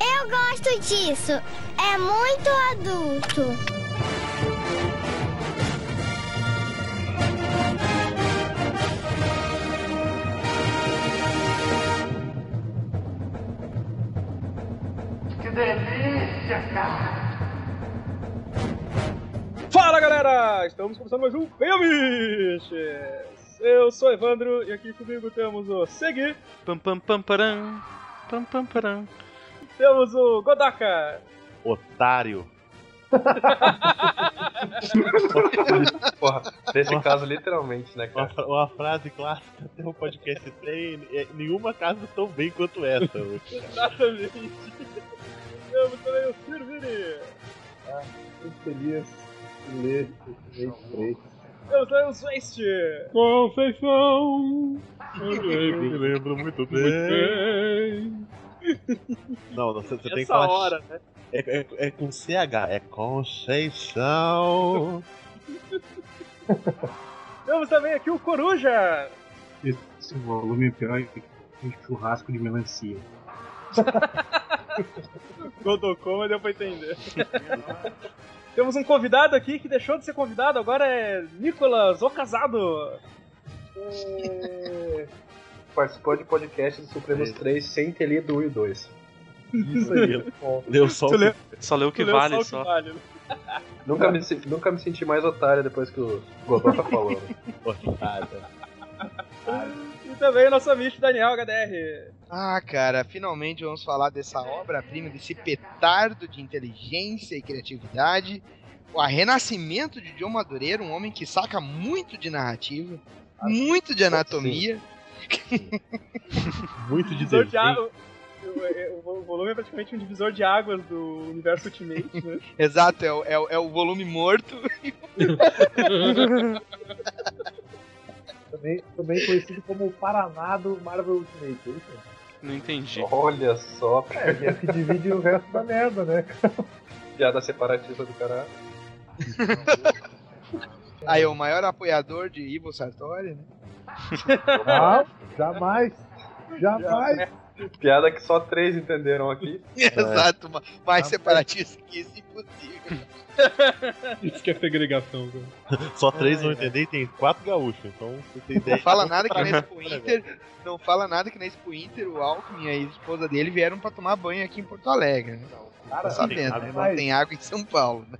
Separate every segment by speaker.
Speaker 1: Eu gosto disso. É muito adulto.
Speaker 2: Que delícia, cara!
Speaker 3: Fala galera! Estamos começando mais um Filmes! Eu sou Evandro e aqui comigo temos o Segui,
Speaker 4: Pam pam pam param. Pam pam param.
Speaker 3: temos o Godaka,
Speaker 5: Otário.
Speaker 6: Porra, nesse caso, literalmente, né,
Speaker 5: Uma,
Speaker 6: cara?
Speaker 5: fra- uma frase clássica até o podcast tem. é, Nenhuma casa tão bem quanto essa. meu.
Speaker 3: exatamente. Temos também o Sirvini,
Speaker 7: feliz nesse mês 3.
Speaker 3: temos também o Zwest,
Speaker 4: Confeição.
Speaker 5: Me lembro muito bem. Não, não, você, você tem que
Speaker 3: essa
Speaker 5: falar.
Speaker 3: hora, né?
Speaker 5: É, é- é com CH, é Conceição.
Speaker 3: Temos também aqui o Coruja,
Speaker 7: Esse volume é pior que um churrasco de melancia.
Speaker 3: Godocô, mas deu pra entender. temos um convidado aqui que deixou de ser convidado, agora é Nicolas, o casado.
Speaker 6: Participou de podcast do Supremos 3 sem ter lido o 1 e o 2.
Speaker 5: Isso aí. Deu só.
Speaker 3: Tu leu-
Speaker 4: Só leu o que
Speaker 3: Tu leu
Speaker 4: vale
Speaker 3: o que
Speaker 4: só.
Speaker 3: vale.
Speaker 6: Nunca me, se- nunca me senti mais otário depois que o Godota falou. né?
Speaker 5: Otário.
Speaker 3: E também o nosso amigo Daniel HDR.
Speaker 8: Ah, cara, finalmente vamos falar dessa obra-prima, desse petardo de inteligência e criatividade. O renascimento de John Madureira, um homem que saca muito de narrativa, muito de anatomia.
Speaker 5: Muito de
Speaker 3: um Divisor
Speaker 5: Deus.
Speaker 3: de água. O, o- o volume é praticamente um divisor de águas do universo Ultimate, né?
Speaker 8: Exato, é o, é o- é o volume morto.
Speaker 7: Também, também conhecido como o Paraná do Marvel Ultimate. é isso?
Speaker 4: Não entendi.
Speaker 6: Olha só, cara,
Speaker 7: É que divide o resto da merda, né?
Speaker 6: piada separatista do cara.
Speaker 8: Aí, o maior apoiador de Ivo Sartori, né?
Speaker 5: Ah,
Speaker 7: Não, Ah, jamais. Jamais.
Speaker 6: Piada que só três entenderam aqui.
Speaker 8: Exato, ma- mais separatista que isso, impossível.
Speaker 3: Isso que é segregação, cara.
Speaker 5: Só três vão entender e tem quatro gaúchos. Então você tem ideia.
Speaker 8: Não fala nada que na Expo Inter, não fala nada que na Expo Inter o Alckmin e a esposa dele vieram pra tomar banho aqui em Porto Alegre, né? Tá
Speaker 7: Cara,
Speaker 8: sabendo, né? Não
Speaker 7: mais.
Speaker 8: tem água em São Paulo, né?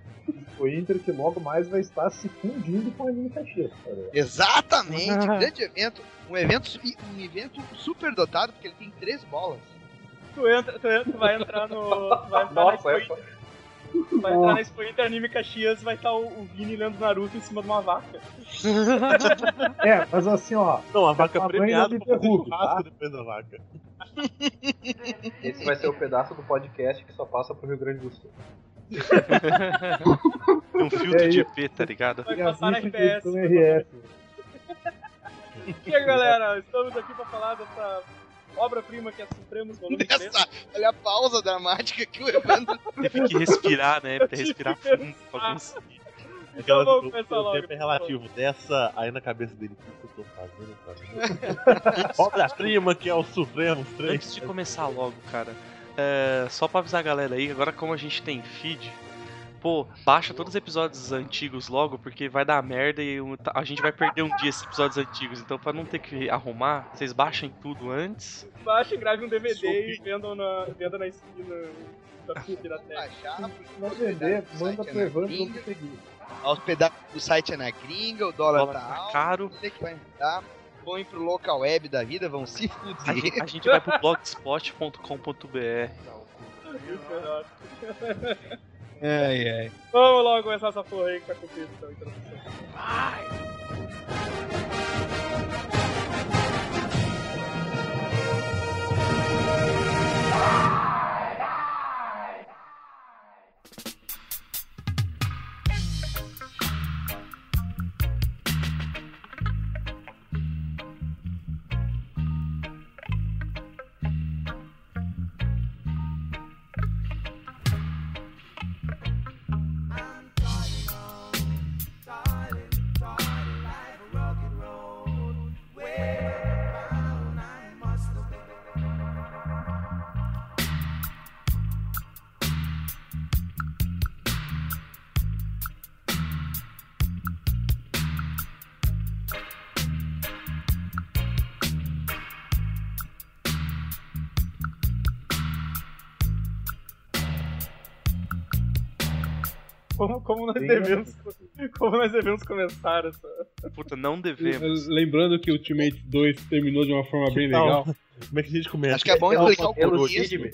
Speaker 7: o Inter que logo mais vai estar se fundindo com a Aline Caxias. cara.
Speaker 8: Exatamente, grande evento. Um evento, su- um evento super dotado, porque ele tem três bolas.
Speaker 3: Tu entra, tu entra, vai entrar no. tu Vai entrar
Speaker 6: Nossa,
Speaker 3: na
Speaker 6: é
Speaker 3: Expo, vai entrar na Expo Inter Anime Caxias, vai estar o, o Vini lendo Naruto em cima de uma vaca.
Speaker 7: É, mas assim, ó.
Speaker 5: Não, a vaca
Speaker 7: Tamanho
Speaker 5: premiada
Speaker 7: do
Speaker 5: pra fazer
Speaker 7: derrube,
Speaker 5: churrasco depois da vaca.
Speaker 6: Esse vai ser o pedaço do podcast que só passa pro Rio Grande do Sul.
Speaker 4: É um filtro
Speaker 7: É
Speaker 4: de EP, tá ligado?
Speaker 3: Vai
Speaker 7: e
Speaker 3: passar na
Speaker 7: avisa que
Speaker 3: RBS.
Speaker 7: isso é um RS.
Speaker 3: E aí, galera, estamos aqui pra falar dessa obra-prima que é Supremos Volume 3.
Speaker 8: Essa, olha a pausa dramática que o Evandro.
Speaker 4: Teve que respirar, né? Pra respirar fundo pra conseguir.
Speaker 3: Então vamos
Speaker 5: o,
Speaker 3: começar logo.
Speaker 5: o tempo é
Speaker 7: então.
Speaker 5: relativo. Dessa, aí na cabeça dele, o que eu tô fazendo, cara? Obra-prima que é o Supremo 3.
Speaker 4: Antes de começar logo, cara, é, só pra avisar a galera aí, agora como a gente tem feed, pô, baixa todos os episódios antigos logo, porque vai dar merda e o- a gente vai perder um dia esses episódios antigos. Então, pra não ter que arrumar, vocês baixem tudo antes.
Speaker 3: Baixem, grave um DVD e
Speaker 4: Subi.
Speaker 3: vendam na, vendam na esquina da Pirateca.
Speaker 8: baixar, porque
Speaker 7: Não
Speaker 8: a hospedagem
Speaker 7: vender,
Speaker 8: do
Speaker 7: manda
Speaker 8: site é
Speaker 7: pro
Speaker 8: na
Speaker 7: Evandro
Speaker 8: gringa,
Speaker 7: vamos seguir.
Speaker 8: A hospedagem do site é na gringa, o dólar,
Speaker 4: Dólar
Speaker 8: tá
Speaker 4: tá
Speaker 8: alto.
Speaker 4: caro.
Speaker 8: Você que vai mudar, põe pro local web da vida, vão se
Speaker 4: A
Speaker 8: fuder.
Speaker 4: gente, a gente vai pro blogspot.com.br.
Speaker 8: Ai, ai.
Speaker 3: Vamos logo começar essa porra aí que tá com o então, introdução.
Speaker 9: Darling, darling, darling,
Speaker 3: Como, como nós
Speaker 7: Sim,
Speaker 3: devemos. Como nós devemos começar essa.
Speaker 4: Puta, não devemos.
Speaker 9: Lembrando que o Ultimate 2 terminou de uma forma bem
Speaker 5: Não.
Speaker 9: legal.
Speaker 5: Como é que a gente começa?
Speaker 8: Acho que é bom Então, explicar o porquê.
Speaker 6: Elucide-me.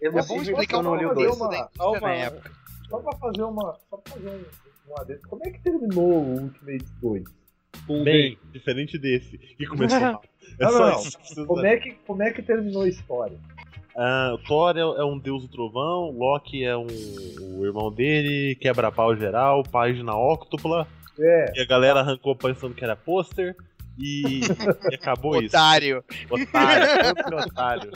Speaker 8: É bom
Speaker 6: Elucide-me porque
Speaker 8: explicar
Speaker 6: eu
Speaker 8: o
Speaker 6: não li o
Speaker 8: porquê
Speaker 6: dois.
Speaker 8: isso da
Speaker 3: Calma.
Speaker 8: indústria na época. né?
Speaker 7: Só pra fazer uma. Só pra fazer um, um adendo. Como é que terminou o Ultimate 2?
Speaker 9: Com
Speaker 5: Bem, diferente desse, que começou mal. É
Speaker 7: Não,
Speaker 5: só
Speaker 7: não,
Speaker 5: isso. que precisa-
Speaker 7: Como é que, como é que terminou a história?
Speaker 5: Ah, Thor é, é um deus do trovão, Loki é um, o irmão dele, quebra-pau geral, página octupla,
Speaker 7: É,
Speaker 5: e a galera arrancou pensando que era pôster, e, e acabou isso.
Speaker 8: Otário.
Speaker 5: Otário, todo mundo é otário.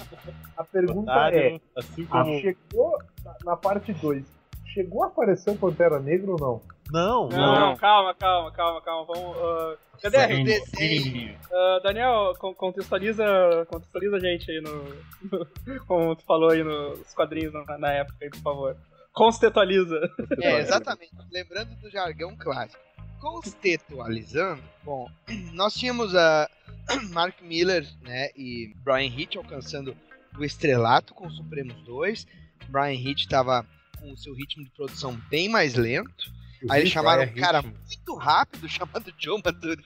Speaker 7: a pergunta é:
Speaker 5: Otário, assim como...
Speaker 7: chegou na, na parte 2, chegou a aparecer o Pantera Negra ou não?
Speaker 5: Não,
Speaker 3: Não,
Speaker 5: não.
Speaker 3: calma, calma, calma, calma. Vamos. ah, cadê a gente? Ah, Daniel, con- contextualiza, contextualiza a gente aí no, no- Como tu falou aí nos quadrinhos na, na época aí, por favor. Contextualiza.
Speaker 8: É, exatamente. Lembrando do jargão clássico. Conceitualizando, bom, nós tínhamos a Mark Miller né, e Brian Hitch alcançando o estrelato com o Supremos 2. Brian Hitch estava com o seu ritmo de produção bem mais lento. Aí eles chamaram um cara muito rápido chamado Joe Madureira.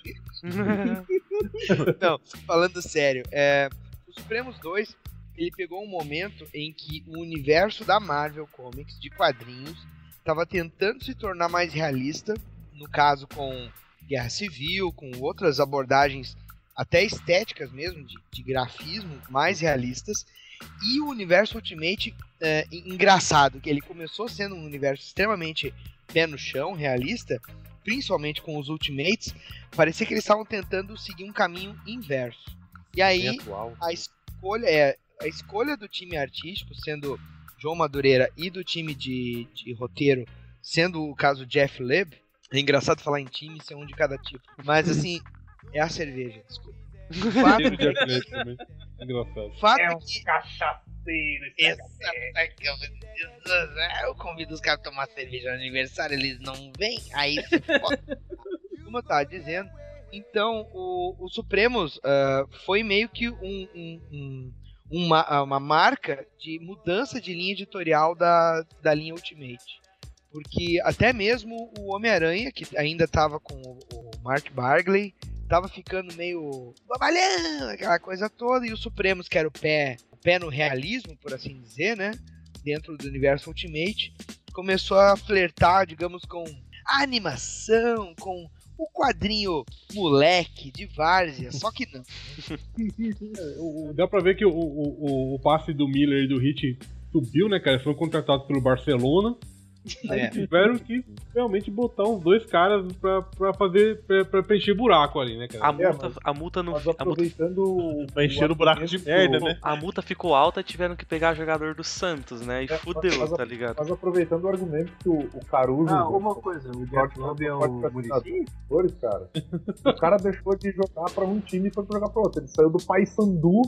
Speaker 8: Não, falando sério, é, o Supremos 2 ele pegou um momento em que o universo da Marvel Comics de quadrinhos estava tentando se tornar mais realista, no caso com Guerra Civil, com outras abordagens até estéticas mesmo, de, de grafismo mais realistas, e o universo Ultimate é, en- engraçado, que ele começou sendo um universo extremamente pé no chão, realista, principalmente com os Ultimates, parecia que eles estavam tentando seguir um caminho inverso. E aí,
Speaker 5: Bem atual.
Speaker 8: a escolha é a escolha do time artístico sendo João Madureira e do time de, de roteiro sendo o caso Jeff Leb. É engraçado falar em time ser um de cada tipo, mas assim é a cerveja. Desculpa. O fato,
Speaker 9: Cheiro de atleta também. Engraçado.
Speaker 8: o fato
Speaker 2: É
Speaker 8: é
Speaker 2: um
Speaker 8: que
Speaker 2: cachaceiro. esse
Speaker 8: Essa é que eu preciso, né? Eu convido os caras a tomar cerveja no aniversário, eles não vêm, aí se foda. Como eu tava dizendo. Então, o, o Supremos ah, foi meio que um- um- um- uma, ah, uma marca de mudança de linha editorial da, da linha Ultimate. Porque até mesmo o Homem-Aranha, que ainda tava com o, o Mark Bargley, tava ficando meio babalhão, aquela coisa toda, e o Supremos, que era o pé pé no realismo, por assim dizer, né? Dentro do universo Ultimate, começou a flertar, digamos, com a animação, com o quadrinho moleque de várzea, só que não.
Speaker 9: O- o- Dá pra ver que o, o, o- o passe do Miller e do Hit subiu, né, cara? Eles foram contratados pelo Barcelona.
Speaker 8: né?
Speaker 9: Aí tiveram que realmente botar os dois caras pra, pra fazer. Pra, pra preencher buraco ali, né, cara?
Speaker 4: A multa, a multa não.
Speaker 7: Mas
Speaker 4: fi- A multa,
Speaker 7: aproveitando.
Speaker 5: Pra encher o buraco de merda, né?
Speaker 4: a multa ficou alta e tiveram que pegar jogador do Santos, né? E
Speaker 7: É, mas
Speaker 4: fudeu,
Speaker 7: a-
Speaker 4: tá ligado?
Speaker 7: Mas aproveitando o argumento que o, o Caruso.
Speaker 6: Ah, uma coisa, o Jeff Lobb é o Muricy?
Speaker 7: Muricy? cara. O cara deixou de jogar pra um time e foi pra jogar pra outro. Ele saiu do Paysandu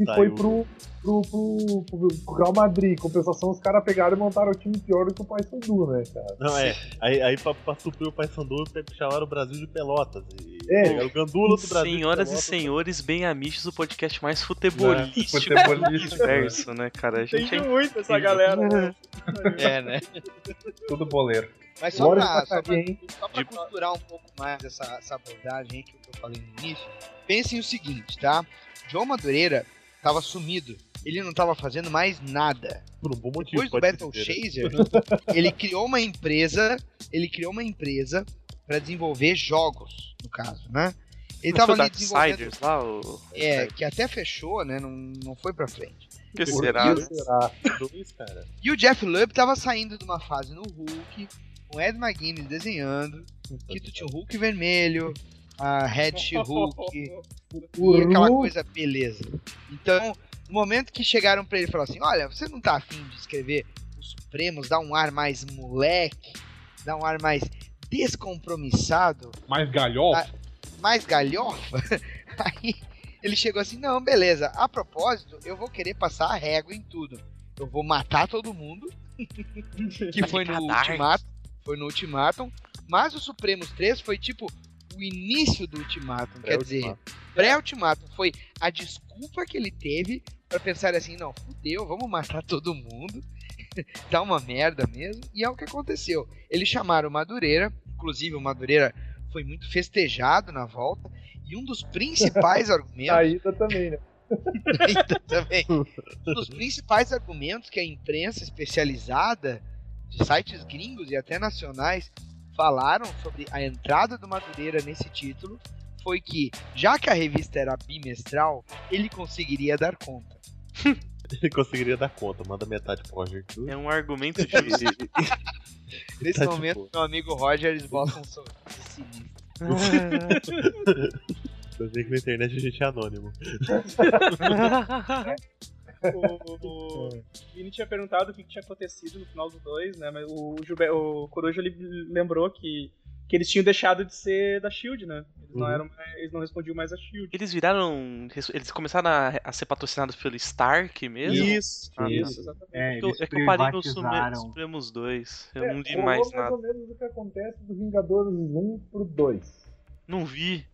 Speaker 7: e
Speaker 5: Saiu.
Speaker 7: foi pro, pro, pro, pro- pro Real Madrid. Em compensação, os caras pegaram e montaram o time pior do que o Paysandu, né, cara?
Speaker 5: Não, é. Aí, aí pra, pra suprir o Paysandu, pe- chamaram o Brasil de Pelotas. E,
Speaker 7: É.
Speaker 5: é. O Gandula do Brasil. né? de
Speaker 4: Senhoras e
Speaker 5: Pelotas.
Speaker 4: senhores, bem amiches, o podcast mais
Speaker 9: Né?
Speaker 4: futebolístico do
Speaker 9: Futebolístico, né?
Speaker 4: universo, né, cara? A gente é
Speaker 3: Entendi muito essa galera. né?
Speaker 8: É, né?
Speaker 6: Tudo boleiro.
Speaker 8: Mas só
Speaker 7: Glória
Speaker 10: tá
Speaker 8: pra, só pra,
Speaker 7: Sacaria, hein?
Speaker 8: só pra costurar um pouco mais essa, essa abordagem aí que eu falei no início, pensem o seguinte, tá? João Madureira tava sumido. Ele não tava fazendo mais nada.
Speaker 5: Por um bom motivo.
Speaker 8: Depois do
Speaker 5: pode-se
Speaker 8: Battle
Speaker 5: dizer, né?
Speaker 8: Chaser, ele criou uma empresa, ele criou uma empresa para desenvolver jogos, no caso, né? Ele tava ali desenvolvendo,
Speaker 4: um Siders lá, o.
Speaker 8: é, que até fechou, né? Não, não foi para frente.
Speaker 4: que será? né?
Speaker 7: Será?
Speaker 5: Dois, cara.
Speaker 8: E o Jeff Lubb tava saindo de uma fase no Hulk, com Ed McGuinness desenhando, que tu tinha o Hulk vermelho, a Red Hulk, e aquela coisa beleza. Então, no momento que chegaram pra ele e falaram assim: Olha, você não tá afim de escrever os Supremos, dá um ar mais moleque, dá um ar mais descompromissado,
Speaker 9: Mais galhofa.
Speaker 8: mais galhofa? Aí ele chegou assim: Não, beleza, a propósito, eu vou querer passar a régua em tudo. Eu vou matar todo mundo, que foi no
Speaker 4: Ficar dark.
Speaker 8: Ultimatum. Foi no Ultimatum. Mas o Supremos 3 foi tipo o início do Ultimatum. Quer dizer, pré-Ultimatum. Foi a desculpa que ele teve pra pensar assim: não, fudeu, vamos matar todo mundo. dá uma merda mesmo. E é o que aconteceu. Eles chamaram o Madureira, inclusive o Madureira foi muito festejado na volta. E um dos principais argumentos.
Speaker 10: Saída também, né?
Speaker 8: Ainda também. Um dos principais argumentos que a imprensa especializada de sites gringos e até nacionais falaram sobre a entrada do Madureira nesse título foi que, já que a revista era bimestral, ele conseguiria dar conta.
Speaker 5: Ele conseguiria dar conta, manda metade pro Roger Cruz.
Speaker 4: É um argumento justo.
Speaker 8: Nesse
Speaker 5: Tá de
Speaker 8: momento,
Speaker 5: boa.
Speaker 8: meu amigo Roger esboça um sorriso sinistro.
Speaker 5: Eu sei que na internet a gente é anônimo.
Speaker 3: O, o Vini tinha perguntado o que que tinha acontecido no final do 2, né? Mas o, Gilbe- o Coruja ele lembrou que, que eles tinham deixado de ser da Shield, né? Eles, não,
Speaker 5: Uhum.
Speaker 3: eram, mais- eles não respondiam mais a Shield.
Speaker 4: Eles viraram. Eles começaram a, a ser patrocinados pelo Stark mesmo?
Speaker 3: Isso,
Speaker 4: Ah,
Speaker 3: isso,
Speaker 4: tá.
Speaker 3: exatamente.
Speaker 4: É
Speaker 11: É,
Speaker 4: que eu,
Speaker 11: eles
Speaker 4: é que eu parei no Sume-
Speaker 11: privatizaram.
Speaker 4: Supremos 2. Eu
Speaker 10: É,
Speaker 4: não li
Speaker 10: rolou
Speaker 4: mais
Speaker 10: mais
Speaker 4: nada.
Speaker 10: ou menos o que acontece do Vingadores 1 pro 2.
Speaker 4: Não vi.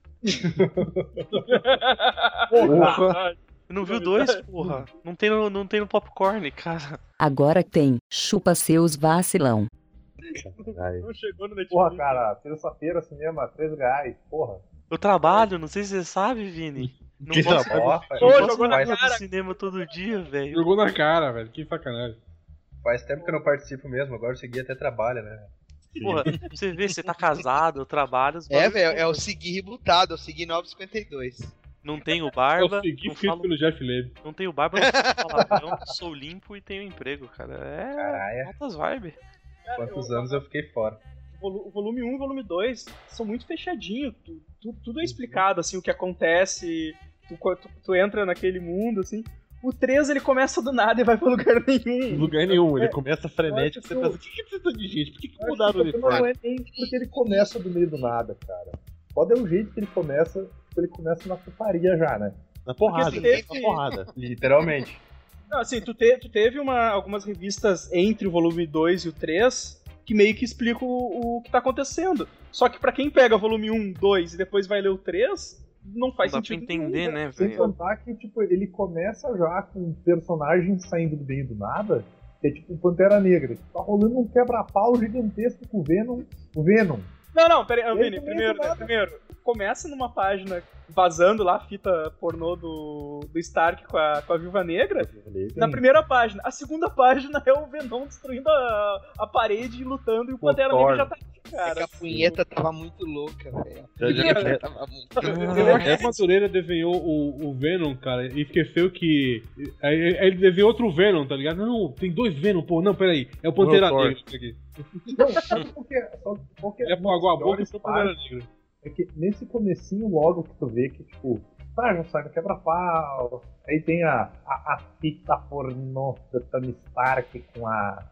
Speaker 3: Porra!
Speaker 4: Eu não vi
Speaker 3: Tá
Speaker 4: o 2, porra. Não tem no, não tem no popcorn, cara.
Speaker 12: Agora tem, chupa seus vacilão.
Speaker 5: Ai,
Speaker 3: Não chegou no
Speaker 10: Porra,
Speaker 3: Netflix.
Speaker 10: cara, terça-feira, cinema, 3 reais, porra.
Speaker 4: Eu trabalho, não sei se você sabe, Vini. Não
Speaker 5: que
Speaker 4: posso,
Speaker 5: trabalho.
Speaker 3: Ô,
Speaker 4: não posso
Speaker 3: jogou na
Speaker 4: ir no
Speaker 3: cara.
Speaker 4: cinema todo dia, velho.
Speaker 13: Jogou na cara, velho. Que sacanagem.
Speaker 14: Faz tempo que eu não participo mesmo, agora o Segui até trabalha, né?
Speaker 4: Porra, você vê, você tá casado, eu trabalho. os
Speaker 8: É,
Speaker 4: bagulho-
Speaker 8: velho, é o seguir ributado, é o seguir 952.
Speaker 4: Não tenho
Speaker 13: Eu
Speaker 4: barba,
Speaker 13: segui
Speaker 4: não,
Speaker 13: feito
Speaker 4: falo,
Speaker 13: pelo Jeff Leb.
Speaker 4: não tenho barba, não falo palavrão, sou limpo e tenho emprego, cara. É.
Speaker 14: Caralho,
Speaker 4: Altas vibes.
Speaker 3: Cara,
Speaker 14: quantos
Speaker 3: eu-
Speaker 14: anos eu fiquei fora.
Speaker 3: volu- o volume 1 e o volume 2 são muito fechadinhos. Tu, tu- tudo é explicado, assim, o que acontece. Tu, co- tu- tu entra naquele mundo, assim. O 3 ele começa do nada e vai pra lugar
Speaker 13: Em
Speaker 3: nenhum.
Speaker 13: lugar nenhum. Ele
Speaker 10: É,
Speaker 13: começa
Speaker 10: eu
Speaker 13: frenético.
Speaker 10: acho
Speaker 13: Você
Speaker 10: que
Speaker 13: pensa,
Speaker 10: o-
Speaker 13: o que, que precisa de gente? Por que, que
Speaker 10: Eu acho
Speaker 13: mudaram o
Speaker 10: que o
Speaker 13: uniforme?
Speaker 10: problema Não é nem porque ele começa do meio do nada, cara. Pode é o jeito que ele começa, porque ele começa na putaria já, né?
Speaker 5: Na porrada,
Speaker 3: Porque
Speaker 5: na
Speaker 3: assim,
Speaker 5: porrada.
Speaker 14: Literalmente.
Speaker 3: Não, assim, tu, te- tu teve uma- algumas revistas entre o volume 2 e o 3 que meio que explica o, o que tá acontecendo. Só que pra quem pega volume 1, 2 e depois vai ler o 3, não faz
Speaker 4: Não dá pra
Speaker 3: sentido. Então,
Speaker 4: entender, né,
Speaker 10: Sem
Speaker 4: velho?
Speaker 10: contar que, tipo, ele começa já com um personagem saindo do meio do nada, que é tipo o Pantera Negra. que Tá rolando um quebra-pau gigantesco com o Venom. O Venom.
Speaker 3: Não, não, pera aí,
Speaker 10: Ele
Speaker 3: Vini,
Speaker 10: também
Speaker 3: primeiro,
Speaker 10: não
Speaker 3: né,
Speaker 10: nada.
Speaker 3: primeiro. Começa numa página vazando lá a fita pornô do, do Stark com a, com a Viúva Negra. Na primeira página. A segunda página é o Venom destruindo a, a parede e lutando, e o
Speaker 5: Com o
Speaker 3: Pantera Negra
Speaker 5: Thor.
Speaker 3: já tá aqui,
Speaker 8: É que
Speaker 3: cara.
Speaker 8: a punheta tava muito louca, velho. A
Speaker 5: Já- já-
Speaker 8: punheta tava
Speaker 4: um Ah.
Speaker 8: muito louca.
Speaker 13: Eu acho que o Madureira desenhou o, o Venom, cara, e esqueceu que. Aí aí ele desenhou outro Venom, tá ligado? Não, tem dois Venom, pô. Não, peraí. É o Pantera
Speaker 5: é o Thor.
Speaker 13: Negra. isso aqui.
Speaker 10: Não, sabe qual que é? Sabe qual que é
Speaker 13: Ele apagou a
Speaker 10: uma das
Speaker 13: boca e foi o Pantera
Speaker 10: piores
Speaker 13: Negra.
Speaker 10: É que nesse comecinho logo que tu vê que, tipo, tá, já sai no quebra-pau, aí tem a, a, a fita pornô da Tony Stark com a,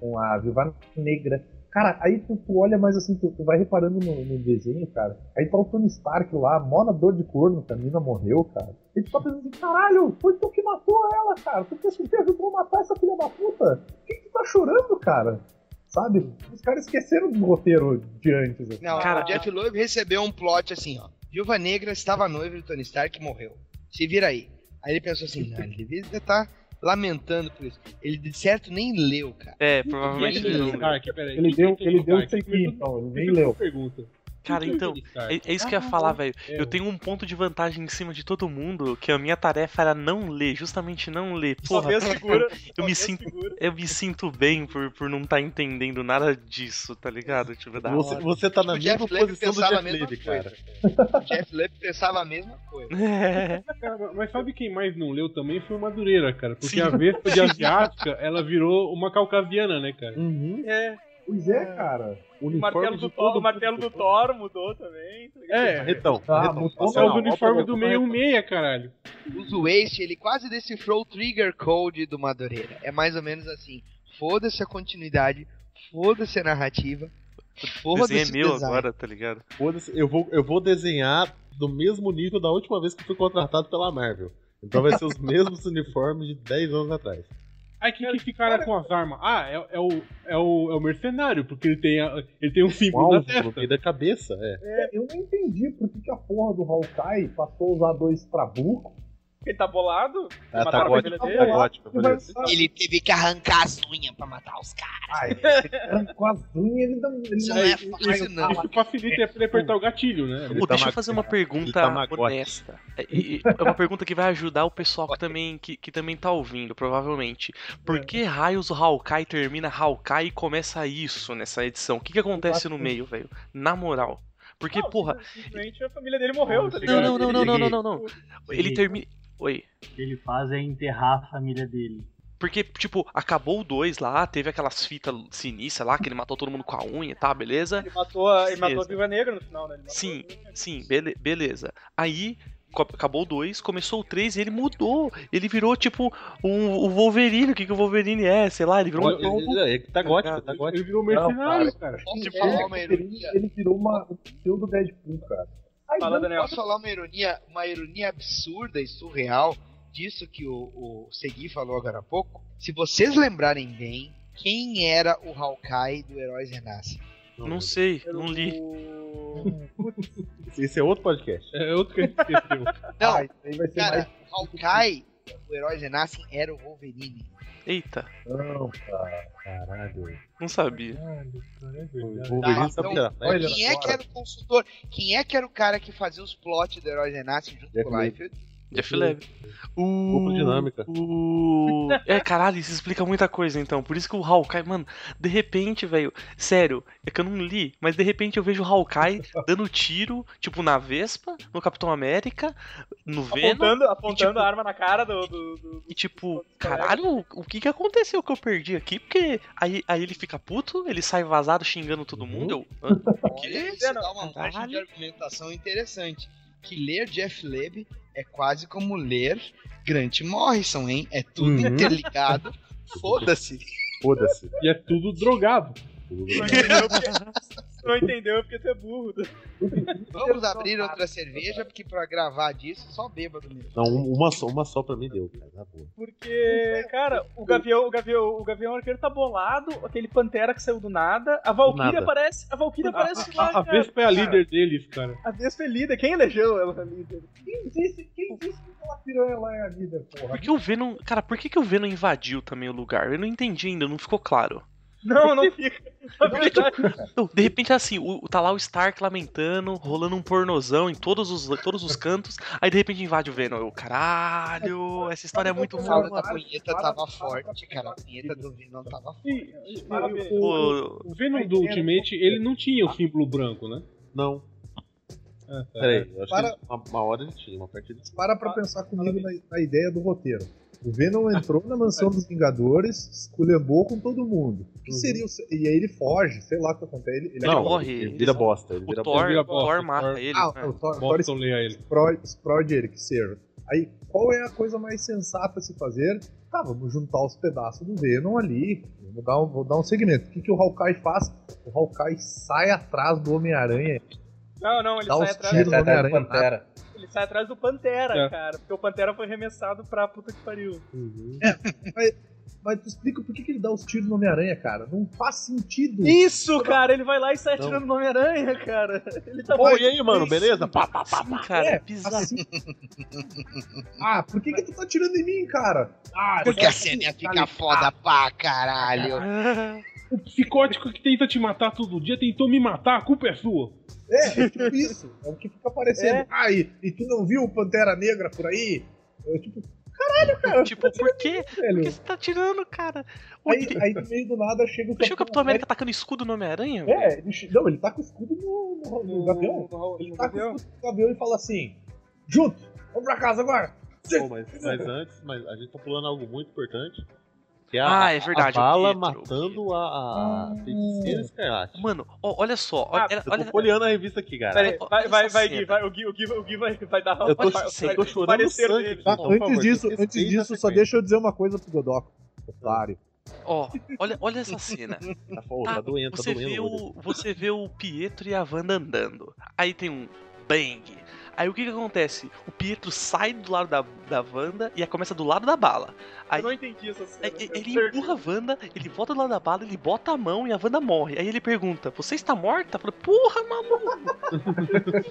Speaker 10: com a Viúva Negra. Cara, aí tu, tu olha mais assim, tu, tu vai reparando no, no desenho, cara. Aí tá o Tony Stark lá, mó na dor de corno, que a mina morreu, cara. E tu tá pensando assim, caralho, foi tu que matou ela, cara. Tu que te ajudou a matar essa filha da puta. Por que, que tu tá chorando, cara? Sabe? Os caras esqueceram do roteiro de antes. assim.
Speaker 8: Não,
Speaker 4: Cara,
Speaker 8: o Jeff Loeb recebeu um plot assim, ó. Viúva Negra estava noiva do Tony Stark e morreu. Se vira aí. Aí ele pensou assim, não, ele devia estar lamentando por isso. Ele de certo nem leu, cara.
Speaker 4: É, provavelmente
Speaker 8: Ele-
Speaker 4: ele não. leu.
Speaker 13: Stark, peraí.
Speaker 10: Ele deu, ele deu
Speaker 13: Stark?
Speaker 10: isso aqui, então, ele
Speaker 15: Uhum.
Speaker 10: nem
Speaker 13: Fica uma
Speaker 10: leu.
Speaker 13: Pergunta.
Speaker 4: Cara,
Speaker 13: Quem foi
Speaker 4: então,
Speaker 13: o Stark?
Speaker 4: É, é isso que eu ia falar, velho. Eu tenho um ponto de vantagem em cima de todo mundo, que a minha tarefa era não ler, justamente não ler.
Speaker 3: Só
Speaker 4: Porra,
Speaker 3: vê as figuras.
Speaker 4: eu me sinto. Eu me sinto bem por, por não estar entendendo nada disso, tá ligado? Tipo, é da
Speaker 5: Você,
Speaker 4: hora.
Speaker 5: você tá na
Speaker 8: O
Speaker 5: mesma
Speaker 8: Jeff Leb
Speaker 5: posição do
Speaker 8: pensava a
Speaker 5: Jeff
Speaker 8: mesma
Speaker 5: Leb,
Speaker 8: coisa.
Speaker 5: cara.
Speaker 8: O Jeff Loeb pensava a mesma coisa.
Speaker 4: É.
Speaker 13: Cara, mas sabe quem mais não leu também foi o Madureira, cara. Porque
Speaker 4: Sim.
Speaker 13: a Vespa de Asiática, ela virou uma caucasiana, né, cara?
Speaker 5: Uhum.
Speaker 3: É,
Speaker 10: Pois é, cara.
Speaker 13: O
Speaker 3: o
Speaker 13: uniforme
Speaker 3: martelo
Speaker 13: de
Speaker 3: do,
Speaker 13: todo
Speaker 3: Thor, o martelo do
Speaker 13: mundo.
Speaker 3: Thor mudou também. tá ligado?
Speaker 13: É, é
Speaker 5: Então,
Speaker 10: Ah,
Speaker 5: então,
Speaker 10: muito
Speaker 5: passa
Speaker 13: o
Speaker 10: bom.
Speaker 5: lá, ó,
Speaker 13: uniforme
Speaker 5: pra-
Speaker 13: do meio meia, caralho.
Speaker 8: O Zueste, ele quase decifrou o trigger code do Madureira. É mais ou menos assim, foda-se a continuidade, foda-se a narrativa,
Speaker 4: O
Speaker 8: foda-se
Speaker 4: desenho é
Speaker 8: o
Speaker 4: meu
Speaker 8: design.
Speaker 4: agora, tá ligado?
Speaker 5: Foda-se, eu vou, eu vou desenhar do mesmo nível da última vez que fui contratado pela Marvel. Então vai ser os mesmos uniformes de 10 anos atrás.
Speaker 13: Aí quem que ficaram com as armas? Ah, é, é o, é, o, é o mercenário, porque ele tem, a- ele tem um símbolo na
Speaker 5: Uau,
Speaker 13: testa.
Speaker 5: coloquei da cabeça, é.
Speaker 10: É, eu não entendi por que, que a porra do Hawkeye passou a usar dois trabucos
Speaker 3: Ele tá bolado?
Speaker 5: Ah, tá
Speaker 3: mataram a
Speaker 5: gótico,
Speaker 3: família
Speaker 5: tá
Speaker 3: dele?
Speaker 5: gótico, beleza.
Speaker 8: Ele teve que arrancar as unhas pra matar os caras.
Speaker 10: tá Com as unhas ele não. Ele
Speaker 8: Isso não é fácil, não.
Speaker 15: Isso facilita ele apertar o gatilho, né?
Speaker 4: Pô, deixa eu fazer uma pergunta
Speaker 5: tá magote.
Speaker 4: honesta. É, e- e- é uma pergunta que vai ajudar o pessoal que também, que, que também tá ouvindo, provavelmente. Por
Speaker 3: É.
Speaker 4: que raios o Hawkeye termina Hawkeye e começa isso nessa edição? O que, que acontece no meio, velho? Na moral. Porque,
Speaker 3: Não,
Speaker 4: porra.
Speaker 3: Simplesmente a família dele morreu, tá ligado?
Speaker 4: Não, não, não, não, não, não, não, não. Ele
Speaker 16: Sim.
Speaker 4: termina. Oi.
Speaker 16: O que ele faz é enterrar a família dele.
Speaker 4: Porque, tipo, acabou o 2 lá, teve aquelas fitas sinistras lá, que ele matou todo mundo com a unha, tá, beleza?
Speaker 3: Ele matou a, ele
Speaker 4: Beleza.
Speaker 3: matou a Viva Negra no final, né? Ele matou
Speaker 4: Sim,
Speaker 3: a Viúva Negra.
Speaker 4: sim, bele- beleza. Aí co- acabou o 2, começou o 3 e ele mudou. Ele virou tipo um, o Wolverine, o que, que o Wolverine é, sei lá, ele virou um lobo.
Speaker 5: É, é que tá gótico, tá gótico.
Speaker 15: Ele virou um mercenário,
Speaker 10: Não,
Speaker 15: cara.
Speaker 8: Posso
Speaker 10: Ele-
Speaker 8: falar Tipo, uma
Speaker 10: ele,
Speaker 8: ironia?
Speaker 10: ele virou uma, um pseudo Deadpool, cara. Aí,
Speaker 3: Fala, Daniel.
Speaker 8: É, Posso falar uma ironia, uma ironia absurda e surreal disso que o, o Segui falou agora há pouco? Se vocês lembrarem bem, quem era o Hawkeye do Heróis Renasce?
Speaker 5: é
Speaker 4: Não sei,
Speaker 3: Era
Speaker 4: não
Speaker 3: o-
Speaker 4: li.
Speaker 5: Esse é outro podcast.
Speaker 15: É outro que a gente esqueceu.
Speaker 8: Não,
Speaker 10: Ah, isso aí vai ser
Speaker 8: cara,
Speaker 10: mais.
Speaker 8: Hawkeye, o Heróis Renascem, era o Wolverine.
Speaker 4: Eita,
Speaker 10: Não, cara. Caralho.
Speaker 4: não sabia.
Speaker 5: O
Speaker 8: Tá,
Speaker 5: Wolverine sabe
Speaker 8: então,
Speaker 5: tirar, né?
Speaker 10: olha,
Speaker 8: quem é que era o consultor? Quem é que era o cara que fazia os plots do Heróis Renascem junto
Speaker 5: Jeff
Speaker 8: com o Liefeld?
Speaker 4: Jeff Levy.
Speaker 5: Duplo dinâmica.
Speaker 4: O... É, caralho, isso explica muita coisa então. Por isso que o Hawkeye, mano, de repente, velho, sério, é que eu não li, mas de repente eu vejo o Hawkeye dando tiro, tipo, na Vespa, no Capitão América, no
Speaker 3: Tá
Speaker 4: Venom.
Speaker 3: Apontando, apontando
Speaker 4: tipo-
Speaker 3: a arma na cara do. do, do- do-
Speaker 4: E tipo,
Speaker 3: Colegas.
Speaker 4: caralho, o que que aconteceu que eu perdi aqui? Porque aí, aí ele fica puto, ele sai vazado xingando todo mundo. Eu, hã?
Speaker 8: Olha, Isso dá uma margem de
Speaker 4: Caralho.
Speaker 8: argumentação interessante. Que ler Jeff Leb é quase como ler Grant Morrison, hein? É tudo
Speaker 5: Uhum.
Speaker 8: interligado. Foda-se.
Speaker 5: Foda-se.
Speaker 15: E é tudo drogado.
Speaker 3: Não entendeu porque- Não entendeu porque tu é burro.
Speaker 8: Vamos abrir outra cerveja, porque pra gravar disso, só bêbado mesmo.
Speaker 5: Não, uma só, uma só pra mim deu, cara. Na boa.
Speaker 3: Porque, cara, o Gavião, o Gavião, o Gavião Arqueiro tá bolado, aquele Pantera que saiu do nada, a Valkyria
Speaker 5: nada.
Speaker 3: aparece, a Valkyria aparece lá,
Speaker 15: A, a
Speaker 3: cara.
Speaker 15: Vespa é a líder deles, cara.
Speaker 3: A Vespa é líder, quem elegeu ela líder?
Speaker 10: Quem disse, quem disse que aquela piranha lá é a vida, porra?
Speaker 4: Por que o Venom. Cara, por que, que o Venom invadiu também o lugar? Eu não entendi ainda, não ficou claro.
Speaker 3: Não, não fica. Na verdade,
Speaker 4: Não, de repente, assim, o, tá lá o Stark lamentando, rolando um pornozão em todos os, todos os cantos, aí de repente invade o Venom. Eu, caralho, essa história é muito
Speaker 8: A
Speaker 4: boa.
Speaker 8: aula da punheta tava forte, cara. A punheta do Vinão tava forte.
Speaker 15: E- e-
Speaker 3: Parabéns.
Speaker 15: o,
Speaker 4: Pô,
Speaker 15: o Venom do Ultimate, ele não tinha o símbolo branco, né?
Speaker 5: Não.
Speaker 15: Ah, tá.
Speaker 5: Peraí, eu acho
Speaker 10: Para-
Speaker 5: que uma, uma hora ele tinha, uma partida.
Speaker 10: Para pra pensar comigo na, na ideia do roteiro. O Venom entrou na mansão dos Vingadores, esculhambou com todo mundo. O que
Speaker 15: Uhum.
Speaker 10: seria o se- E aí ele foge, sei lá o que acontece. Ele, ele
Speaker 5: não,
Speaker 4: morre,
Speaker 5: ele
Speaker 4: ele
Speaker 5: vira
Speaker 4: só-
Speaker 5: bosta. Ele
Speaker 4: O
Speaker 5: vira
Speaker 4: Thor,
Speaker 15: vira
Speaker 4: o
Speaker 15: bosta,
Speaker 4: Thor
Speaker 15: o
Speaker 4: mata
Speaker 15: Thor-
Speaker 4: ele.
Speaker 10: Ah,
Speaker 4: né?
Speaker 10: o Thor, Thor
Speaker 15: Boston leia ele.
Speaker 10: Sprod- Sprodier, que seja. Aí, qual é a coisa mais sensata a se fazer? Tá, vamos juntar os pedaços do Venom ali, vou dar um, vou dar um segmento. O que, que o Hawkeye faz? O Hawkeye sai atrás do Homem-Aranha,
Speaker 3: não, não, ele
Speaker 10: dá
Speaker 3: sai,
Speaker 10: uns
Speaker 3: atrás,
Speaker 10: tiros
Speaker 16: é um
Speaker 10: no Homem-Aranha. nada.
Speaker 3: ele sai atrás do Pantera,
Speaker 15: É.
Speaker 3: cara, porque o Pantera foi arremessado pra puta que pariu.
Speaker 10: Mas tu explica por que, que ele dá os tiros no Homem-Aranha, cara? Não faz sentido.
Speaker 3: Isso, cara, ele vai lá e sai
Speaker 5: Não.
Speaker 3: atirando no Homem-Aranha, cara. Ele tá
Speaker 5: Pô,
Speaker 3: bom.
Speaker 5: e aí, mano, beleza? Pá, pá, pá.
Speaker 4: Sim, cara, é
Speaker 10: É,
Speaker 4: bizarro.
Speaker 10: assim. ah, por que, que tu tá atirando em mim, cara? Ah,
Speaker 8: Porque a cena ia ficar foda pra caralho.
Speaker 15: O psicótico que tenta te matar todo dia tentou me matar, a culpa é sua.
Speaker 10: É, é tipo isso. É o que fica aparecendo. Ah, e, e tu não viu o Pantera Negra por aí? Eu, tipo,
Speaker 4: Tipo, por que? Por que
Speaker 10: velho.
Speaker 4: você tá tirando, cara? O
Speaker 10: Aí, então,
Speaker 4: que-
Speaker 10: aí no meio do nada chega o
Speaker 4: Achei o Capitão América tacando escudo no Homem-Aranha? velho?
Speaker 10: É, ele, che- não, ele tá com o escudo no, no, no Gavião.
Speaker 3: No-
Speaker 10: Ele
Speaker 3: no
Speaker 10: tá com
Speaker 3: Gavião.
Speaker 10: o escudo no Gavião e fala assim: junto, vamos pra casa agora.
Speaker 5: Pô, mas, mas antes, mas a gente tá pulando algo muito importante. Que é a,
Speaker 4: Ah, é verdade,
Speaker 5: a
Speaker 4: o
Speaker 5: bala
Speaker 4: Pietro, o
Speaker 5: matando a, a feiticeira escarlate.
Speaker 4: Mano, ó, olha só.
Speaker 3: Ah,
Speaker 4: Olha,
Speaker 5: Eu
Speaker 4: olha,
Speaker 5: tô folheando a revista aqui, cara.
Speaker 3: Pera aí,
Speaker 4: Olha
Speaker 3: vai,
Speaker 4: essa
Speaker 3: vai, vai,
Speaker 4: cena.
Speaker 3: Gui, vai, o Gui, o Gui, o Gui vai, vai dar
Speaker 5: Eu tô,
Speaker 3: vai-
Speaker 5: eu tô
Speaker 3: vai-
Speaker 5: chorando
Speaker 3: parecer
Speaker 5: sangue.
Speaker 3: dele.
Speaker 5: Por favor,
Speaker 10: Ah, antes disso,
Speaker 5: respeita
Speaker 10: antes disso
Speaker 5: a
Speaker 10: só
Speaker 5: sequência.
Speaker 10: deixa eu dizer uma coisa pro Godoco. Otário.
Speaker 4: ó, olha, olha essa cena.
Speaker 5: Tá, fo- tá
Speaker 4: Tá,
Speaker 5: doendo, tá
Speaker 4: Você
Speaker 5: doendo.
Speaker 4: vê,
Speaker 5: o olho.
Speaker 4: o, você vê o Pietro e a Wanda andando. Aí tem um bang. Aí o que que acontece? O Pietro sai do lado da, da Wanda e começa do lado da bala. Aí,
Speaker 3: Eu não entendi essa cena.
Speaker 4: é- é- ele empurra a Wanda, ele volta do lado da bala, ele bota a mão e a Wanda morre. Aí ele pergunta, você está morta? Fala, porra, maluco!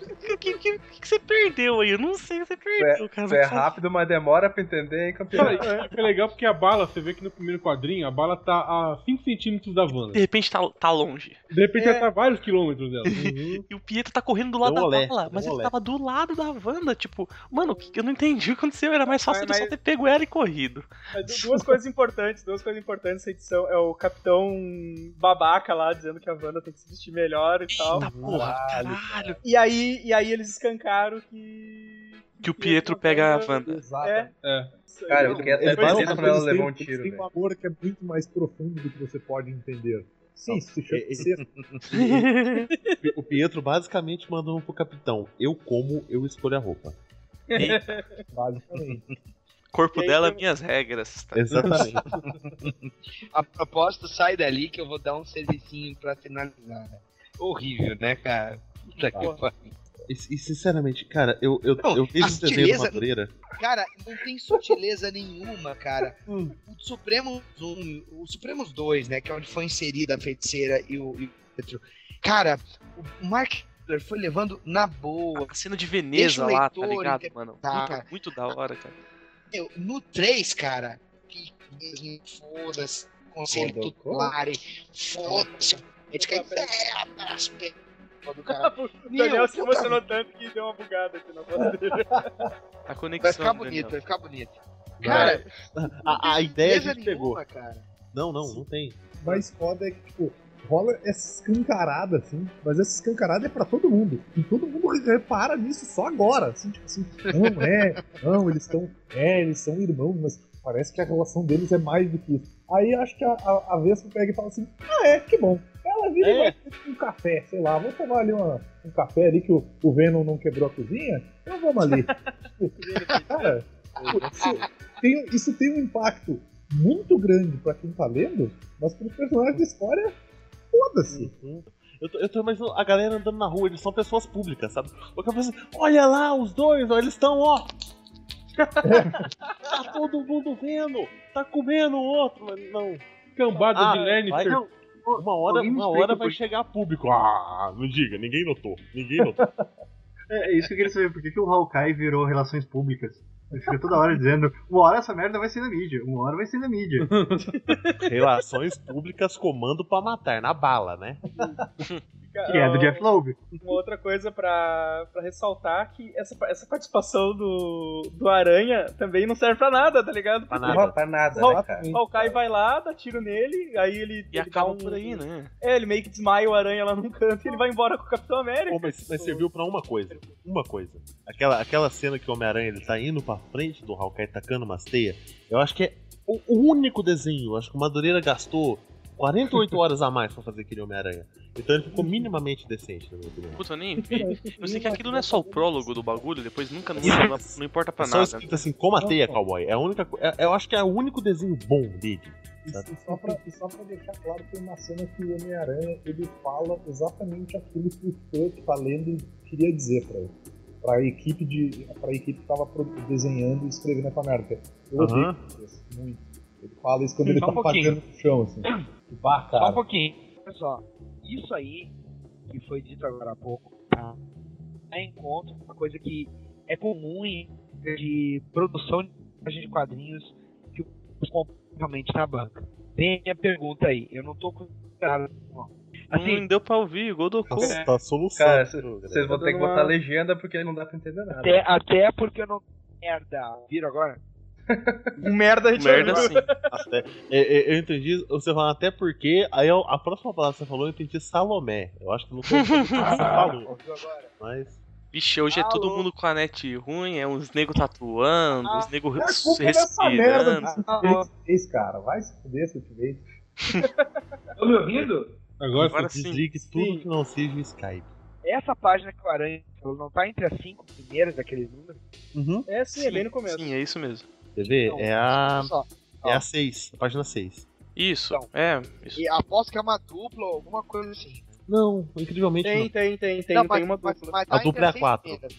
Speaker 4: O que, que- que você perdeu aí? Eu não sei o que você tá- perdeu, cara.
Speaker 17: Tu é rápido, mas demora pra entender, hein, campeão?
Speaker 18: Cara, é, é legal porque a bala, você vê que no primeiro quadrinho, a bala tá a 5 centímetros da Wanda.
Speaker 4: De repente tá, tá longe.
Speaker 18: De repente
Speaker 3: É.
Speaker 18: ela tá vários quilômetros dela.
Speaker 4: E o Pietro tá correndo do lado
Speaker 18: Deu
Speaker 4: da
Speaker 18: olé,
Speaker 4: bala,
Speaker 18: deu
Speaker 4: mas ele
Speaker 18: olé.
Speaker 4: tava do lado da Wanda, tipo, mano, o que- eu não entendi o que aconteceu, era mais fácil
Speaker 3: Mas-
Speaker 4: ele
Speaker 3: mas-
Speaker 4: só ter pego ela e corrido.
Speaker 3: Mas É, du- Duas coisas importantes, duas coisas importantes nessa edição é o capitão babaca lá dizendo que a Wanda tem que se vestir melhor e tal.
Speaker 4: porra, caralho.
Speaker 3: E aí, e aí eles escancaram que
Speaker 4: Que o Pietro pega a Wanda.
Speaker 3: é,
Speaker 17: Cara, eu fiquei até
Speaker 10: Ele faz
Speaker 17: batendo
Speaker 10: uma
Speaker 17: pra ela
Speaker 10: coisa
Speaker 17: levar um
Speaker 10: que
Speaker 17: tiro,
Speaker 10: Tem
Speaker 17: velho.
Speaker 10: um amor que é muito mais profundo do que você pode entender. Sim, se chama
Speaker 5: o Pietro basicamente mandou um pro capitão. Eu como, eu escolho a roupa.
Speaker 10: Basicamente.
Speaker 4: Corpo
Speaker 8: E aí
Speaker 4: dela,
Speaker 8: tem-
Speaker 4: minhas regras. tá?
Speaker 8: A propósito, sai dali que eu vou dar um servicinho pra finalizar. né? Horrível, né, cara? Puta que pariu.
Speaker 5: E, e, sinceramente, cara, eu, eu,
Speaker 8: Não,
Speaker 5: eu vejo
Speaker 8: a
Speaker 5: o desenho do
Speaker 8: sutileza-
Speaker 5: Madureira.
Speaker 8: Cara, não tem sutileza nenhuma, cara.
Speaker 5: Hum.
Speaker 8: O Supremos 1, o Supremos 2, né, que é onde foi inserida a feiticeira e o, e o Pietro. Cara, o Mark Miller foi levando na boa.
Speaker 4: A cena de Veneza lá, tá ligado, mano? Puta,
Speaker 8: Tá.
Speaker 4: muito da hora, cara.
Speaker 8: Meu, no 3, cara, que mesmo, foda-se, conselho
Speaker 4: Foda-se.
Speaker 8: tutelar, e foda-se, a gente cai é, abraço, pe- do cara.
Speaker 3: o
Speaker 8: Meu,
Speaker 3: Daniel se
Speaker 8: puta
Speaker 3: emocionou tanto que deu uma bugada aqui na voz dele.
Speaker 4: A conexão.
Speaker 8: Vai ficar
Speaker 4: do
Speaker 8: bonito, vai
Speaker 4: Daniel.
Speaker 8: ficar bonito.
Speaker 5: Vai.
Speaker 8: Cara,
Speaker 5: a, a ideia a gente
Speaker 8: nenhuma,
Speaker 5: pegou.
Speaker 8: cara.
Speaker 5: Não, não, não tem.
Speaker 10: Mas foda é que, tipo, rola essa escancarada, assim, mas essa escancarada é pra todo mundo. E todo mundo repara nisso só agora. Assim, tipo assim, não é, não, eles estão. É, eles são irmãos, mas parece que a relação deles é mais do que isso. Aí acho que a, a, a Vespa pega e fala assim, ah é, que bom. Ela vira e vai pedir um café, sei lá, vou tomar ali uma- um café ali que o, o Venom não quebrou a cozinha, então vamos ali. Cara, isso tem, isso tem um impacto muito grande pra quem tá lendo, mas pro personagem da história, foda-se.
Speaker 5: Eu tô, eu tô imaginando a galera andando na rua, eles são pessoas públicas, sabe? O cara fala assim, olha lá os dois, ó, eles estão, ó. tá todo mundo vendo, tá comendo o outro, mas não.
Speaker 18: Cambada
Speaker 5: Ah,
Speaker 18: de
Speaker 5: vai-
Speaker 18: Lannister.
Speaker 5: não, Uma hora,
Speaker 18: Alguém me
Speaker 5: uma
Speaker 18: explica
Speaker 5: hora vai
Speaker 18: por-
Speaker 5: chegar público. Ah, não diga, ninguém notou. Ninguém notou.
Speaker 19: É, é isso que eu queria saber. Por que, que o Hawkeye virou relações públicas? Ele fica toda hora dizendo, uma hora essa merda vai ser na mídia, uma hora vai ser na mídia.
Speaker 5: Relações públicas comando pra matar, na bala, né?
Speaker 3: Cara,
Speaker 19: Que é do
Speaker 3: ó,
Speaker 19: Jeff Loeb.
Speaker 3: Uma outra coisa pra, pra ressaltar que essa, essa participação do, do Aranha também não serve pra nada, tá ligado?
Speaker 17: Pra nada. Pra nada,
Speaker 3: O Haw-
Speaker 17: né, cara?
Speaker 3: o Hawkeye vai lá, dá tiro nele, aí ele. E
Speaker 8: um
Speaker 3: acaba por aí,
Speaker 4: né?
Speaker 3: É, ele meio que desmaia o Aranha lá num canto e ele vai embora com o Capitão América.
Speaker 5: Pô, mas, mas serviu pra uma coisa. Uma coisa. Aquela, aquela cena que o Homem-Aranha ele tá indo pra frente do Hawkeye tacando umas teias. Eu acho que é o, o único desenho. Eu acho que o Madureira gastou 48 horas a mais pra fazer aquele Homem-Aranha. Então ele ficou minimamente decente, na minha opinião.
Speaker 4: Puta, eu nem
Speaker 10: É,
Speaker 4: vi. Eu sei que aquilo não é só o prólogo do bagulho, depois nunca, não, não- não
Speaker 5: É
Speaker 4: importa pra
Speaker 5: só
Speaker 4: nada.
Speaker 5: escrito assim, como a teia, cowboy. É a única, co- é- eu acho que é o único desenho bom dele.
Speaker 10: E só, pra, e só pra deixar claro, tem uma cena que o Homem-Aranha ele fala exatamente aquilo que o fã que tá lendo queria dizer pra ele. Pra equipe, de, pra equipe que tava pro- desenhando e escrevendo essa merda. Eu
Speaker 17: Uhum.
Speaker 10: odeio
Speaker 5: Aham.
Speaker 10: isso, muito. Ele fala isso quando ele
Speaker 8: Só um
Speaker 10: tá
Speaker 8: pouquinho.
Speaker 10: pagando no chão, assim. Que bah, cara.
Speaker 8: Só
Speaker 5: Tá.
Speaker 8: um pouquinho. Olha só, isso aí que foi dito agora há pouco tá? é encontro com uma coisa que é comum em de produção de personagem de quadrinhos que os compram realmente na banca. Tem a minha pergunta aí, eu não tô com nada. não. Assim,
Speaker 5: Hum.
Speaker 4: Não deu pra ouvir, né? Godoku.
Speaker 5: Tá- tá solução.
Speaker 17: Cara, cê- vocês vão
Speaker 8: Tá
Speaker 17: ter que
Speaker 8: dando
Speaker 17: botar
Speaker 8: uma-
Speaker 17: legenda porque não dá pra entender nada.
Speaker 8: Até, até porque eu não. Merda, viram agora?
Speaker 3: Um merda a
Speaker 8: gente Merda,
Speaker 4: assim.
Speaker 8: ouviu. sim.
Speaker 5: Até- é, é, eu entendi, você falando até porque. Aí eu- a próxima palavra que você falou, eu entendi Salomé. Eu acho que não foi o que você falou. Mas.
Speaker 4: Vixe, hoje é todo mundo com a net ruim, é uns nego tatuando, uns nego
Speaker 10: É a culpa dessa merda
Speaker 4: respirando.
Speaker 10: do Cities, cara. Vai se fuder, Cities.
Speaker 8: Estão me ouvindo?
Speaker 5: Agora,
Speaker 8: Agora
Speaker 5: sim.
Speaker 8: sim.
Speaker 5: Desligue tudo que não seja Skype.
Speaker 8: Essa página que o Aranha falou não tá entre as cinco primeiras daqueles números?
Speaker 5: Uhum.
Speaker 3: É sim, é bem no começo.
Speaker 4: Sim, é isso mesmo.
Speaker 5: Você vê? É a.
Speaker 8: Só.
Speaker 5: É a 6, a página 6.
Speaker 4: Isso, é. Isso.
Speaker 8: E aposto que é uma dupla ou alguma coisa assim.
Speaker 5: Não, incrivelmente
Speaker 3: Tem,
Speaker 5: não.
Speaker 3: tem, tem, tem,
Speaker 8: Não,
Speaker 3: tem
Speaker 8: mas-
Speaker 3: uma
Speaker 8: mas-
Speaker 3: dupla.
Speaker 8: mas
Speaker 5: A
Speaker 8: tá entre
Speaker 5: dupla é
Speaker 8: as
Speaker 5: a
Speaker 8: seis
Speaker 5: 4.
Speaker 8: primeiras,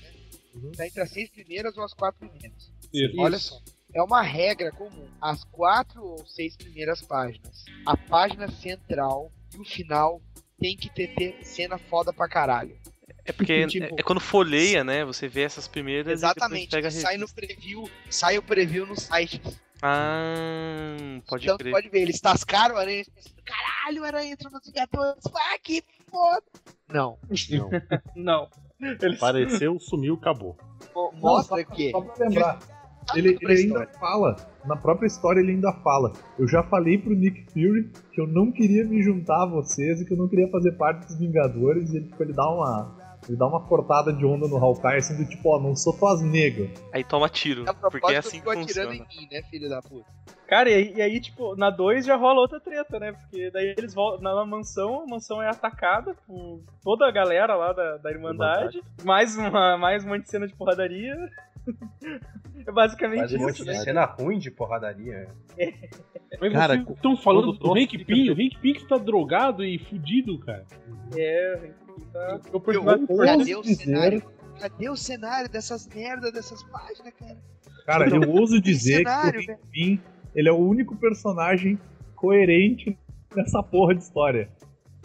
Speaker 8: né? Tá entre as seis primeiras ou as quatro primeiras.
Speaker 20: Isso.
Speaker 8: Olha só. É uma regra comum. As quatro ou seis primeiras páginas, a página central e o final tem que ter, ter cena foda pra caralho.
Speaker 4: É porque
Speaker 8: Tipo-
Speaker 4: é é quando folheia, né? Você vê essas primeiras e é depois
Speaker 8: Exatamente.
Speaker 4: pega a
Speaker 8: e sai no
Speaker 4: revista.
Speaker 8: preview, sai o preview no site.
Speaker 4: Ah, pode
Speaker 8: então tu
Speaker 4: crer.
Speaker 8: pode ver, eles tascaram a aranha e pensaram, caralho, era entre os vingadores. Ah, que foda. Não.
Speaker 5: Não.
Speaker 3: Não.
Speaker 5: Apareceu, sumiu, acabou.
Speaker 8: Mo- Mostra que. é.
Speaker 10: Só tá pra lembrar. Ele, ele ainda fala, na própria história ele ainda fala. Eu já falei pro Nick Fury que eu não queria me juntar a vocês e que eu não queria fazer parte dos Vingadores. E ele, tipo, ele dá uma. Ele dá uma cortada de onda no Hawkeye, assim, do tipo, ó, não sou tuas negas.
Speaker 4: Aí toma tiro. Porque é assim que funciona.
Speaker 8: mim, né, filho da puta?
Speaker 3: Cara, e, aí- e aí, tipo, na 2 já rola outra treta, né? Porque daí eles voltam na, na mansão, a mansão é atacada por toda a galera lá da, da Irmandade. Mais uma, mais um monte de cena de porradaria. é basicamente
Speaker 21: Faz um monte
Speaker 3: isso,
Speaker 21: de
Speaker 3: né?
Speaker 21: cena ruim de porradaria.
Speaker 20: É, Mas
Speaker 21: Cara,
Speaker 20: vocês estão falando
Speaker 21: quando
Speaker 20: do Hank Pym?
Speaker 5: assim.
Speaker 20: O Hank Pym que tá drogado e fudido, cara.
Speaker 3: É, tá...
Speaker 20: Eu personagem
Speaker 8: Cadê o cenário? Cadê o cenário dessas merdas, dessas páginas, cara?
Speaker 10: Cara, eu ouso dizer
Speaker 8: cenário,
Speaker 10: que o
Speaker 8: velho.
Speaker 10: Kingpin, ele é o único personagem coerente nessa porra de história.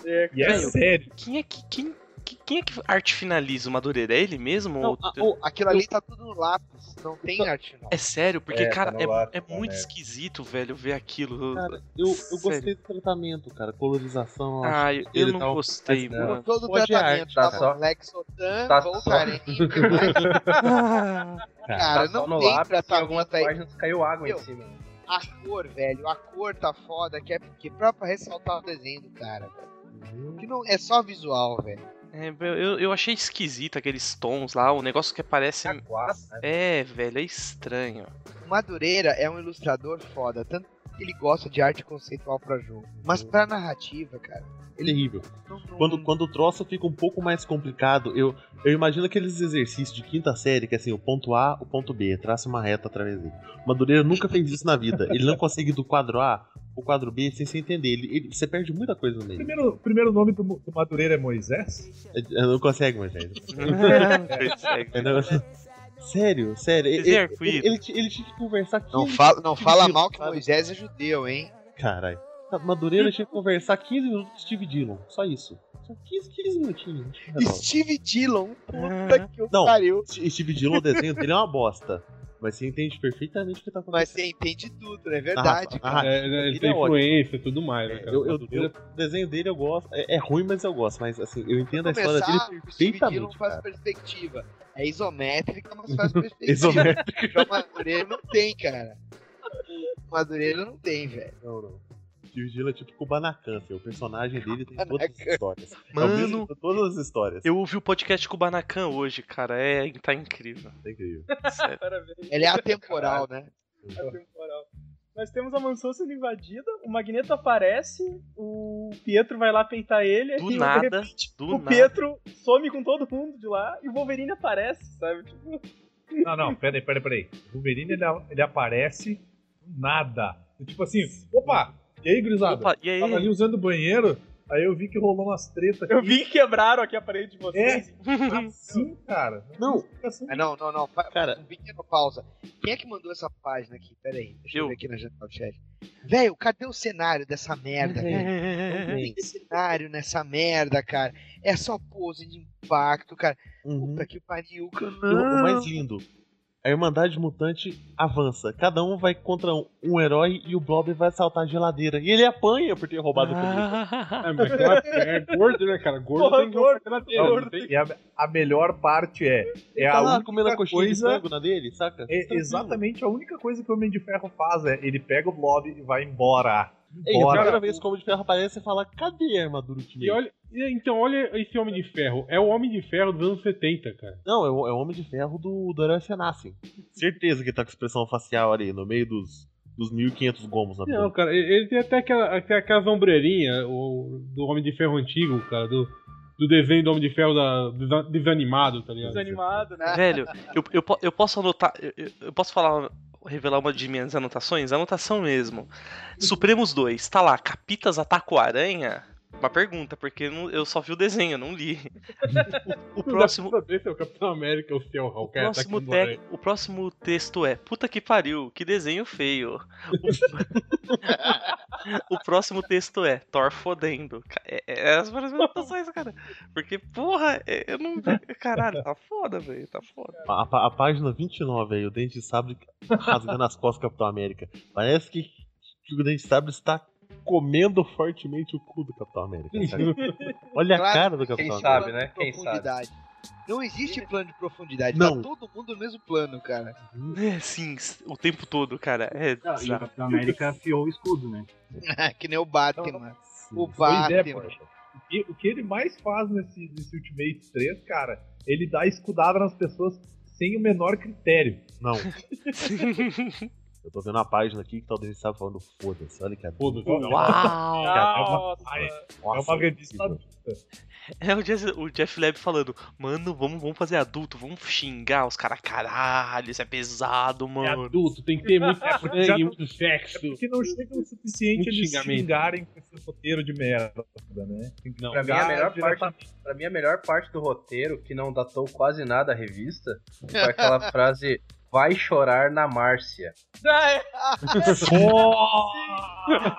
Speaker 3: É,
Speaker 10: E é
Speaker 4: Velho,
Speaker 10: sério.
Speaker 4: Quem é que. Quem, que- quem é que arte finaliza o Madureira? É ele mesmo?
Speaker 8: Não,
Speaker 4: ou-
Speaker 3: ah,
Speaker 8: a- o- aquilo ali tá tudo no lápis, não tem arte não.
Speaker 4: É sério, porque,
Speaker 5: É, tá
Speaker 4: cara,
Speaker 5: no
Speaker 4: é,
Speaker 5: lápis,
Speaker 4: é
Speaker 5: tá
Speaker 4: muito
Speaker 5: merda.
Speaker 4: esquisito, velho, ver aquilo.
Speaker 5: Cara, eu, eu gostei do tratamento, cara. Colorização.
Speaker 4: Ah,
Speaker 5: acho
Speaker 4: eu
Speaker 5: dele e
Speaker 4: não
Speaker 5: tal.
Speaker 4: gostei,
Speaker 5: Mas,
Speaker 4: mano.
Speaker 5: um não,
Speaker 8: Todo o
Speaker 5: pode
Speaker 8: tratamento
Speaker 5: arte,
Speaker 8: da
Speaker 5: cara.
Speaker 8: Lexotan,
Speaker 5: Tá
Speaker 8: Voltaren. Cara,
Speaker 21: tá só
Speaker 8: não
Speaker 21: no
Speaker 8: tem
Speaker 21: lápis,
Speaker 8: tratamento
Speaker 21: algumas
Speaker 8: aí.
Speaker 21: páginas caiu água
Speaker 8: Meu,
Speaker 21: em cima.
Speaker 8: A cor, velho, a cor tá foda, que é porque pra pra ressaltar o desenho do cara, velho. Que não é só visual, velho.
Speaker 4: É, eu, eu achei esquisito aqueles tons lá, o negócio que parece. É, velho, é estranho.
Speaker 8: O Madureira é um ilustrador foda, tanto que ele gosta de arte conceitual pra jogo, mas pra narrativa, cara.
Speaker 5: Terrível.
Speaker 8: Hum.
Speaker 5: Quando, quando o troço fica um pouco mais complicado, eu, eu imagino aqueles exercícios de quinta série, que é assim, o ponto A, o ponto B, traça uma reta através dele. O Madureira nunca fez isso na vida. Ele não consegue ir do quadro A pro quadro B sem se entender. Ele, ele- você perde muita coisa
Speaker 10: O
Speaker 5: nele.
Speaker 10: primeiro, o primeiro nome do, do Madureira é Moisés?
Speaker 5: É- é, Não consegue, Moisés. É, não- Sério, sério. Ele,
Speaker 8: Fizer,
Speaker 5: ele-
Speaker 8: fui.
Speaker 5: ele ti- ele tinha que conversar com
Speaker 8: Não fala, não fala mal que Moisés é judeu, hein?
Speaker 5: Caralho. Madureira tinha que conversar 15 minutos com Steve Dillon. Só isso. Só 15, 15 minutinhos. Resolve.
Speaker 8: Steve Dillon, puta que o
Speaker 5: Não,
Speaker 8: pariu.
Speaker 5: St- Steve Dillon, o desenho dele é uma bosta. Mas você entende perfeitamente o que tá acontecendo.
Speaker 8: Mas você entende tudo, é verdade,
Speaker 5: Ah, ah,
Speaker 8: cara.
Speaker 20: É, é, ele
Speaker 5: Ele
Speaker 20: tem
Speaker 5: é ótimo.
Speaker 20: influência e tudo mais,
Speaker 10: É,
Speaker 20: né, cara?
Speaker 5: Eu, eu-
Speaker 20: Madureira-
Speaker 5: eu- o desenho dele eu gosto. É, é ruim, mas eu gosto. Mas assim, eu entendo a história
Speaker 8: Começar,
Speaker 5: dele
Speaker 8: o Steve Dillon
Speaker 5: perfeitamente.
Speaker 8: faz
Speaker 5: cara.
Speaker 8: perspectiva. É isométrica, mas faz perspectiva.
Speaker 5: Isométrica.
Speaker 8: Já o Madureira não tem, cara. O Madureira não tem, velho.
Speaker 5: Não, não. Steve Dillon é tipo Kubanacan, filho. o personagem dele tem todas as
Speaker 8: Kubanacan.
Speaker 5: histórias. é o
Speaker 4: Mano.
Speaker 5: mesmo pra todas as histórias.
Speaker 4: Eu ouvi o podcast Kubanacan hoje, cara. É, tá incrível.
Speaker 5: É incrível.
Speaker 4: Sério.
Speaker 3: Parabéns.
Speaker 8: Ele é atemporal, né?
Speaker 3: Atemporal. Nós temos a mansão sendo invadida, o Magneto aparece, o Pietro vai lá peitar ele, aí
Speaker 4: Do
Speaker 3: de
Speaker 4: nada,
Speaker 3: repente,
Speaker 4: do
Speaker 3: o
Speaker 4: nada.
Speaker 3: Pietro some com todo mundo de lá e o Wolverine aparece, sabe? Tipo,
Speaker 10: Não, não, peraí, peraí, peraí. O Wolverine, ele, a- ele aparece do nada. Tipo assim, opa, e aí, gurizada?
Speaker 4: Opa, e aí?
Speaker 10: Tava ali usando o banheiro, aí eu vi que rolou umas tretas aqui.
Speaker 3: eu vi que quebraram aqui a parede de vocês.
Speaker 20: É.
Speaker 10: Sim, cara.
Speaker 5: Não,
Speaker 8: Ah, não, não, não. Pa-
Speaker 5: Cara.
Speaker 8: Um pequeno pausa. Quem é que mandou essa página aqui? Pera aí, deixa eu,
Speaker 4: Eu.
Speaker 8: ver aqui na janela do chat. Velho, cadê o cenário dessa merda,
Speaker 5: Uhum. É.
Speaker 8: velho? Não tem cenário um nessa merda, cara. É só pose de impacto, cara.
Speaker 5: Uhum. é
Speaker 8: Puta que pariu, cara.
Speaker 5: E o, o
Speaker 8: Não.
Speaker 5: mais lindo. A Irmandade Mutante avança. Cada um vai contra um, um herói e o Blob vai saltar a geladeira. E ele apanha por ter roubado
Speaker 4: Ah.
Speaker 5: o comida.
Speaker 20: É, mas aquela- é gordo, né, cara? Gordo
Speaker 3: Porra,
Speaker 20: tem que
Speaker 3: gordo,
Speaker 20: na
Speaker 10: Não,
Speaker 20: dele.
Speaker 10: e a, a melhor parte é. É a
Speaker 5: tá lá
Speaker 10: única
Speaker 5: comendo a coxinha
Speaker 10: coisa-
Speaker 5: de frango tá na dele, saca?
Speaker 10: é
Speaker 5: Tranquilo.
Speaker 10: exatamente a única coisa que o Homem de Ferro faz é ele pega o blob e vai embora.
Speaker 5: Ei, a
Speaker 10: Embora.
Speaker 5: primeira vez que o Homem de Ferro aparece, você fala, cadê a armadura
Speaker 20: E
Speaker 5: Ultimate?
Speaker 20: olha, e então olha esse Homem de Ferro. É o Homem de Ferro dos anos 70, cara.
Speaker 5: Não, é o, é o Homem de Ferro do, do Herói Senassi. Certeza que ele tá com expressão facial ali, no meio dos, dos 1500 gomos na
Speaker 20: Não,
Speaker 5: boca.
Speaker 20: cara, ele ele tem até aquela, até aquela sombreirinha o, do Homem de Ferro antigo, cara, do, do desenho do Homem de Ferro da- desa- desanimado, tá ligado?
Speaker 3: Desanimado, né?
Speaker 4: Velho, eu, eu, po- eu posso anotar. eu- Eu, eu posso falar, revelar uma de minhas anotações? Anotação mesmo. Supremos 2, tá lá, Capitas ataca o Aranha. Uma pergunta, porque não- eu só vi o desenho, eu não li. O
Speaker 22: Não dá
Speaker 4: próximo-
Speaker 22: pra saber se é o Capitão América ou se é o
Speaker 4: O
Speaker 20: tá
Speaker 22: Hawkeye
Speaker 4: próximo,
Speaker 22: atacando
Speaker 4: tec-
Speaker 22: aranha.
Speaker 4: o próximo texto é: Puta que pariu, que desenho feio. O, o próximo texto é: Thor fodendo. Ca- É, é as várias anotações, cara. Porque, porra, é- eu não. Caralho, tá foda, velho, tá foda.
Speaker 5: A, a- a página 29 aí, o Dente de Sabre rasgando as costas do Capitão América. Parece que, que o Dente de Sabre está comendo fortemente o cu do Capitão América. sabe? Olha a cara do Capitão América.
Speaker 23: né?
Speaker 8: Profundidade. Não existe plano de profundidade.
Speaker 5: Não.
Speaker 8: Tá todo mundo no mesmo plano, cara.
Speaker 4: É, sim, o tempo todo, cara. É
Speaker 8: Não, e o
Speaker 4: bizarro.
Speaker 8: Capitão América
Speaker 9: afiou o escudo, né?
Speaker 8: que nem o Batman. O
Speaker 10: Pois é,
Speaker 8: Batman.
Speaker 10: poxa. O que- o que ele mais faz nesse, nesse Ultimate 3, cara, ele dá escudada nas pessoas sem o menor critério.
Speaker 5: Não. Eu tô vendo a página aqui que tá o Dente de Sabre falando foda-se. Olha que
Speaker 22: Foda-se.
Speaker 4: Uau!
Speaker 5: Cara, é uma-
Speaker 10: é uma revista
Speaker 4: É o Jeff, o Jeff Lab falando, mano, vamos, vamos fazer adulto, vamos xingar os caras, caralho, isso é pesado, mano.
Speaker 22: adulto, tem que ter muito
Speaker 10: porque já
Speaker 22: sangue,
Speaker 10: não-
Speaker 22: muito sexo.
Speaker 10: Porque não chega o suficiente
Speaker 22: Muito
Speaker 10: eles
Speaker 22: xingamento.
Speaker 10: xingarem com esse roteiro de merda, né? Tem que
Speaker 23: Pra mim, a melhor parte, pra mim, a melhor parte do roteiro, que não datou quase nada a revista, foi aquela frase: vai chorar na Márcia.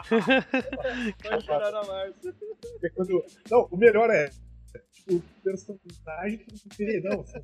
Speaker 3: Vai chorar na Márcia.
Speaker 10: Porque quando- Não, o melhor é o personagem que não, são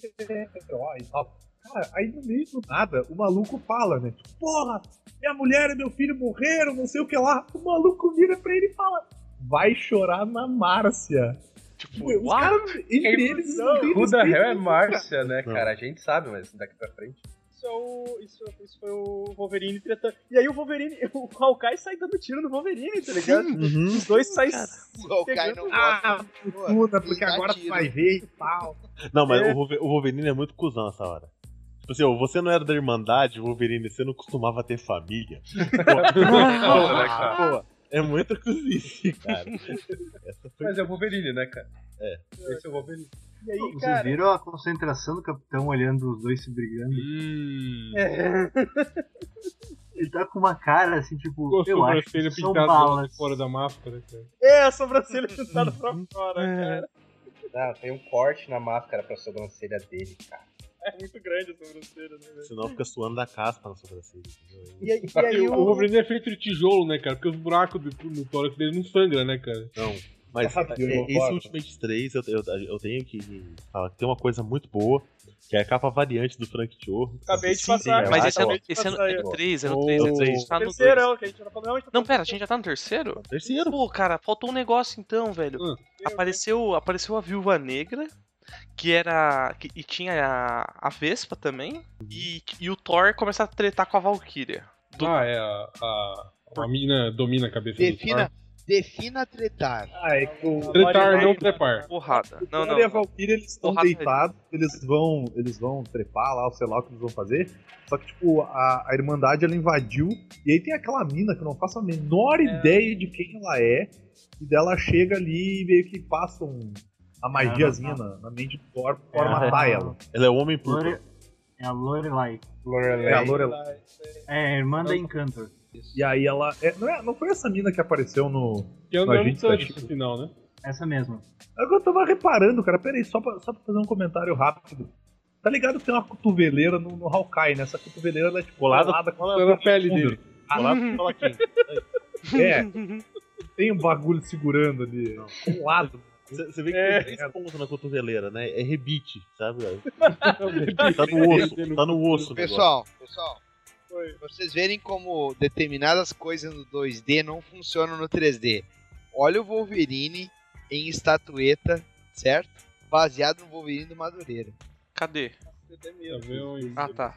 Speaker 10: super-herói e tal. Cara, aí no meio do nada, o maluco fala, né? Tipo, Porra, minha mulher e meu filho morreram, não sei o que lá. O maluco vira pra ele e fala: Vai chorar na Márcia. Tipo, os
Speaker 23: what?
Speaker 10: caras, entre eles, não tem
Speaker 23: Who the
Speaker 10: respeito
Speaker 23: hell é
Speaker 10: nenhum,
Speaker 23: Márcia, né, cara? A gente sabe, mas daqui pra frente.
Speaker 3: Isso, é o, isso, isso foi o Wolverine tretando. E aí o Wolverine, o Hawkeye sai dando tiro no Wolverine, tá ligado? Os dois saem.
Speaker 8: O Hawkeye não
Speaker 10: Ah, puta, porque agora tu vai ver e tal.
Speaker 5: Não, mas
Speaker 10: É.
Speaker 5: o, Wolver- o Wolverine é muito cuzão essa hora. Tipo assim, ó, você não era da Irmandade, Wolverine, você não costumava ter família.
Speaker 10: né,
Speaker 5: Pô, pô, é muito cozice, cara.
Speaker 23: Mas é o Wolverine, né, cara?
Speaker 5: É.
Speaker 23: Esse é o Wolverine.
Speaker 3: E aí,
Speaker 9: Vocês
Speaker 3: cara.
Speaker 9: viram a concentração do capitão olhando os dois se brigando? Ele tá com uma cara assim, tipo,
Speaker 22: Com a
Speaker 9: eu acho que
Speaker 22: sobrancelha
Speaker 9: são
Speaker 22: pintada do lado
Speaker 9: balas.
Speaker 22: de fora da máscara, cara.
Speaker 3: É, a sobrancelha pintada pra fora,
Speaker 4: É.
Speaker 3: cara.
Speaker 23: Não, tem um corte na máscara pra sobrancelha dele, cara.
Speaker 3: É muito grande a sobrancelha, né, velho?
Speaker 5: Senão fica suando da caspa na sobrancelha. entendeu?
Speaker 3: E aí, e aí
Speaker 22: o...
Speaker 3: o-
Speaker 22: Wolverine é feito de tijolo, né, cara? Porque os buracos do- no tórax dele não sangram, né, cara?
Speaker 5: Não. Mas
Speaker 22: Ah,
Speaker 5: é,
Speaker 22: eu
Speaker 5: esse
Speaker 22: concordo.
Speaker 5: Ultimate 3, eu, eu- eu tenho que falar que tem uma coisa muito boa, que é a capa variante do Frank Tio.
Speaker 3: Acabei de passar.
Speaker 4: Mas esse é no- esse é no- é no três, é no três, é no três. Tá no dois.
Speaker 3: tá Terceirão, que a gente já falou. Não, a gente tá
Speaker 4: Não, pera, a gente já tá no terceiro?
Speaker 5: Terceiro.
Speaker 4: Pô, cara, faltou um negócio então, velho. Apareceu, apareceu a Viúva Negra, que era. que- e tinha a, a Vespa também. E, e o Thor começa a tretar com a Valkyria.
Speaker 22: Ah, é. A, a, a mina domina a cabeça
Speaker 8: Defina,
Speaker 5: Ah.
Speaker 22: do
Speaker 8: defina tretar.
Speaker 10: Ah, é que o...
Speaker 22: Thor. Tretar, tá não trepar.
Speaker 4: Porrada.
Speaker 10: Não, e a Valkyria, é eles estão deitados, eles vão, eles vão trepar lá, ou sei lá o que eles vão fazer. Só que, tipo, a, a Irmandade, ela invadiu, e aí tem aquela mina que eu não faço a menor ideia de quem ela é, e dela chega ali e meio que passa um, a magiazinha na, na mente do Thor, forma
Speaker 9: Ah,
Speaker 10: matar
Speaker 9: é.
Speaker 10: ela.
Speaker 5: Ela é o homem
Speaker 9: Lore- É a Lorelai.
Speaker 23: Lorelai.
Speaker 10: É a Lorelai.
Speaker 9: É, a irmã da Encantor.
Speaker 10: E aí ela... é- não, é- não foi essa mina que apareceu no...
Speaker 22: Que é o
Speaker 10: no
Speaker 22: Norman
Speaker 10: Agente
Speaker 22: Santos
Speaker 10: da
Speaker 22: no final, né?
Speaker 9: Essa mesma.
Speaker 10: Agora eu tava reparando, cara, peraí, só pra, só pra fazer um comentário rápido. Tá ligado que tem uma cotoveleira no, no Hawkeye, né? Essa cotoveleira ela é tipo
Speaker 5: Colada-
Speaker 10: colada
Speaker 22: na pele dele.
Speaker 10: Ah,
Speaker 5: Colada com cola quente.
Speaker 3: Uhum.
Speaker 10: É. Tem um bagulho segurando ali. Um lado.
Speaker 5: Você você vê que
Speaker 10: É.
Speaker 5: tem três pontos na cotoveleira, né? É rebite, sabe? tá no osso, tá no osso. o negócio.
Speaker 8: Pessoal, pessoal. Vocês verem como determinadas coisas no 2D não funcionam no 3D. Olha o Wolverine em estatueta, certo? Baseado no Wolverine do Madureira.
Speaker 4: Cadê?
Speaker 22: Ah,
Speaker 4: tá.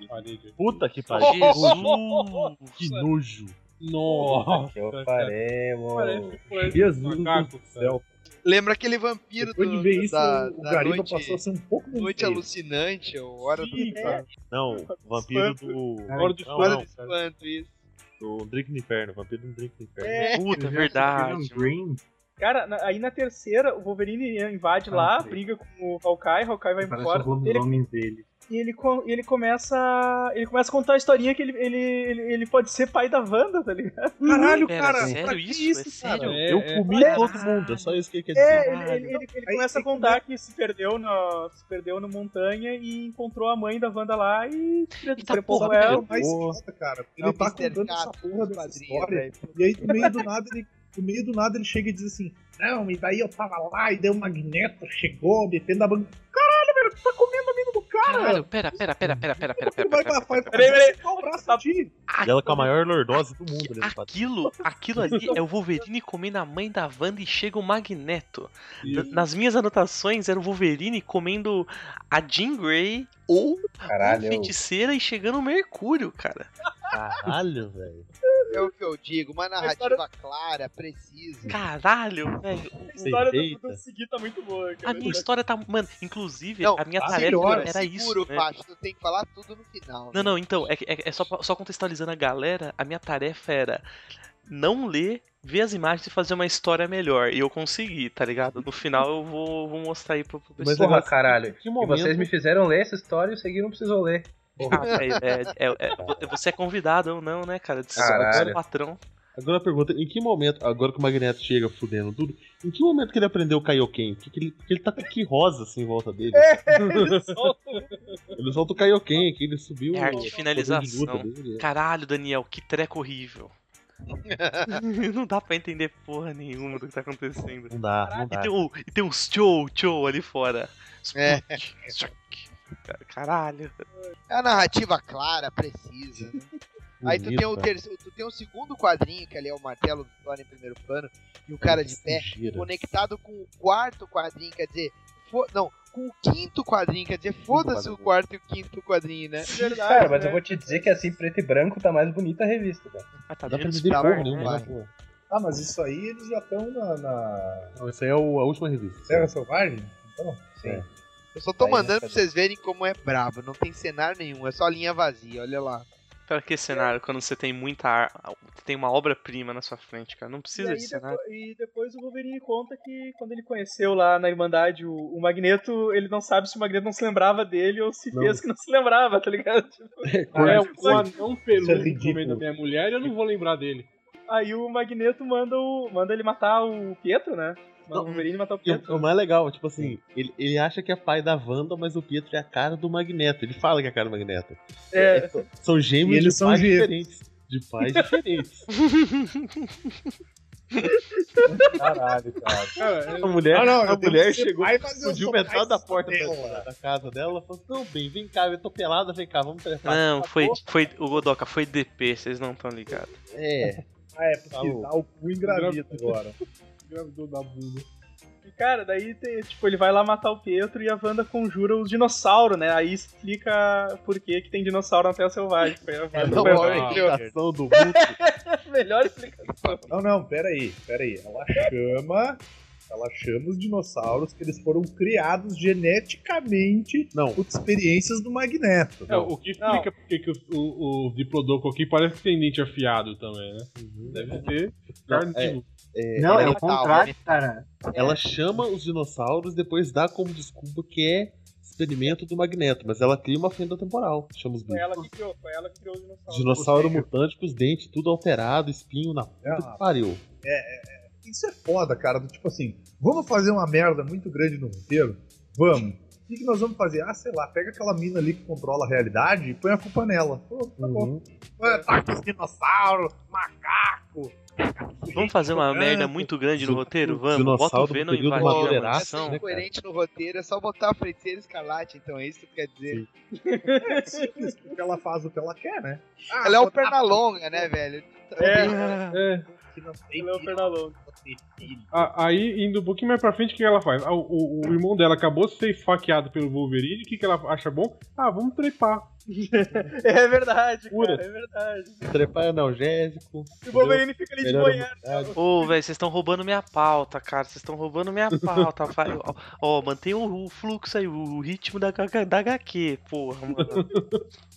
Speaker 5: Puta que pariu.
Speaker 4: Jesus!
Speaker 5: Que nojo.
Speaker 22: Nossa.
Speaker 23: Que eu paremos.
Speaker 3: né?
Speaker 10: Jesus do céu.
Speaker 8: Lembra aquele vampiro
Speaker 10: Depois
Speaker 8: do,
Speaker 10: de ver isso,
Speaker 8: da,
Speaker 10: o
Speaker 8: da
Speaker 10: Gariba
Speaker 8: noite,
Speaker 10: passou a ser um pouco menos
Speaker 8: noite
Speaker 10: feio.
Speaker 8: alucinante, ou Hora
Speaker 10: Sim,
Speaker 8: do
Speaker 10: cara.
Speaker 5: Não, vampiro do.
Speaker 22: Cara, Hora do
Speaker 5: não,
Speaker 22: espanto.
Speaker 5: não,
Speaker 8: Espanto, isso.
Speaker 5: Do Drink no Inferno, vampiro do Drink no Inferno.
Speaker 8: É.
Speaker 4: Puta,
Speaker 9: um Vocês já assistiram
Speaker 4: verdade.
Speaker 9: Green?
Speaker 3: Cara, na- aí na terceira, o Wolverine invade
Speaker 24: Ah,
Speaker 3: lá,
Speaker 24: sei.
Speaker 3: briga com o Hawkeye, Hawkeye vai embora.
Speaker 24: Parece os
Speaker 3: Ele
Speaker 24: lobisomens dele.
Speaker 3: E ele, co- ele começa. Ele começa a contar a historinha que ele, ele, ele, ele pode ser pai da Wanda, tá ligado?
Speaker 5: Caralho,
Speaker 3: Pera,
Speaker 5: cara,
Speaker 3: sério
Speaker 5: pra que
Speaker 3: isso? É
Speaker 5: cara?
Speaker 3: sério?
Speaker 5: Eu
Speaker 3: É,
Speaker 5: comi
Speaker 3: é.
Speaker 5: todo mundo, é só isso que ele quer dizer.
Speaker 3: É, ele, ele, ele- ele começa a contar que se perdeu, na, se perdeu no montanha e encontrou a mãe da Wanda lá e tá é trepou com ela.
Speaker 10: é mais foda, cara. Ele
Speaker 3: É o
Speaker 10: tá
Speaker 3: Mr.
Speaker 10: contando essa
Speaker 3: Gato,
Speaker 10: porra
Speaker 3: dos
Speaker 10: dessa
Speaker 3: quadrinhos,
Speaker 10: história.
Speaker 3: velho.
Speaker 10: E aí, no meio do nada, ele. No meio do nada ele chega e diz assim, não, e daí eu tava lá e deu um magneto, chegou, metendo a banca. Caralho, velho, tu tá comendo amigo do cara!
Speaker 4: Caralho, pera, pera, pera, pera, pera, pera, pera,
Speaker 10: Vai
Speaker 4: pera, pera,
Speaker 10: pra
Speaker 4: pera,
Speaker 10: peraí,
Speaker 4: pera.
Speaker 10: peraí. o braço de.
Speaker 6: É.
Speaker 5: E ela com a maior lordose do mundo. né?
Speaker 4: Aquilo, aquilo ali é o Wolverine comendo a mãe da Wanda e chega o Magneto. Na- Nas minhas anotações era o Wolverine comendo a Jean Grey ou a
Speaker 6: Caralho.
Speaker 4: feiticeira e chegando o Mercúrio, cara.
Speaker 5: Caralho, velho.
Speaker 8: É o que eu digo, uma narrativa clara, precisa.
Speaker 4: Caralho, velho.
Speaker 3: A história do, do Segui tá muito boa, cara.
Speaker 4: A minha história tá. Mano, inclusive,
Speaker 8: Não,
Speaker 4: a minha
Speaker 8: tá
Speaker 4: tarefa
Speaker 8: melhor,
Speaker 4: Ah, era
Speaker 8: seguro,
Speaker 4: isso. né?
Speaker 8: Pacho, tu tem que falar tudo no final. né?
Speaker 4: Não, não, então, é, que- é que- é só, pra- só contextualizando a galera, a minha tarefa era não ler, ver as imagens e fazer uma história melhor. E eu consegui, tá ligado? No final eu vou, vou mostrar aí pro, pro
Speaker 6: Mas
Speaker 4: pessoal.
Speaker 6: porra, caralho.
Speaker 4: que
Speaker 6: e
Speaker 4: momento-
Speaker 6: vocês me fizeram ler essa história e o Segui não precisou ler.
Speaker 4: Ah, é, é- é- é- vo- você é convidado ou não, né, cara? Você
Speaker 5: Caralho.
Speaker 4: é patrão.
Speaker 5: Agora a pergunta, em que momento, agora que o Magneto chega fudendo tudo, em que momento que ele aprendeu o Kaioken? Que, que ele, que ele tá com que rosa assim em volta dele?
Speaker 6: É.
Speaker 4: ele solta.
Speaker 5: Ele solta o Kaioken aqui, ele subiu.
Speaker 4: É
Speaker 5: o
Speaker 4: arte
Speaker 5: poder
Speaker 4: de
Speaker 5: de
Speaker 4: finalização.
Speaker 5: luta dele, é.
Speaker 4: Caralho, Daniel, que treco horrível.
Speaker 5: né?
Speaker 4: não dá pra entender porra nenhuma do que tá acontecendo.
Speaker 5: Não dá, não dá.
Speaker 4: E tem, o, e tem uns tchou, tchou ali fora.
Speaker 8: É.
Speaker 4: Caralho.
Speaker 8: É a narrativa clara, precisa. né? Aí tu
Speaker 4: Bonito,
Speaker 8: tem, o
Speaker 4: cara.
Speaker 8: terceiro, tu tem o segundo quadrinho, que ali é o martelo do Thor em primeiro plano, e o cara de pé,
Speaker 5: sujeira.
Speaker 8: conectado com o quarto quadrinho, quer dizer, fo- não, com o quinto quadrinho, quer dizer, foda-se o quarto e o quinto quadrinho, né?
Speaker 6: Cara, mas eu vou te dizer que assim, preto e branco, tá mais bonita a revista, cara.
Speaker 4: Ah, tá
Speaker 5: Dá pra entender porra nenhuma, né, pô?
Speaker 10: Ah, mas isso aí eles já estão na. na...
Speaker 5: Não, Isso aí é o- a última revista.
Speaker 10: Serra Selvagem? Então?
Speaker 5: Sim.
Speaker 8: Eu só tô
Speaker 10: Aí, né,
Speaker 8: mandando pra
Speaker 10: cara?
Speaker 8: vocês verem como é brabo, não tem cenário nenhum, é só linha vazia, olha lá.
Speaker 4: Pra que cenário quando você tem muita ar... tem uma obra-prima na sua frente, cara? Não
Speaker 3: E,
Speaker 4: precisa
Speaker 3: aí
Speaker 4: de cenário.
Speaker 3: depois, né? e depois o Wolverine conta que quando ele conheceu lá na Irmandade o, o Magneto, ele não sabe se o Magneto não se lembrava dele ou se
Speaker 9: Não.
Speaker 3: fez que não se lembrava, tá ligado? Tipo,
Speaker 9: Ah, é
Speaker 3: é,
Speaker 9: o o
Speaker 3: só que-
Speaker 9: anão peludo comendo a minha mulher e eu não vou lembrar dele.
Speaker 3: Aí o Magneto manda, o, manda ele matar o Pietro, né? Manda o Wolverine matar o
Speaker 5: E
Speaker 3: Pietro.
Speaker 5: o, o mais legal, tipo assim, ele, ele acha que é pai da Wanda, mas o Pietro é a cara do Magneto. Ele fala que é a cara do Magneto.
Speaker 3: É.
Speaker 5: São gêmeos
Speaker 10: E eles
Speaker 5: de
Speaker 10: são
Speaker 5: pais
Speaker 10: gêmeos.
Speaker 5: diferentes. De pais diferentes.
Speaker 10: Caralho, cara.
Speaker 9: Cara,
Speaker 5: A mulher,
Speaker 10: Ah, não,
Speaker 5: a
Speaker 10: eu tenho
Speaker 5: mulher
Speaker 10: que ser
Speaker 5: chegou,
Speaker 10: pai, mas
Speaker 9: um
Speaker 10: eu
Speaker 5: fugiu
Speaker 10: sou
Speaker 5: metade
Speaker 10: mais
Speaker 5: da porta
Speaker 10: dela.
Speaker 5: da, da casa dela, falou, não, bem, vem cá, eu tô pelada, vem cá, vamos trepar.
Speaker 4: Não,
Speaker 5: Tá
Speaker 4: foi,
Speaker 5: bom?
Speaker 4: foi o Godoka, foi DP, vocês não estão ligados.
Speaker 5: É.
Speaker 10: Ah, é, porque
Speaker 5: Falou.
Speaker 10: dá o cu engravida agora.
Speaker 9: Tá Engravidou da bunda.
Speaker 3: E, cara, daí tem- tipo, ele vai lá matar o Pietro e a Wanda conjura os dinossauros, né? Aí explica por que, que tem dinossauro na Terra Selvagem. Foi a
Speaker 9: É,
Speaker 3: Wanda.
Speaker 10: Não,
Speaker 3: foi a
Speaker 10: não,
Speaker 3: Wanda.
Speaker 10: não.
Speaker 5: Ação é do mundo.
Speaker 3: Melhor explicação.
Speaker 10: Não, não, peraí, peraí. Ela chama. Ela chama os dinossauros que eles foram criados geneticamente
Speaker 5: não.
Speaker 10: por experiências do Magneto. né?
Speaker 9: É, o que explica porque que o, o, o Diplodoco aqui parece que tem dente afiado também, né? Deve ter carne de
Speaker 5: É,
Speaker 9: luz.
Speaker 5: é,
Speaker 9: Não,
Speaker 5: ela-
Speaker 9: é o contrário,
Speaker 24: cara.
Speaker 5: Ela chama os dinossauros, depois dá como desculpa que é experimento do Magneto, mas ela cria uma fenda temporal, chama os
Speaker 3: Foi
Speaker 5: bichos.
Speaker 3: ela que criou, foi ela que criou os dinossauros.
Speaker 5: Dinossauro mutante com os dentes tudo alterado, espinho na puta
Speaker 10: Ah.
Speaker 5: que pariu.
Speaker 10: É, é, é. Isso é foda, cara. Do tipo assim, vamos fazer uma merda muito grande no roteiro? Vamos. O que, que nós vamos fazer? Ah, sei lá, pega aquela mina ali que controla a realidade e põe a culpa nela. Pô, tá
Speaker 6: Uhum.
Speaker 10: bom. É, tá com os dinossauros, macaco.
Speaker 4: Vamos fazer uma
Speaker 10: jogando.
Speaker 4: merda muito grande no roteiro? Vamos, bota o
Speaker 5: Dinossauro do
Speaker 4: Venom
Speaker 5: período
Speaker 4: invadindo a
Speaker 5: Madeira.
Speaker 4: mansão.
Speaker 5: né, cara?
Speaker 8: é Coerente no roteiro, é só botar a feiticeira escarlate, então é isso que tu quer dizer.
Speaker 10: É simples, porque ela faz o que ela quer, né?
Speaker 8: Ela é o Pernalonga, né, velho?
Speaker 9: É, é.
Speaker 3: Ela é o Pernalonga.
Speaker 9: A- Aí, indo um pouquinho mais pra frente, o que ela faz? Ah, O, o- o irmão dela acabou de ser esfaqueado pelo Wolverine, o que, que ela acha bom? Ah, vamos trepar.
Speaker 3: É verdade,
Speaker 9: Pura.
Speaker 3: cara, é verdade.
Speaker 5: Trepar é analgésico.
Speaker 3: E o
Speaker 5: entendeu?
Speaker 3: Wolverine fica ali de
Speaker 5: Melhora a
Speaker 3: banheiro.
Speaker 5: imunidade.
Speaker 4: Ô, velho, vocês estão roubando minha pauta, cara. Vocês estão roubando minha pauta. Vai, ó, ó, mantém o, o fluxo aí, o, o ritmo da, H- da HQ, porra, mano.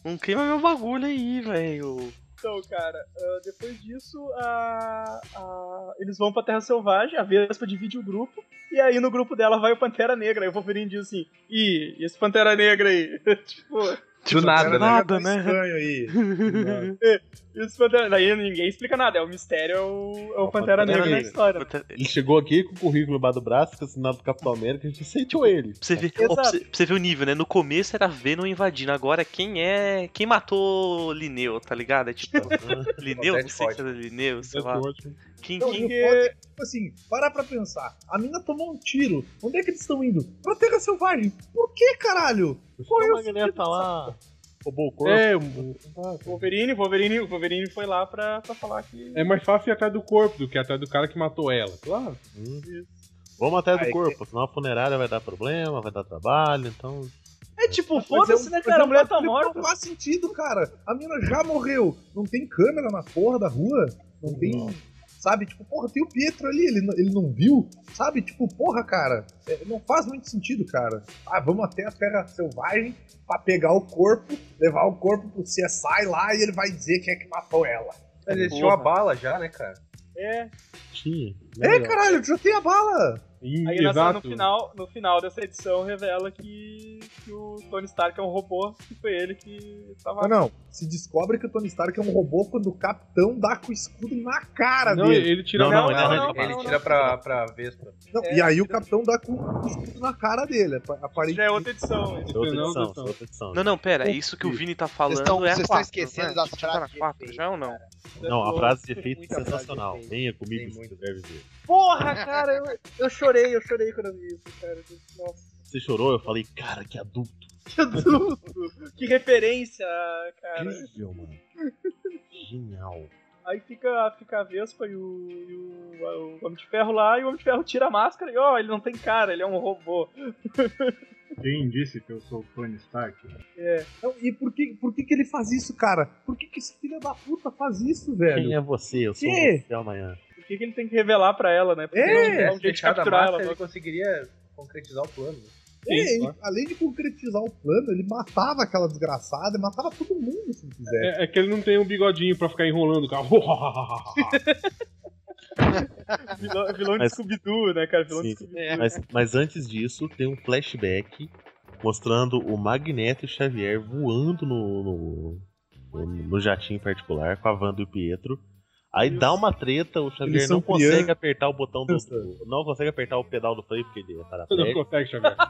Speaker 4: Não queima meu bagulho aí, velho.
Speaker 3: Então, cara, ah, depois disso, a, a eles vão pra Terra Selvagem, a Vespa divide o grupo, e aí no grupo dela vai o Pantera Negra. Aí o Wolverine diz assim: Ih, esse Pantera Negra aí? tipo.
Speaker 6: Do nada, né?
Speaker 3: nada,
Speaker 10: né? Estranho aí.
Speaker 9: Né?
Speaker 10: Não.
Speaker 3: Esse Pantera... Daí ninguém explica nada, é o mistério, é o, é o Pantera, Negra na história.
Speaker 5: Ele chegou aqui com o currículo embaixo do braço, que assinado do Capitão América, a gente sentiu ele.
Speaker 4: Pra você, ver, ó, pra, você, pra você ver o nível, né? No começo era Venom invadindo, agora quem é. Quem matou Linneu, tá ligado? É tipo. Linneu? Não sei se era Linneu, sei
Speaker 9: é
Speaker 4: lá. Quem,
Speaker 10: Não,
Speaker 4: quem
Speaker 10: e o foda é que, tipo assim, parar pra pensar. A mina tomou um tiro. Onde é que eles estão indo? Pra Terra Selvagem. Por que, caralho?
Speaker 5: Qual é o Magneto lá? Roubou o corpo.
Speaker 3: É, o Wolverine, Wolverine, Wolverine foi lá pra, pra falar que.
Speaker 9: É mais fácil ir atrás do corpo do que atrás do cara que matou ela.
Speaker 5: Claro. Vamos atrás do corpo, senão a funerária vai dar problema, vai dar trabalho, então.
Speaker 3: É tipo, foda-se, né, cara? A mulher tá morta.
Speaker 10: Não faz sentido, cara. A mina já morreu. Não tem câmera na porra da rua. Não tem. Sabe, tipo, porra, tem o Pietro ali, ele, não- ele não viu, sabe? Tipo, porra, cara, é, não faz muito sentido, cara. Ah, vamos até a Terra Selvagem pra pegar o corpo, levar o corpo pro CSI lá e ele vai dizer quem é que matou ela.
Speaker 6: Mas eles tinham a bala já, né, cara?
Speaker 3: É.
Speaker 5: Tinha.
Speaker 10: É, caralho, já tem a bala!
Speaker 3: Aí na- no, final, no final dessa edição revela que, que o Tony Stark é um robô, que foi ele que tava.
Speaker 10: Não, Ah, não, se descobre que o Tony Stark é um robô quando o capitão dá com o escudo na cara
Speaker 9: Não,
Speaker 10: dele.
Speaker 9: ele tira- Não,
Speaker 6: Não,
Speaker 9: não,
Speaker 6: não,
Speaker 9: não,
Speaker 6: ele-
Speaker 9: não,
Speaker 6: ele
Speaker 9: não,
Speaker 6: tira pra, pra Vespa.
Speaker 10: Não, e aí o capitão dá com o escudo na cara dele. apa- Aparentemente.
Speaker 3: É, Já é outra edição.
Speaker 5: É outra edição, é outra edição.
Speaker 4: Não, não, pera, isso que o Vini tá falando
Speaker 8: Vocês tão-
Speaker 4: é a
Speaker 8: vocês tão
Speaker 4: 4,
Speaker 8: esquecendo
Speaker 4: né?
Speaker 8: das
Speaker 4: Isso já tá na
Speaker 8: frases de
Speaker 4: 4 já ou não?
Speaker 5: Não, a frase de efeito é
Speaker 4: Muita frase de
Speaker 5: sensacional.
Speaker 4: efeito.
Speaker 5: Venha comigo se quiser viver.
Speaker 3: Porra, cara, eu, eu chorei, eu chorei quando eu vi isso, cara. Nossa,
Speaker 5: Você chorou, eu falei, cara, que adulto.
Speaker 3: que adulto! que referência, cara.
Speaker 5: Incrível, mano. Genial.
Speaker 3: Aí fica, fica a Vespa e, o, e o, o Homem de Ferro lá, e o Homem de Ferro tira a máscara e ó, ele não tem cara, ele é um robô.
Speaker 25: Quem disse que eu sou o Tony Stark?
Speaker 3: É.
Speaker 10: Não, e por que, por que que ele faz isso, cara? Por que que esse filho da puta faz isso, velho?
Speaker 5: Quem é você? Eu sou
Speaker 10: Que?
Speaker 5: você amanhã.
Speaker 3: Por que, que ele tem que revelar pra ela, né? Porque
Speaker 10: É,
Speaker 6: Se
Speaker 3: não- não é um
Speaker 6: tivesse
Speaker 3: jeito de
Speaker 6: fechado a
Speaker 3: capturar
Speaker 6: massa,
Speaker 3: ela.
Speaker 6: ele conseguiria concretizar o plano.
Speaker 10: É, ele,
Speaker 6: né?
Speaker 10: além de concretizar o plano, ele matava aquela desgraçada, ele matava todo mundo se ele quiser.
Speaker 9: É, é que ele não tem um bigodinho pra ficar enrolando o cara.
Speaker 3: Vilão, vilão
Speaker 5: Mas-
Speaker 3: é de Scooby-Doo, né, cara? Vilão
Speaker 5: Sim.
Speaker 3: de Scooby-Doo.
Speaker 5: Mas, mas antes disso, tem um flashback mostrando o Magneto e o Xavier voando no, no, no, no jatinho particular com a Wanda e o Pietro. Aí dá uma treta, o Xavier
Speaker 10: são
Speaker 5: não consegue
Speaker 10: crianças.
Speaker 5: apertar o botão do, do- Não consegue apertar o pedal do freio, porque ele é
Speaker 9: Não
Speaker 5: paraplégico.
Speaker 9: consegue, Xavier.
Speaker 5: A-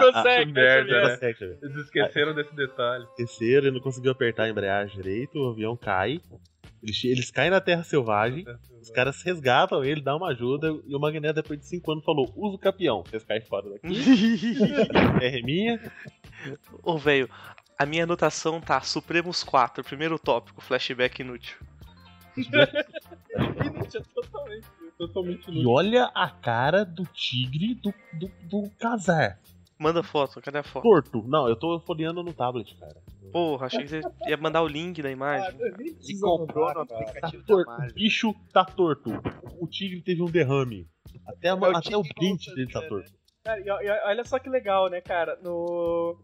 Speaker 5: a-
Speaker 3: consegue,
Speaker 5: a-
Speaker 3: né,
Speaker 5: não
Speaker 3: Xavier?
Speaker 5: consegue, Xavier.
Speaker 6: Eles esqueceram desse detalhe.
Speaker 5: terceiro, ele não conseguiu apertar a embreagem direito, o avião cai. Eles, eles caem na Terra Selvagem, os caras resgatam ele, dá uma ajuda, e o Magneto, depois de 5 anos, falou: usa o capião, vocês caem fora daqui, terra é minha.
Speaker 4: Ô, velho, a minha anotação tá Supremos 4, primeiro tópico, flashback inútil.
Speaker 3: Inútil, é totalmente.
Speaker 9: Totalmente
Speaker 5: E olha a cara do tigre do, do, do casar.
Speaker 4: Manda foto, cadê a foto?
Speaker 5: Torto. Não, eu tô folheando no tablet, cara.
Speaker 4: Porra, achei que você ia mandar o link da imagem.
Speaker 8: Ah, Ele comprou no aplicativo
Speaker 5: Tá
Speaker 8: da
Speaker 5: Torto. O
Speaker 8: Marvel.
Speaker 5: bicho tá torto. O tigre teve um derrame. Até, a-
Speaker 8: É o
Speaker 5: até o
Speaker 8: tigre
Speaker 5: dente dele tá torto.
Speaker 3: Cara, e, e- olha só que legal, né, cara? No...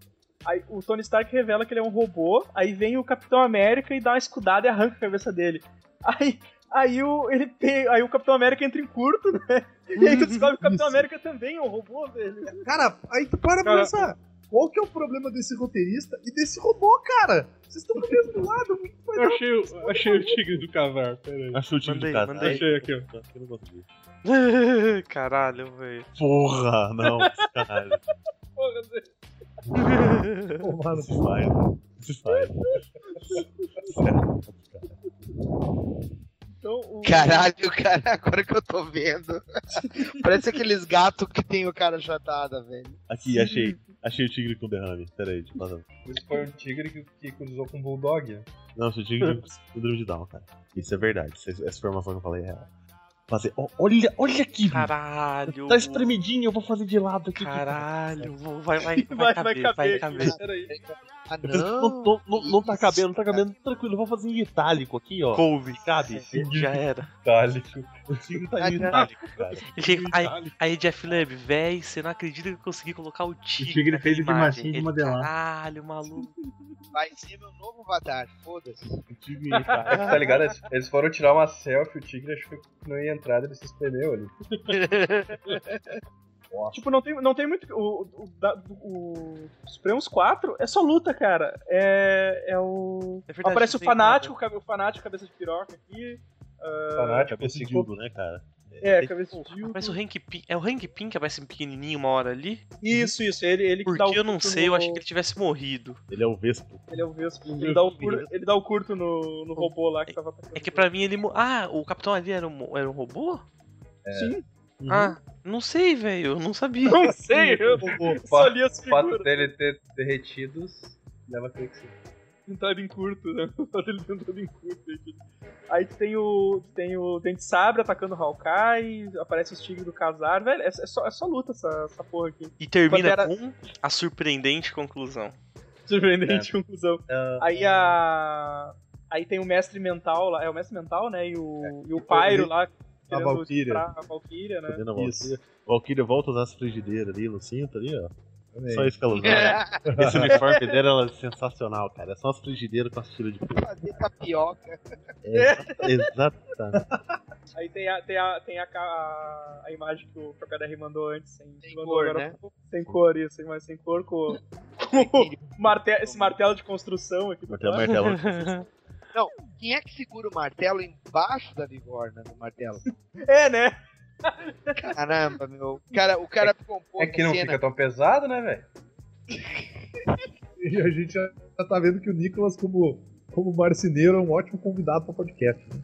Speaker 3: Aí, o Tony Stark revela que ele é um robô, aí vem o Capitão América e dá uma escudada e arranca a cabeça dele. Aí, aí, o, ele pe- aí o Capitão América entra em curto, né? E aí tu descobre que o Capitão América também é um robô, velho.
Speaker 10: Cara, aí tu para pra
Speaker 3: Cara.
Speaker 10: pensar. Qual que é o problema desse roteirista e desse robô, cara? Vocês estão do mesmo lado, muito
Speaker 9: Eu
Speaker 10: mais
Speaker 9: achei, o- achei o tigre do casar, peraí.
Speaker 5: Achei o tigre
Speaker 4: Mandei,
Speaker 5: do casar.
Speaker 4: mandei.
Speaker 9: Achei aqui, ó.
Speaker 5: Aqui eu não consegui.
Speaker 4: Caralho, velho.
Speaker 5: Porra, não, caralho.
Speaker 3: Porra, né? velho.
Speaker 10: tomado.
Speaker 5: Se faz, se faz.
Speaker 3: Então, o...
Speaker 8: Caralho, cara, agora que eu tô vendo. Parece aqueles gatos que tem o cara chatada, velho.
Speaker 5: Aqui, achei. Achei o tigre com derrame. Pera aí, deixa eu passar.
Speaker 6: Isso foi um tigre que, que cruzou com um bulldog.
Speaker 5: Não, achei o tigre com síndrome de Down, cara. Isso é verdade. Essa, essa informação que eu falei é real. Fazer. ó, olha, olha aqui!
Speaker 4: Caralho.
Speaker 5: Tá espremidinho, eu vou fazer de lado aqui.
Speaker 4: Caralho, vai, vai, vai,
Speaker 3: Vai,
Speaker 4: caber, vai caber.
Speaker 3: Peraí.
Speaker 8: Ah,
Speaker 5: Eu penso, não, tô- não- não tá cabendo, não tá cabendo. Tranquilo, eu vou fazer em itálico aqui, ó.
Speaker 4: Couve.
Speaker 5: Cabe?
Speaker 4: Já era.
Speaker 5: Itálico. O Tigre tá em
Speaker 4: Ah, já.
Speaker 5: itálico, cara. é
Speaker 4: Ele- aí, aí Jeff Lab, véi, você não acredita que eu consegui colocar o tigre.
Speaker 25: tigre
Speaker 4: naquela
Speaker 25: fez de
Speaker 4: imagem."
Speaker 25: massinha de
Speaker 4: Ele,
Speaker 25: modelar.
Speaker 4: Caralho, maluco.
Speaker 5: um
Speaker 8: Vai ser meu um novo avatar, foda-se.
Speaker 6: É que, tá ligado? Eles, eles foram tirar uma selfie, o tigre achou que não ia entrar, ele se espremeu ali.
Speaker 3: Tipo, não tem, não tem muito. O, o, da- o, Supremos 4 é só luta, cara. É, é o.
Speaker 5: verdade,
Speaker 3: aparece
Speaker 5: não
Speaker 3: o
Speaker 4: é.
Speaker 5: tem nada.
Speaker 3: fanático,
Speaker 4: né?
Speaker 3: cabe- o fanático, cabeça de piroca aqui. ah,
Speaker 5: Fanático, esse dildo, né, cara?
Speaker 3: É, cabeça de piroca.
Speaker 4: Mas o Hank Pym. É o Hank Pym que aparece pequenininho uma hora ali?
Speaker 3: Isso, isso. Ele, ele
Speaker 4: Porque
Speaker 3: dá o
Speaker 4: eu não
Speaker 3: curto
Speaker 4: sei, eu
Speaker 3: no-
Speaker 4: achei que ele tivesse morrido.
Speaker 5: Ele é o Vespo.
Speaker 3: Ele é o Vespa. Ele dá o, cur- ele dá o curto no, no robô lá que tava.
Speaker 4: É que pra mim ele. mo- Ah, o Capitão ali era um, era um robô?
Speaker 3: Sim.
Speaker 4: Ah, não sei, velho. Eu não sabia.
Speaker 3: Não sei, eu só li as
Speaker 6: O fato
Speaker 3: figuras.
Speaker 6: dele ter derretidos leva a crer que sim.
Speaker 3: Pintado em curto, né? Ele pintado em curto. aqui. Aí tu tem o. Tu tem o Dente Sabre atacando o Hawkeye, aparece os tigres do Casar, velho. É, é só, é só luta essa, essa porra aqui.
Speaker 4: E termina
Speaker 3: Pantera-
Speaker 4: com a surpreendente conclusão.
Speaker 3: Surpreendente conclusão. Aí a. Aí tem o mestre mental lá. É o mestre mental, né? E o, e o Pyro lá.
Speaker 5: A
Speaker 3: querendo
Speaker 5: Valkyria.
Speaker 3: estuprar A Valkyria, né?
Speaker 5: Entendeu, Valkyria? O Valkyria volta a usar as frigideiras ali no cinto ali, ó.
Speaker 3: Amei.
Speaker 5: Só isso que ela né? usa. Esse uniforme dela ela é sensacional, cara. É só as frigideiras com as tiras de pelo.
Speaker 8: Fazer tapioca.
Speaker 5: É, exa- exatamente.
Speaker 3: Aí tem a, tem a, tem a, ca- a, a imagem que o KKDR mandou antes, sem, mandou
Speaker 8: cor,
Speaker 3: agora
Speaker 8: né?
Speaker 3: há pouco. sem cor, isso, mas sem cor, com, com o marte- esse martelo de construção aqui. do
Speaker 5: Martelo, um
Speaker 3: lado.
Speaker 5: martelo.
Speaker 8: Não, quem é que segura o martelo embaixo da bigorna do martelo?
Speaker 3: É, né?
Speaker 8: Caramba, meu. O cara, o cara compôs
Speaker 6: É que não
Speaker 8: a cena.
Speaker 6: fica tão pesado, né, velho?
Speaker 10: E a gente já já tá vendo que o Nicolas, como, como marceneiro, é um ótimo convidado pra podcast. né?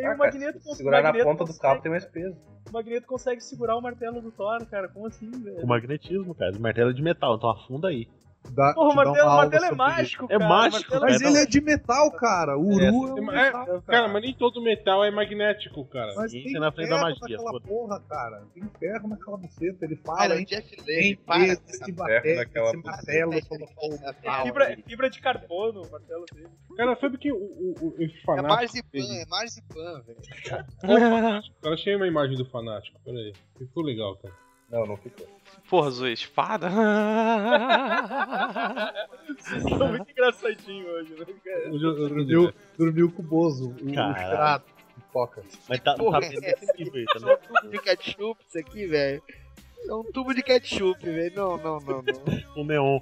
Speaker 6: Ah,
Speaker 3: aí o
Speaker 6: cara,
Speaker 3: Magneto,
Speaker 6: se
Speaker 3: cons-
Speaker 6: segurar na
Speaker 3: Magneto
Speaker 6: ponta do
Speaker 3: consegue-
Speaker 6: cabo tem mais peso.
Speaker 3: o Magneto consegue segurar o martelo do Thor, cara. Como assim, velho?
Speaker 5: Com magnetismo, cara. O martelo é de metal, então afunda aí.
Speaker 10: Dá,
Speaker 3: Porra, o
Speaker 10: te dá
Speaker 3: martelo-
Speaker 10: uma
Speaker 3: o
Speaker 10: aula
Speaker 3: martelo é
Speaker 10: sobre
Speaker 3: mágico,
Speaker 5: É
Speaker 3: cara.
Speaker 5: mágico,
Speaker 10: isso.
Speaker 3: O martelo-
Speaker 10: Mas ele é de metal, cara. O Uru é um
Speaker 9: É,
Speaker 10: metal,
Speaker 9: cara, mas nem todo metal é magnético, cara.
Speaker 10: Mas
Speaker 5: Sim,
Speaker 10: tem
Speaker 5: tá na frente da
Speaker 10: ferro
Speaker 5: magia,
Speaker 10: naquela
Speaker 5: foda-se.
Speaker 10: porra, cara. Tem ferro naquela buceta. Ele
Speaker 8: Cara,
Speaker 10: fala,
Speaker 8: o
Speaker 10: hein?
Speaker 8: Jeff
Speaker 10: Tem
Speaker 8: Lane, para.
Speaker 10: esse
Speaker 8: essa
Speaker 10: bateco,
Speaker 6: naquela
Speaker 10: esse martelo.
Speaker 3: É
Speaker 5: Ah,
Speaker 3: Fibra, fibra de carbono, o martelo dele.
Speaker 9: Cara, sabe que o, o, o- esse
Speaker 8: É
Speaker 9: fanático.
Speaker 8: Marzipan, é Marzipan, velho.
Speaker 9: Cara, achei uma imagem do fanático, peraí. Ficou legal, cara.
Speaker 6: Não, não ficou.
Speaker 4: Porra, Zoe, espada?
Speaker 3: Vocês estão muito engraçadinhos hoje, né, cara?
Speaker 10: Dormiu, dormiu com o Bozo. O, o
Speaker 5: Caralho.
Speaker 10: extrato de coca.
Speaker 5: Mas tá, tá
Speaker 8: Porra,
Speaker 5: bem
Speaker 8: é essa?
Speaker 5: possível aí, tá
Speaker 8: Só um
Speaker 5: ligado?
Speaker 8: tubo de ketchup isso aqui, velho. É um tubo de ketchup, velho. Não, não, não, não.
Speaker 5: O neon.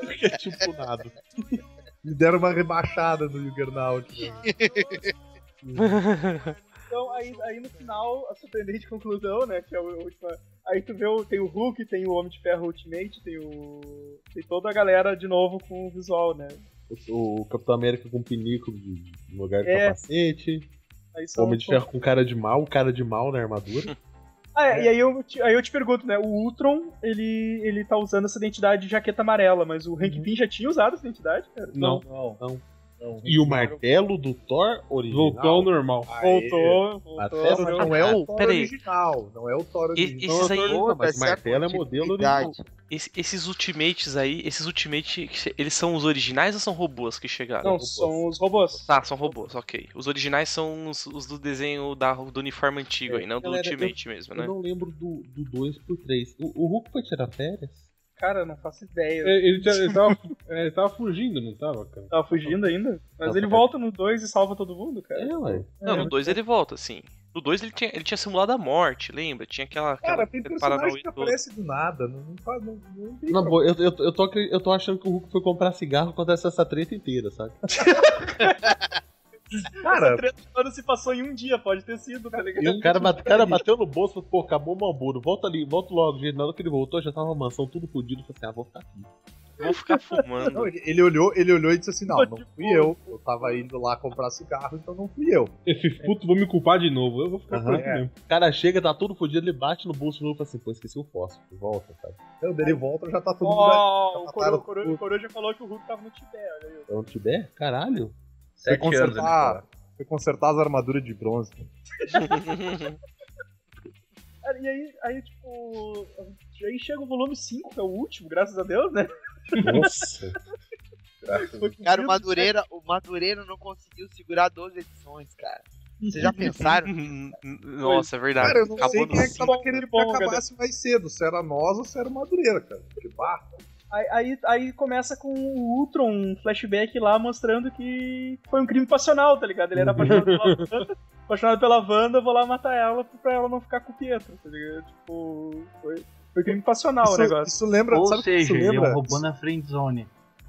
Speaker 5: Porque é tipo nada.
Speaker 10: Me deram uma rebaixada no Juggernaut. né? é
Speaker 3: Então, aí, aí no final, a surpreendente conclusão, né? Que é a última. Aí tu vê, o- tem o Hulk, tem o Homem de Ferro Ultimate, tem o. Tem toda a galera de novo com o visual, né?
Speaker 5: O, o Capitão América com pinico de, de lugar de
Speaker 3: É.
Speaker 5: capacete.
Speaker 3: Aí são- tipo,
Speaker 5: Homem de ferro com cara de mal, cara de mal na armadura.
Speaker 3: Ah, é, e aí eu, te, aí eu te pergunto, né? O Ultron, ele, ele tá usando essa identidade de jaqueta amarela, mas o Hank Pym já tinha usado essa identidade, cara?
Speaker 9: Não.
Speaker 5: Uhum. Não, não. E o martelo do Thor original.
Speaker 9: Voltou ao normal.
Speaker 3: Voltou,
Speaker 5: Até
Speaker 3: voltou. mas-
Speaker 10: Não é
Speaker 4: Cara,
Speaker 10: o Thor
Speaker 4: pera aí.
Speaker 10: original. Não é o Thor
Speaker 4: E-
Speaker 10: original.
Speaker 4: esses, aí,
Speaker 5: Não, mas
Speaker 8: Essa é a
Speaker 5: martelo é modelo original.
Speaker 8: continuidade.
Speaker 4: esse- esses ultimates aí, esses ultimates, que che- eles são os originais ou são robôs que chegaram?
Speaker 3: Não, são os robôs.
Speaker 4: Tá, são robôs, ok. Os originais são os, os do desenho da, do uniforme
Speaker 10: É,
Speaker 4: antigo aí, não do
Speaker 5: Galera,
Speaker 4: ultimate mesmo,
Speaker 5: Eu
Speaker 4: né?
Speaker 5: não lembro do 2 por 3 o, o Hulk foi tirar férias?
Speaker 3: Cara, eu não faço ideia.
Speaker 9: É, Ele, tinha- ele tava, é, ele tava fugindo, não tava, cara?
Speaker 3: Tava fugindo ainda? Mas
Speaker 5: Não,
Speaker 3: ele
Speaker 5: tá-
Speaker 3: volta no 2 e salva todo mundo, cara.
Speaker 5: É, ué.
Speaker 4: Não, no 2 ele volta, assim. No 2 ele tinha, ele tinha simulado a morte, lembra? Tinha aquela. aquela
Speaker 10: Cara, tem personagem que
Speaker 4: todo.
Speaker 10: aparece do nada. Não, não faz. Não, não tem
Speaker 5: Na boa, eu, eu, eu, tô, acre- eu tô achando que o Hulk foi comprar cigarro quando essa, essa treta inteira, sabe?
Speaker 10: Cara,
Speaker 3: Essa treta toda se passou em um dia, pode ter sido, tá ligado?
Speaker 5: E o cara, bate- cara bateu no bolso e falou, pô, acabou o Malboro, volta ali, volta logo. gente. Na hora que ele voltou, já tava uma mansão tudo fodido. Falei assim, ah, vou ficar aqui.
Speaker 4: Vou ficar Tá fumando.
Speaker 10: não, ele, ele olhou, ele olhou e disse assim: Não, não fui eu. Eu tava indo lá comprar cigarro, então não fui eu.
Speaker 9: Esses putos vão me culpar de novo. Eu vou ficar
Speaker 5: Aham.
Speaker 9: por aqui
Speaker 10: É.
Speaker 9: mesmo.
Speaker 5: O cara chega, tá tudo fodido, ele bate no bolso de novo e fala assim, pô, esqueci o fósforo, volta, sabe?
Speaker 10: Então dele volta, já tá todo mundo.
Speaker 3: Ó, o
Speaker 10: mataram
Speaker 3: Coro-
Speaker 10: tudo.
Speaker 3: Coro- o Coruja falou que o Hulk tava no Tibete, olha aí.
Speaker 5: É onde tiver? Caralho.
Speaker 10: Foi
Speaker 6: Sete anos ele
Speaker 10: consertar, foi consertar as armaduras de bronze.
Speaker 3: Cara, E aí, aí, tipo. Aí chega o volume 5, que é o último, graças a Deus, né?
Speaker 5: Nossa.
Speaker 8: Cara, o Madureira, o Madureira não conseguiu segurar 12 edições, cara. Vocês já pensaram?
Speaker 4: Nossa, é verdade.
Speaker 10: Cara, eu não sei
Speaker 4: Acabou
Speaker 10: quem é que
Speaker 4: no-
Speaker 10: tava querendo que
Speaker 3: bom, cadê?
Speaker 10: acabasse mais cedo, se era nós ou se era Madureira, cara. Tipo, ah, Que barra.
Speaker 3: Aí, aí, aí começa com o Ultron, um flashback lá mostrando que foi um crime passional, tá ligado? Ele era apaixonado pela Wanda, apaixonado pela Wanda, eu vou lá matar ela pra ela não ficar com o Pietro, tá ligado? Tipo, foi, foi crime passional
Speaker 10: isso,
Speaker 3: Ah, o negócio.
Speaker 10: Isso lembra,
Speaker 24: Ou
Speaker 10: sabe o que
Speaker 24: seja,
Speaker 10: isso
Speaker 24: ele é
Speaker 10: lembra?
Speaker 24: um robô na friend zone.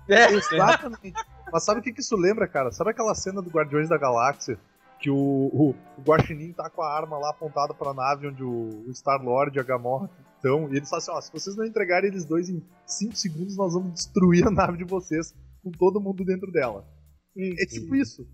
Speaker 3: É.
Speaker 10: Exatamente. Mas sabe o que, que isso lembra, cara? Sabe aquela cena do Guardiões da Galáxia? Que o, o, o Guaxinim tá com a arma lá apontada pra nave onde o, Star-Lord e a Gamora estão. E eles falam assim, ó, se vocês não entregarem eles dois em 5 segundos, nós vamos destruir a nave de vocês com todo mundo dentro dela. é tipo
Speaker 24: Uhum.
Speaker 10: isso.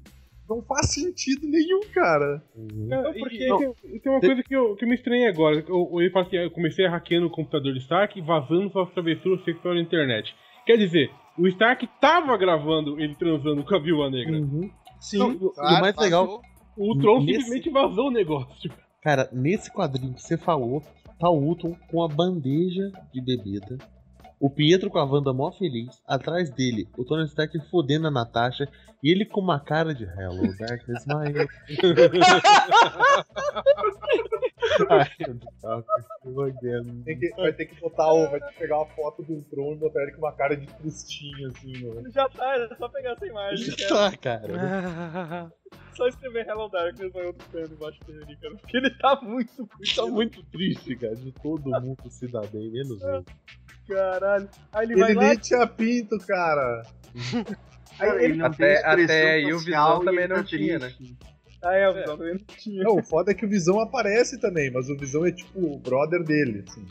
Speaker 10: Não faz sentido nenhum, cara.
Speaker 6: Ah.
Speaker 9: Não, é, porque tem, tem uma coisa que, eu, que eu me estranhei agora. Eu, eu, ele fala assim, ah, eu comecei hackeando o computador de Stark e vazando sua travessura sexual na internet. Quer dizer, o Stark tava gravando ele transando com a Viúva Negra.
Speaker 5: Sim,
Speaker 9: Não,
Speaker 5: e o- e o mais legal.
Speaker 9: O Tron
Speaker 5: nesse-
Speaker 9: simplesmente vazou
Speaker 7: um
Speaker 9: o negócio.
Speaker 5: Cara, nesse quadrinho que você falou, tá o Ultron com a bandeja de bebida. O Pietro com a Wanda mó feliz. Atrás dele, o Tony Stark fodendo a Natasha. E ele com uma cara de Hello, Darkness, my Ai, meu Deus, que again.
Speaker 10: Tem que- vai ter que botar o. Vai ter que pegar uma foto do Tron e botar ele com uma cara de tristinho, assim, mano.
Speaker 3: Já tá, é só pegar essa imagem. né?
Speaker 10: Já
Speaker 3: cara.
Speaker 10: tá, cara.
Speaker 3: Só escrever Hello Darkness vai outro plano embaixo dele ali, cara. Porque ele tá muito puto.
Speaker 5: Tá muito triste, cara, de todo mundo se dar bem, menos ele.
Speaker 3: Caralho. Aí ele,
Speaker 10: Ele,
Speaker 3: vai lá.
Speaker 10: nem tinha pinto, cara.
Speaker 3: Aí
Speaker 10: né?
Speaker 3: ele-
Speaker 6: Até- até aí o Visão também não tinha, né?
Speaker 3: Ah, é, o Visão também não tinha.
Speaker 10: Não, o foda é que o Visão aparece também, mas o Visão é tipo o brother dele, assim.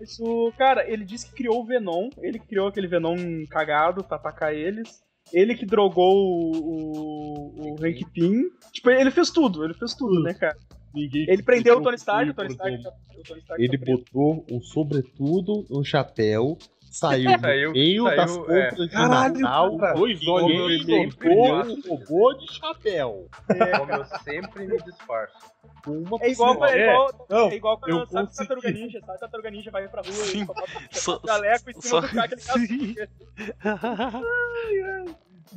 Speaker 3: Isso, cara, ele disse que criou o Venom, ele que criou aquele Venom cagado pra atacar eles. Ele que drogou o, o, o Hank Pym. Tipo, ele fez tudo, ele fez tudo, né, cara? ele prendeu o Tony Stark, o Tony Stark, já- o Tony Stark tá
Speaker 5: Ele
Speaker 3: já prendeu.
Speaker 5: botou um sobretudo, um chapéu, saiu no
Speaker 6: É,
Speaker 3: Saiu-
Speaker 5: meio
Speaker 3: saiu,
Speaker 5: das compras
Speaker 3: é.
Speaker 5: de
Speaker 3: Caralho,
Speaker 5: Natal,
Speaker 3: cara.
Speaker 9: Dois
Speaker 5: e
Speaker 9: olhos
Speaker 5: ele
Speaker 9: vermelhos
Speaker 5: colocou
Speaker 9: brilhantes.
Speaker 5: um robô de chapéu.
Speaker 6: Como eu sempre me disfarço.
Speaker 5: Uma
Speaker 3: É igual, É, pra- é igual,
Speaker 5: Não,
Speaker 3: é igual quando
Speaker 5: eu
Speaker 3: sabe o
Speaker 5: consegui.
Speaker 3: Tartaruga Ninja, sabe o Tartaruga Ninja vai pra rua e coloca
Speaker 4: Só-
Speaker 3: o jaleco em cima
Speaker 4: só-
Speaker 3: do cara que ele tá
Speaker 4: Sim.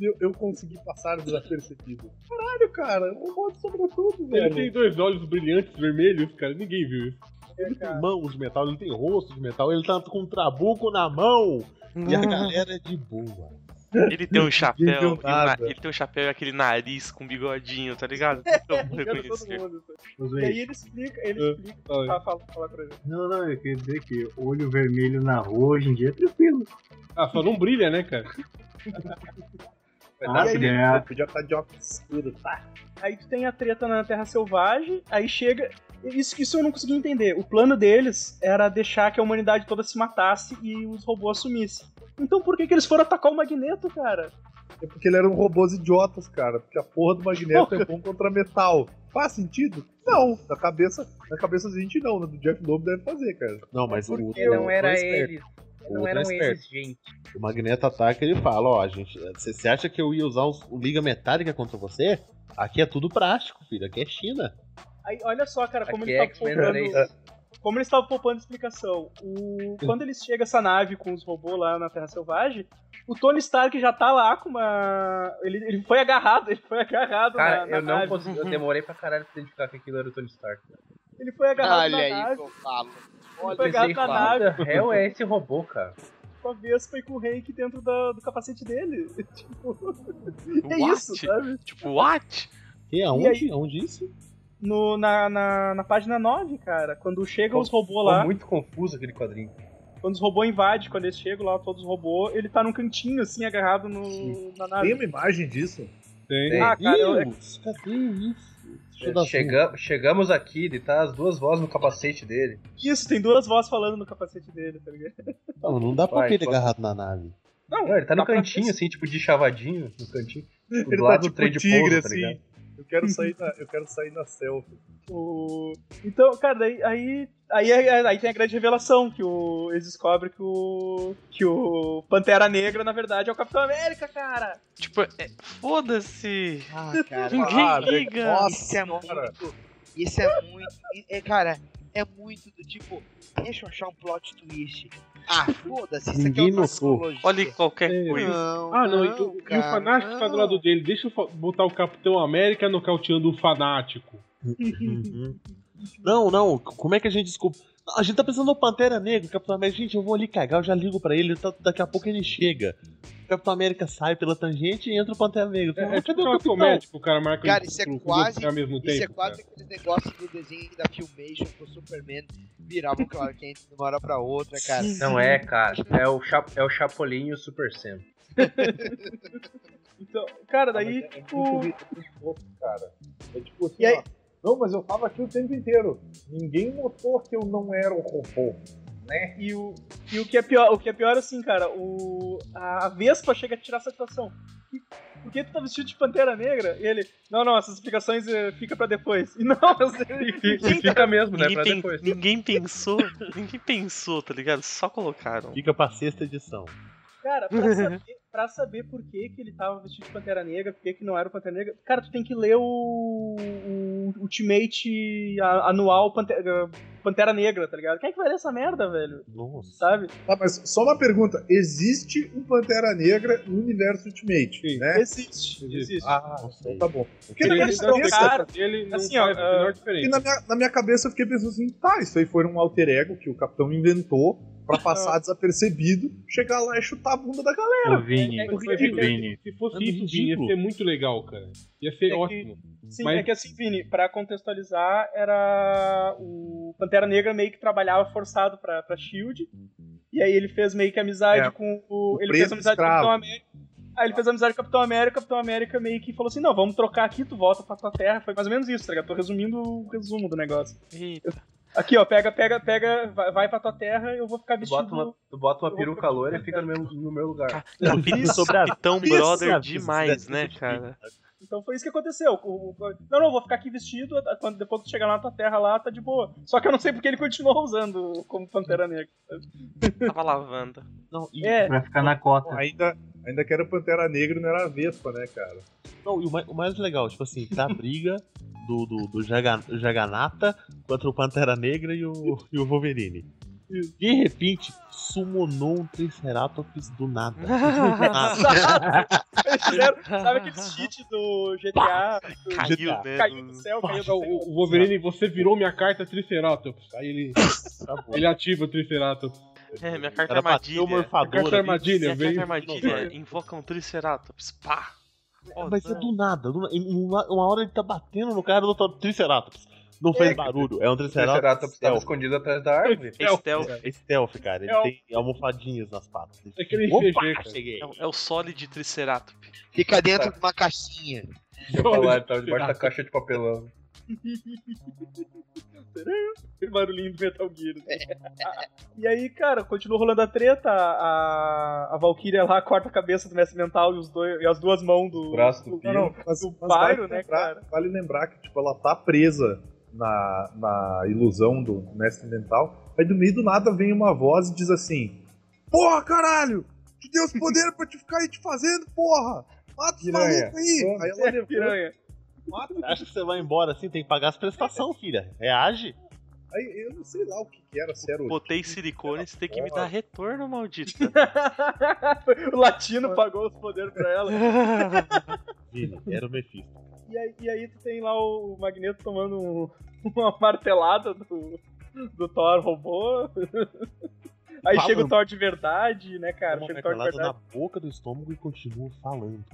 Speaker 10: Eu, eu consegui passar desapercebido. Caralho, cara, eu boto sobretudo,
Speaker 9: Ele
Speaker 10: velho.
Speaker 9: tem dois olhos brilhantes vermelhos, cara. Ninguém viu isso.
Speaker 5: Ele tem mão de metal, ele tem rosto de metal, ele tá com um trabuco na mão. E a galera é de boa.
Speaker 4: Ele tem
Speaker 5: Ninguém
Speaker 4: um
Speaker 5: viu
Speaker 4: chapéu. e o na-
Speaker 5: nada.
Speaker 4: Ele tem um chapéu e aquele nariz com bigodinho, tá ligado? Então, reconhecer.
Speaker 3: mundo.
Speaker 4: Usei.
Speaker 3: E aí ele explica, ele
Speaker 4: Ah,
Speaker 3: explica, fala, fala, fala pra ele.
Speaker 24: Não, não, eu queria dizer que olho vermelho na rua hoje em dia é tranquilo.
Speaker 9: Ah, só não brilha, né, cara?
Speaker 24: Ah,
Speaker 3: E
Speaker 24: se
Speaker 3: aí-
Speaker 24: ganhar.
Speaker 10: Podia estar de óculos escuro, tá?
Speaker 3: Aí tu tem a treta na Terra Selvagem, aí chega. Isso, isso eu não consegui entender. O plano deles era deixar que a humanidade toda se matasse e os robôs assumissem. Então por que, que eles foram atacar o Magneto, cara?
Speaker 10: É porque ele era um robôs idiotas, cara. Porque a porra do Magneto é bom contra metal. Faz sentido? Não. Na cabeça, na cabeça da gente não, né? Do Jeff Lobo deve fazer, cara.
Speaker 5: Não, mas o
Speaker 10: Porque
Speaker 5: o-
Speaker 10: não
Speaker 5: o-
Speaker 8: é
Speaker 10: era
Speaker 5: o esperto.
Speaker 10: eles.
Speaker 5: O
Speaker 10: Não
Speaker 5: outro é
Speaker 9: um
Speaker 10: eram
Speaker 5: esperto.
Speaker 10: eles, gente.
Speaker 5: O Magneto ataca e ele fala, ó, gente, você você acha que eu ia usar os- o Liga Metálica contra você? Aqui é tudo prático, filho, aqui é China.
Speaker 3: Aí, olha só, cara, como
Speaker 5: Aqui
Speaker 3: eles
Speaker 5: é
Speaker 3: estavam
Speaker 5: X-Men
Speaker 3: poupando.
Speaker 5: três.
Speaker 3: Como eles estavam poupando explicação. O, quando eles chegam essa nave com os robôs lá na Terra Selvagem, o Tony Stark já tá lá com uma. Ele, ele foi agarrado, ele foi agarrado
Speaker 6: Cara,
Speaker 3: na, na
Speaker 6: eu não
Speaker 3: nave.
Speaker 6: consegui. Eu demorei pra caralho pra identificar que aquilo era o Tony Stark.
Speaker 3: Ele foi agarrado
Speaker 6: Olha
Speaker 3: na
Speaker 6: aí
Speaker 3: nave.
Speaker 6: que eu
Speaker 8: falo.
Speaker 3: Ele
Speaker 6: Pensei,
Speaker 3: foi agarrado na
Speaker 6: fala,
Speaker 3: nave.
Speaker 6: "What the hell é esse robô, cara?
Speaker 3: com a Vespa e com o Hank dentro da- do capacete dele. tipo, é
Speaker 4: What?
Speaker 3: isso, sabe?
Speaker 4: Tipo, what?
Speaker 5: E
Speaker 3: aonde? aí?
Speaker 5: é Onde isso?
Speaker 3: No, na, na, na página 9, cara, quando chegam os robôs
Speaker 6: Ficou
Speaker 3: lá,
Speaker 6: muito confuso aquele quadrinho.
Speaker 3: quando os robôs invadem, quando eles chegam lá, todos os robôs, ele tá num cantinho, assim, agarrado no, na nave.
Speaker 10: Tem uma imagem disso?
Speaker 9: Tem.
Speaker 3: Ah, cara, eu-
Speaker 5: Deus, cadê assim, isso? Deixa eu dar
Speaker 6: É, chega- chegamos aqui, ele tá as duas vozes no capacete dele.
Speaker 3: Isso, tem duas vozes falando no capacete dele, tá ligado?
Speaker 5: zoom. Não, não dá pra
Speaker 6: Vai,
Speaker 5: ele
Speaker 6: pode-
Speaker 5: agarrado na nave.
Speaker 3: Não,
Speaker 6: ele tá
Speaker 3: dá
Speaker 6: no
Speaker 3: pra-
Speaker 6: cantinho, assim, tipo de chavadinho, no cantinho. Do
Speaker 10: Ele tá
Speaker 6: lado do
Speaker 10: tipo
Speaker 6: trem de
Speaker 10: tigre,
Speaker 6: pouso, tá
Speaker 10: assim.
Speaker 6: ligado?
Speaker 10: Eu quero sair na, eu quero sair na selfie.
Speaker 3: O- Então, cara, daí, aí, aí, aí, aí tem a grande revelação, que o, eles descobrem que o, que o Pantera Negra, na verdade, é o Capitão América, cara!
Speaker 4: Tipo, é- foda-se.
Speaker 5: Um
Speaker 8: Ah,
Speaker 5: né?
Speaker 8: cara.
Speaker 4: Ninguém
Speaker 8: Ah,
Speaker 4: liga.
Speaker 8: Isso é muito. Isso é muito. e- É, cara, é muito do tipo, deixa eu achar um plot twist. Ah, foda-se, isso aqui é uma psicologia.
Speaker 4: Olha qualquer coisa.
Speaker 8: Não,
Speaker 9: ah, não, e,
Speaker 8: não,
Speaker 9: o- e o
Speaker 8: cara,
Speaker 9: fanático que tá do
Speaker 8: não.
Speaker 9: lado dele. Deixa eu fa- botar o Capitão América nocauteando o fanático.
Speaker 5: Não, não, como é que a gente desculpa? A gente tá pensando no Pantera Negra, Capitão América. Gente, eu vou ali cagar, eu já ligo pra ele, tá- daqui a pouco ele chega. O Capitão América sai pela tangente e entra o Pantera Negra.
Speaker 9: É,
Speaker 5: Fala,
Speaker 9: é
Speaker 5: "Mas
Speaker 9: tipo
Speaker 5: cadê o
Speaker 9: uma
Speaker 5: Capitão?"
Speaker 9: comédia que o cara marca
Speaker 8: Cara,
Speaker 9: o-
Speaker 8: isso é
Speaker 9: o- o-
Speaker 8: quase-
Speaker 9: ao mesmo tempo.
Speaker 8: Isso é
Speaker 9: cara.
Speaker 8: quase aqueles negócios do desenho da Filmation que o Superman virava o Clark Kent de uma hora pra outra, cara.
Speaker 6: Não é, cara. É o, cha é o Chapolin e o Super Sam.
Speaker 3: Então, cara, daí,
Speaker 7: É
Speaker 3: tipo.
Speaker 7: muito rico, é muito fofo, cara. É tipo assim,
Speaker 8: E aí-
Speaker 7: ó, não, mas eu tava aqui o tempo inteiro. Ninguém notou que eu não era o robô.
Speaker 3: né? E o, e o que é pior, o que é pior assim, cara, o a a Vespa chega a tirar satisfação. E Por que tu tá vestido de Pantera Negra? E ele, não, não, essas explicações eh, fica pra depois. E não, mas ele
Speaker 6: E fica mesmo, né?
Speaker 4: Ninguém,
Speaker 6: Pra
Speaker 4: pen-
Speaker 6: depois.
Speaker 4: ninguém pensou, ninguém pensou, tá ligado? Só colocaram.
Speaker 5: Fica pra sexta edição.
Speaker 3: Cara, pra saber, pra saber por que, que ele tava vestido de Pantera Negra, por que, que não era o Pantera Negra, cara, tu tem que ler o, o Ultimate a- anual Pantera, Pantera Negra, tá ligado? Quem é que vai ler essa merda, velho?
Speaker 5: Nossa.
Speaker 3: Sabe?
Speaker 10: Tá, mas só uma pergunta: existe um Pantera Negra no universo Ultimate? né?
Speaker 3: Existe, existe.
Speaker 10: Ah, então tá bom. Porque
Speaker 9: Ele,
Speaker 10: na
Speaker 9: ele,
Speaker 10: minha
Speaker 9: ele,
Speaker 10: cabeça,
Speaker 9: ele não
Speaker 3: assim,
Speaker 9: faz
Speaker 3: ó,
Speaker 9: a menor
Speaker 3: ah,
Speaker 10: porque
Speaker 9: diferença.
Speaker 10: na minha, na minha cabeça eu fiquei pensando assim: tá, isso aí foi um alter ego que o capitão inventou pra passar desapercebido, chegar lá e chutar a bunda da galera.
Speaker 24: O Vini,
Speaker 3: É,
Speaker 24: o
Speaker 3: foi
Speaker 9: ridículo.
Speaker 24: Vini.
Speaker 9: Se fosse
Speaker 5: Mano,
Speaker 9: isso, Vini, ia
Speaker 5: ridículo.
Speaker 9: ser muito legal, cara. Ia ser
Speaker 3: É que-
Speaker 9: ótimo.
Speaker 3: Sim,
Speaker 9: Mas-
Speaker 3: é que assim, Vini, pra contextualizar, era o Pantera Negra meio que trabalhava forçado pra, pra Shield. E aí ele fez meio que amizade
Speaker 10: É,
Speaker 3: com o.
Speaker 10: o
Speaker 3: ele
Speaker 10: preso
Speaker 3: fez amizade
Speaker 10: escravo.
Speaker 3: com o Capitão América. Aí ele fez amizade com o Capitão América, o Capitão América meio que falou assim: não, vamos trocar aqui, tu volta pra tua terra. Foi mais ou menos isso, tá ligado? Tô resumindo o resumo do negócio.
Speaker 4: Eita.
Speaker 3: Aqui, ó, pega, pega, pega, vai, vai pra tua terra, eu vou ficar
Speaker 6: Tu
Speaker 3: vestido.
Speaker 6: bota uma, tu bota uma peruca loira e fica no meu, no meu lugar.
Speaker 4: Capitão, Capitão
Speaker 5: Isso,
Speaker 4: Brother
Speaker 5: isso,
Speaker 4: demais,
Speaker 5: isso, é
Speaker 4: né,
Speaker 5: isso,
Speaker 4: cara?
Speaker 3: Então foi isso que aconteceu. O- o- não, não, vou ficar aqui vestido, tá, quando, depois que tu chegar lá na tua terra lá, tá de boa. Só que eu não sei porque ele continuou usando como Pantera Negra.
Speaker 4: Tava lavanda.
Speaker 5: Não, e,
Speaker 3: É,
Speaker 24: Pra ficar na cota.
Speaker 10: Pô, Ainda, ainda que era o Pantera Negra e não era a Vespa, né, cara?
Speaker 5: não, e o, mais, o mais legal, tipo assim, tá a briga do, do, do Jaga- Jaganata contra o Pantera Negra e o, e o Wolverine. De repente, summonou um Triceratops do nada. Do nada.
Speaker 3: sabe, Eles fizeram- sabe aquele cheat do GTA? Do,
Speaker 4: Caiu, né?
Speaker 3: caiu do céu, caiu do
Speaker 9: Poxa,
Speaker 3: céu.
Speaker 9: o, o Wolverine, você virou minha carta Triceratops. Aí ele,
Speaker 5: Acabou.
Speaker 9: ele ativa o Triceratops.
Speaker 4: É, minha carta
Speaker 5: Era pra ter
Speaker 4: armadilha.
Speaker 5: uma
Speaker 4: Minha
Speaker 5: arfadora
Speaker 9: Carta
Speaker 5: ali.
Speaker 9: armadilha,
Speaker 4: carta
Speaker 9: veio.
Speaker 4: armadilha. Invoca um Triceratops. Pá! Ó,
Speaker 5: Mas é do nada. do na- em Uma, uma hora ele tá batendo no cara do outro Triceratops. Não fez barulho. É um
Speaker 6: O Triceratops
Speaker 5: Triceratops.
Speaker 6: estava
Speaker 5: stealth.
Speaker 6: escondido atrás da árvore.
Speaker 4: É stealth.
Speaker 5: É stealth, cara. Ele
Speaker 3: É o-
Speaker 5: tem almofadinhas nas patas. Ele
Speaker 9: É aquele
Speaker 5: Opa,
Speaker 9: GG, cara.
Speaker 5: cheguei.
Speaker 4: É, o- é o Solid Triceratops.
Speaker 8: Fica dentro de uma caixinha.
Speaker 6: Eu ia falar, ele tava debaixo da caixa de papelão.
Speaker 3: Aquele barulhinho do Metal Gear. né? E aí, cara, continua rolando a treta. A, a Valkyria lá corta a cabeça do mestre mental e, os dois, e as duas mãos do.
Speaker 6: O braço do
Speaker 10: Não,
Speaker 6: Pio.
Speaker 10: não, mas,
Speaker 3: Do
Speaker 10: mas
Speaker 3: Pyro,
Speaker 10: vale,
Speaker 3: né,
Speaker 10: lembrar,
Speaker 3: cara?
Speaker 10: vale lembrar que tipo, ela tá presa na, na ilusão do mestre mental. Aí do meio do nada vem uma voz e diz assim: Porra, caralho! Te deu os poderes pra te ficar aí te fazendo, porra! Mata os
Speaker 7: Piranha.
Speaker 10: malucos aí! Aí ela
Speaker 3: É, piranha.
Speaker 5: Você acha que você vai embora assim? Tem que pagar as prestações, filha. Reage.
Speaker 10: Aí eu não sei lá o que, que era, se era o.
Speaker 4: Botei silicone, você tem que me dar retorno, maldita.
Speaker 3: o latino pagou os poderes pra ela.
Speaker 4: tá
Speaker 5: Vini, era o Mephisto.
Speaker 3: E aí, e aí tu tem lá o Magneto tomando um- uma martelada do, do Thor robô. Aí
Speaker 5: Falando.
Speaker 3: chega o Thor de verdade, né, cara?
Speaker 5: Uma
Speaker 3: Chega o Thor de
Speaker 5: martelada na
Speaker 3: verdade.
Speaker 5: boca do estômago e continua falando.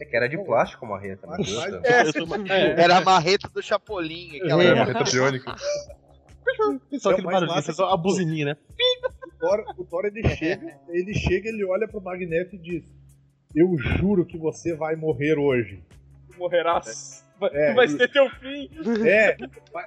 Speaker 6: É que era de plástico uma reta. Meu Deus né? do céu.
Speaker 5: Eu tô imaginando.
Speaker 8: Era a marreta do Chapolin. Aquela
Speaker 10: né?
Speaker 5: É.
Speaker 6: Era uma reta biônica.
Speaker 5: Só
Speaker 10: É o
Speaker 5: aquele
Speaker 10: mais
Speaker 5: barulhinho,
Speaker 10: massa
Speaker 5: só
Speaker 10: que-
Speaker 5: a buzininha, né?
Speaker 10: O Thor, o Thor, ele chega, ele chega, ele olha pro Magneto e diz: Eu juro que você vai morrer hoje.
Speaker 3: Morrerás. Vai-
Speaker 10: É,
Speaker 3: tu vai
Speaker 10: e-
Speaker 3: ser teu fim.
Speaker 10: É,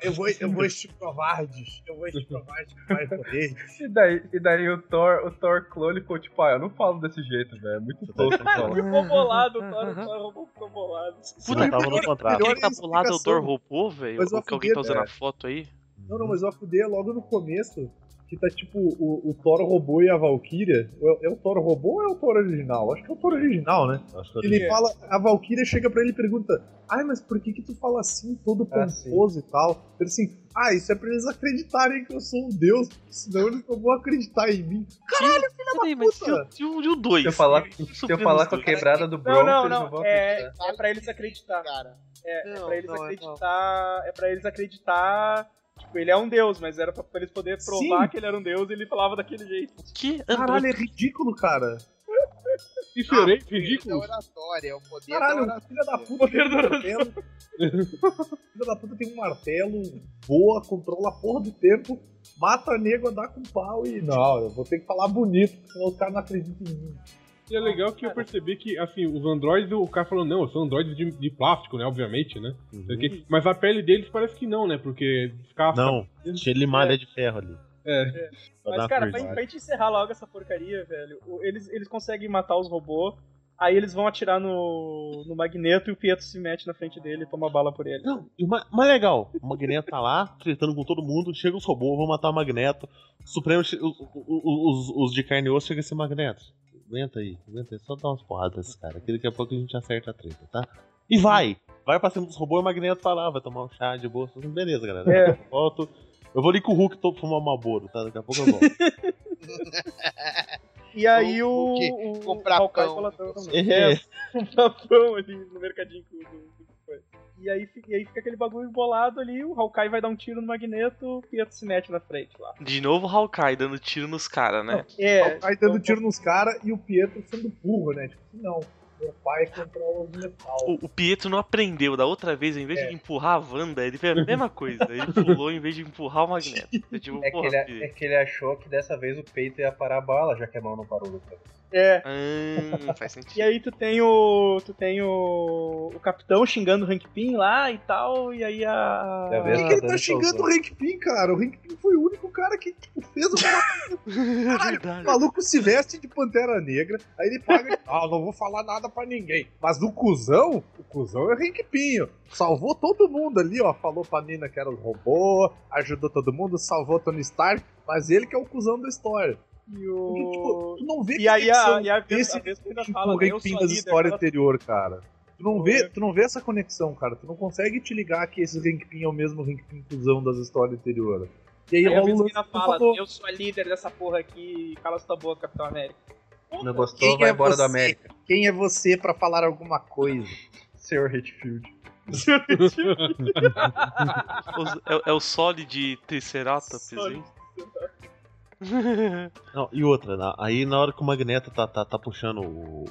Speaker 10: eu vou, eu vou te provar, diz. Eu vou te provar de que vai morrer.
Speaker 6: E daí, e daí o Thor, o Thor clone ficou tipo, ah, eu não falo desse jeito, velho. É muito tosco falar.
Speaker 3: Ficou bolado, o Thor, o Thor robô ficou bolado.
Speaker 5: Puta, tava no contrato.
Speaker 4: Quem tá bolado é o
Speaker 10: explicação.
Speaker 4: Thor robô, velho?
Speaker 10: Mas o
Speaker 4: Que alguém tá
Speaker 10: foguete-
Speaker 4: usando a foto aí?
Speaker 10: Não, não, mas eu acudei logo no começo que tá tipo o, o Thor robô e a Valkyria. É, é o Thor robô ou é o Thor original? Acho que é o Thor original, né?
Speaker 5: Acho que eu
Speaker 10: Ele
Speaker 5: li.
Speaker 10: fala, a Valkyria chega pra ele e pergunta: Ai, mas por que que tu fala assim, todo pomposo e tal? Ele assim: Ah, isso é pra eles acreditarem que eu sou um deus, senão eles não vão acreditar em mim. Caralho, filha da puta!
Speaker 4: E o, e o dois? tá
Speaker 6: Se eu falar, se eu
Speaker 4: Supremos
Speaker 6: falar com a
Speaker 4: dois.
Speaker 6: quebrada do Bronx,
Speaker 3: né? Não, não,
Speaker 6: eles não
Speaker 3: não.
Speaker 6: vão
Speaker 3: É,
Speaker 6: acreditar.
Speaker 3: é pra eles acreditar. É, é
Speaker 4: Não,
Speaker 3: pra eles
Speaker 4: não, é
Speaker 3: acreditar. É pra eles acreditar. Tipo, ele é um deus, mas era pra, pra eles poderem provar
Speaker 10: Sim.
Speaker 3: que ele era um deus e ele falava daquele jeito.
Speaker 4: Que?
Speaker 10: Caralho, é ridículo, cara.
Speaker 9: Diferente,
Speaker 8: Da
Speaker 9: É ridículo.
Speaker 8: oratória, é o poder da
Speaker 10: Caralho,
Speaker 8: oratória.
Speaker 10: filha da puta tem um martelo. filha da puta tem um martelo, boa, controla a porra do tempo, mata a nego, dá com pau e. tipo, Não, eu vou ter que falar bonito, porque senão os caras não acreditam em mim.
Speaker 9: E é legal que eu percebi que, assim, os androides, o cara falou, não, são androides de, de plástico, né? Obviamente, né? Sei o quê. Mas a pele deles parece que não, né? Porque descasca.
Speaker 5: Não, tinha limalha de ferro ali.
Speaker 9: É.
Speaker 5: Pra
Speaker 3: Mas,
Speaker 5: dar
Speaker 3: cara,
Speaker 5: uma
Speaker 3: pra,
Speaker 5: cruzada.
Speaker 3: pra gente encerrar logo essa porcaria, velho, o- eles, eles conseguem matar os robôs, aí eles vão atirar no, no Magneto e o Pietro se mete na frente dele e toma bala por ele.
Speaker 5: Não, e o ma- mais legal, o Magneto tá lá, tretando com todo mundo, chega os robôs, vão matar o Magneto. O Supremo, che- o- o- o- os, os de carne e osso, chega esse Magneto. Aguenta aí, aguenta aí, só dá umas porradas nesse cara, que daqui a pouco a gente acerta a treta, tá? E vai! Vai pra cima dos robôs e o Magneto tá lá, vai tomar um chá de boa. fala assim, Beleza, galera, daqui a
Speaker 3: É.
Speaker 5: pouco eu volto. Eu vou ali com o Hulk tô, fumar uma boro, tá? Daqui a pouco eu volto.
Speaker 3: E aí
Speaker 8: O-
Speaker 3: o.
Speaker 8: o quê?
Speaker 3: o, o
Speaker 8: Comprar
Speaker 3: Hawkeye
Speaker 8: pão.
Speaker 3: fala, "Não, não,
Speaker 5: É.
Speaker 3: é, comprar pão ali no mercadinho que o- do- do- foi. E aí, fi- e aí fica aquele bagulho bolado ali, o Hawkeye vai dar um tiro no Magneto, o Pietro se mete na frente lá.
Speaker 4: De novo o Hawkeye dando tiro nos caras, né?
Speaker 3: É,
Speaker 10: Aí dando tiro nos caras e o Pietro sendo burro, né? Tipo, não, meu pai controla o metal.
Speaker 4: O, o Pietro não aprendeu da outra vez, em vez
Speaker 6: É.
Speaker 4: de empurrar a Wanda, ele fez a mesma coisa. Ele pulou em vez de empurrar o Magneto. Eu, tipo,
Speaker 6: É que,
Speaker 4: porra,
Speaker 6: ele,
Speaker 4: Pietro.
Speaker 6: é que ele achou que dessa vez o peito ia parar a bala, já que a mão não parou Lucas.
Speaker 3: É.
Speaker 4: Hum, faz sentido.
Speaker 3: E aí tu tem o. Tu tem o. o capitão xingando o Hank Pym lá e tal. E aí a.
Speaker 6: Tá
Speaker 10: Por
Speaker 6: vendo?
Speaker 10: que, que ele
Speaker 6: Dando
Speaker 10: tá xingando o
Speaker 6: solzão.
Speaker 10: Hank Pym, cara? O Hank Pym foi o único cara que tipo, fez o
Speaker 4: É Verdade.
Speaker 10: O maluco se veste de Pantera Negra, aí ele paga. Ah, não vou falar nada pra ninguém. Mas o cuzão, o cuzão é o Hank Pinho. Salvou todo mundo ali, ó. Falou pra Nina que era o robô, ajudou todo mundo, salvou Tony Stark, mas ele que é o cuzão da história.
Speaker 3: E
Speaker 10: Porque, tipo,
Speaker 3: o.
Speaker 10: tu não vê
Speaker 3: E aí
Speaker 10: conexão
Speaker 3: a, e a, vez,
Speaker 10: desse
Speaker 3: a vez que ainda
Speaker 10: tipo,
Speaker 3: fala,
Speaker 10: o
Speaker 3: né, eu
Speaker 10: Hank Pym
Speaker 3: sou
Speaker 10: das
Speaker 3: líder,
Speaker 10: histórias
Speaker 3: cara,
Speaker 10: anterior, cara. Tu não, vê, tu não vê essa conexão, cara. Tu não consegue te ligar que esse Hank Pym é o mesmo Hank Pym cuzão das histórias anteriores. E aí,
Speaker 3: Aí a
Speaker 10: rola o
Speaker 3: vez que
Speaker 10: lance
Speaker 3: ainda
Speaker 10: que tu
Speaker 3: fala,
Speaker 10: falou.
Speaker 3: eu sou a líder dessa porra aqui, cala sua boca, Capitão América.
Speaker 6: Não
Speaker 10: Quem
Speaker 6: gostou, vai
Speaker 10: é
Speaker 6: embora
Speaker 10: você?
Speaker 6: do América.
Speaker 10: Quem é você pra falar alguma coisa?
Speaker 6: Senhor Hitfield.
Speaker 4: Os- É, é o Solid de Triceratops, hein?
Speaker 5: Não, e outra, na- aí na hora que o Magneto tá, tá, tá puxando o,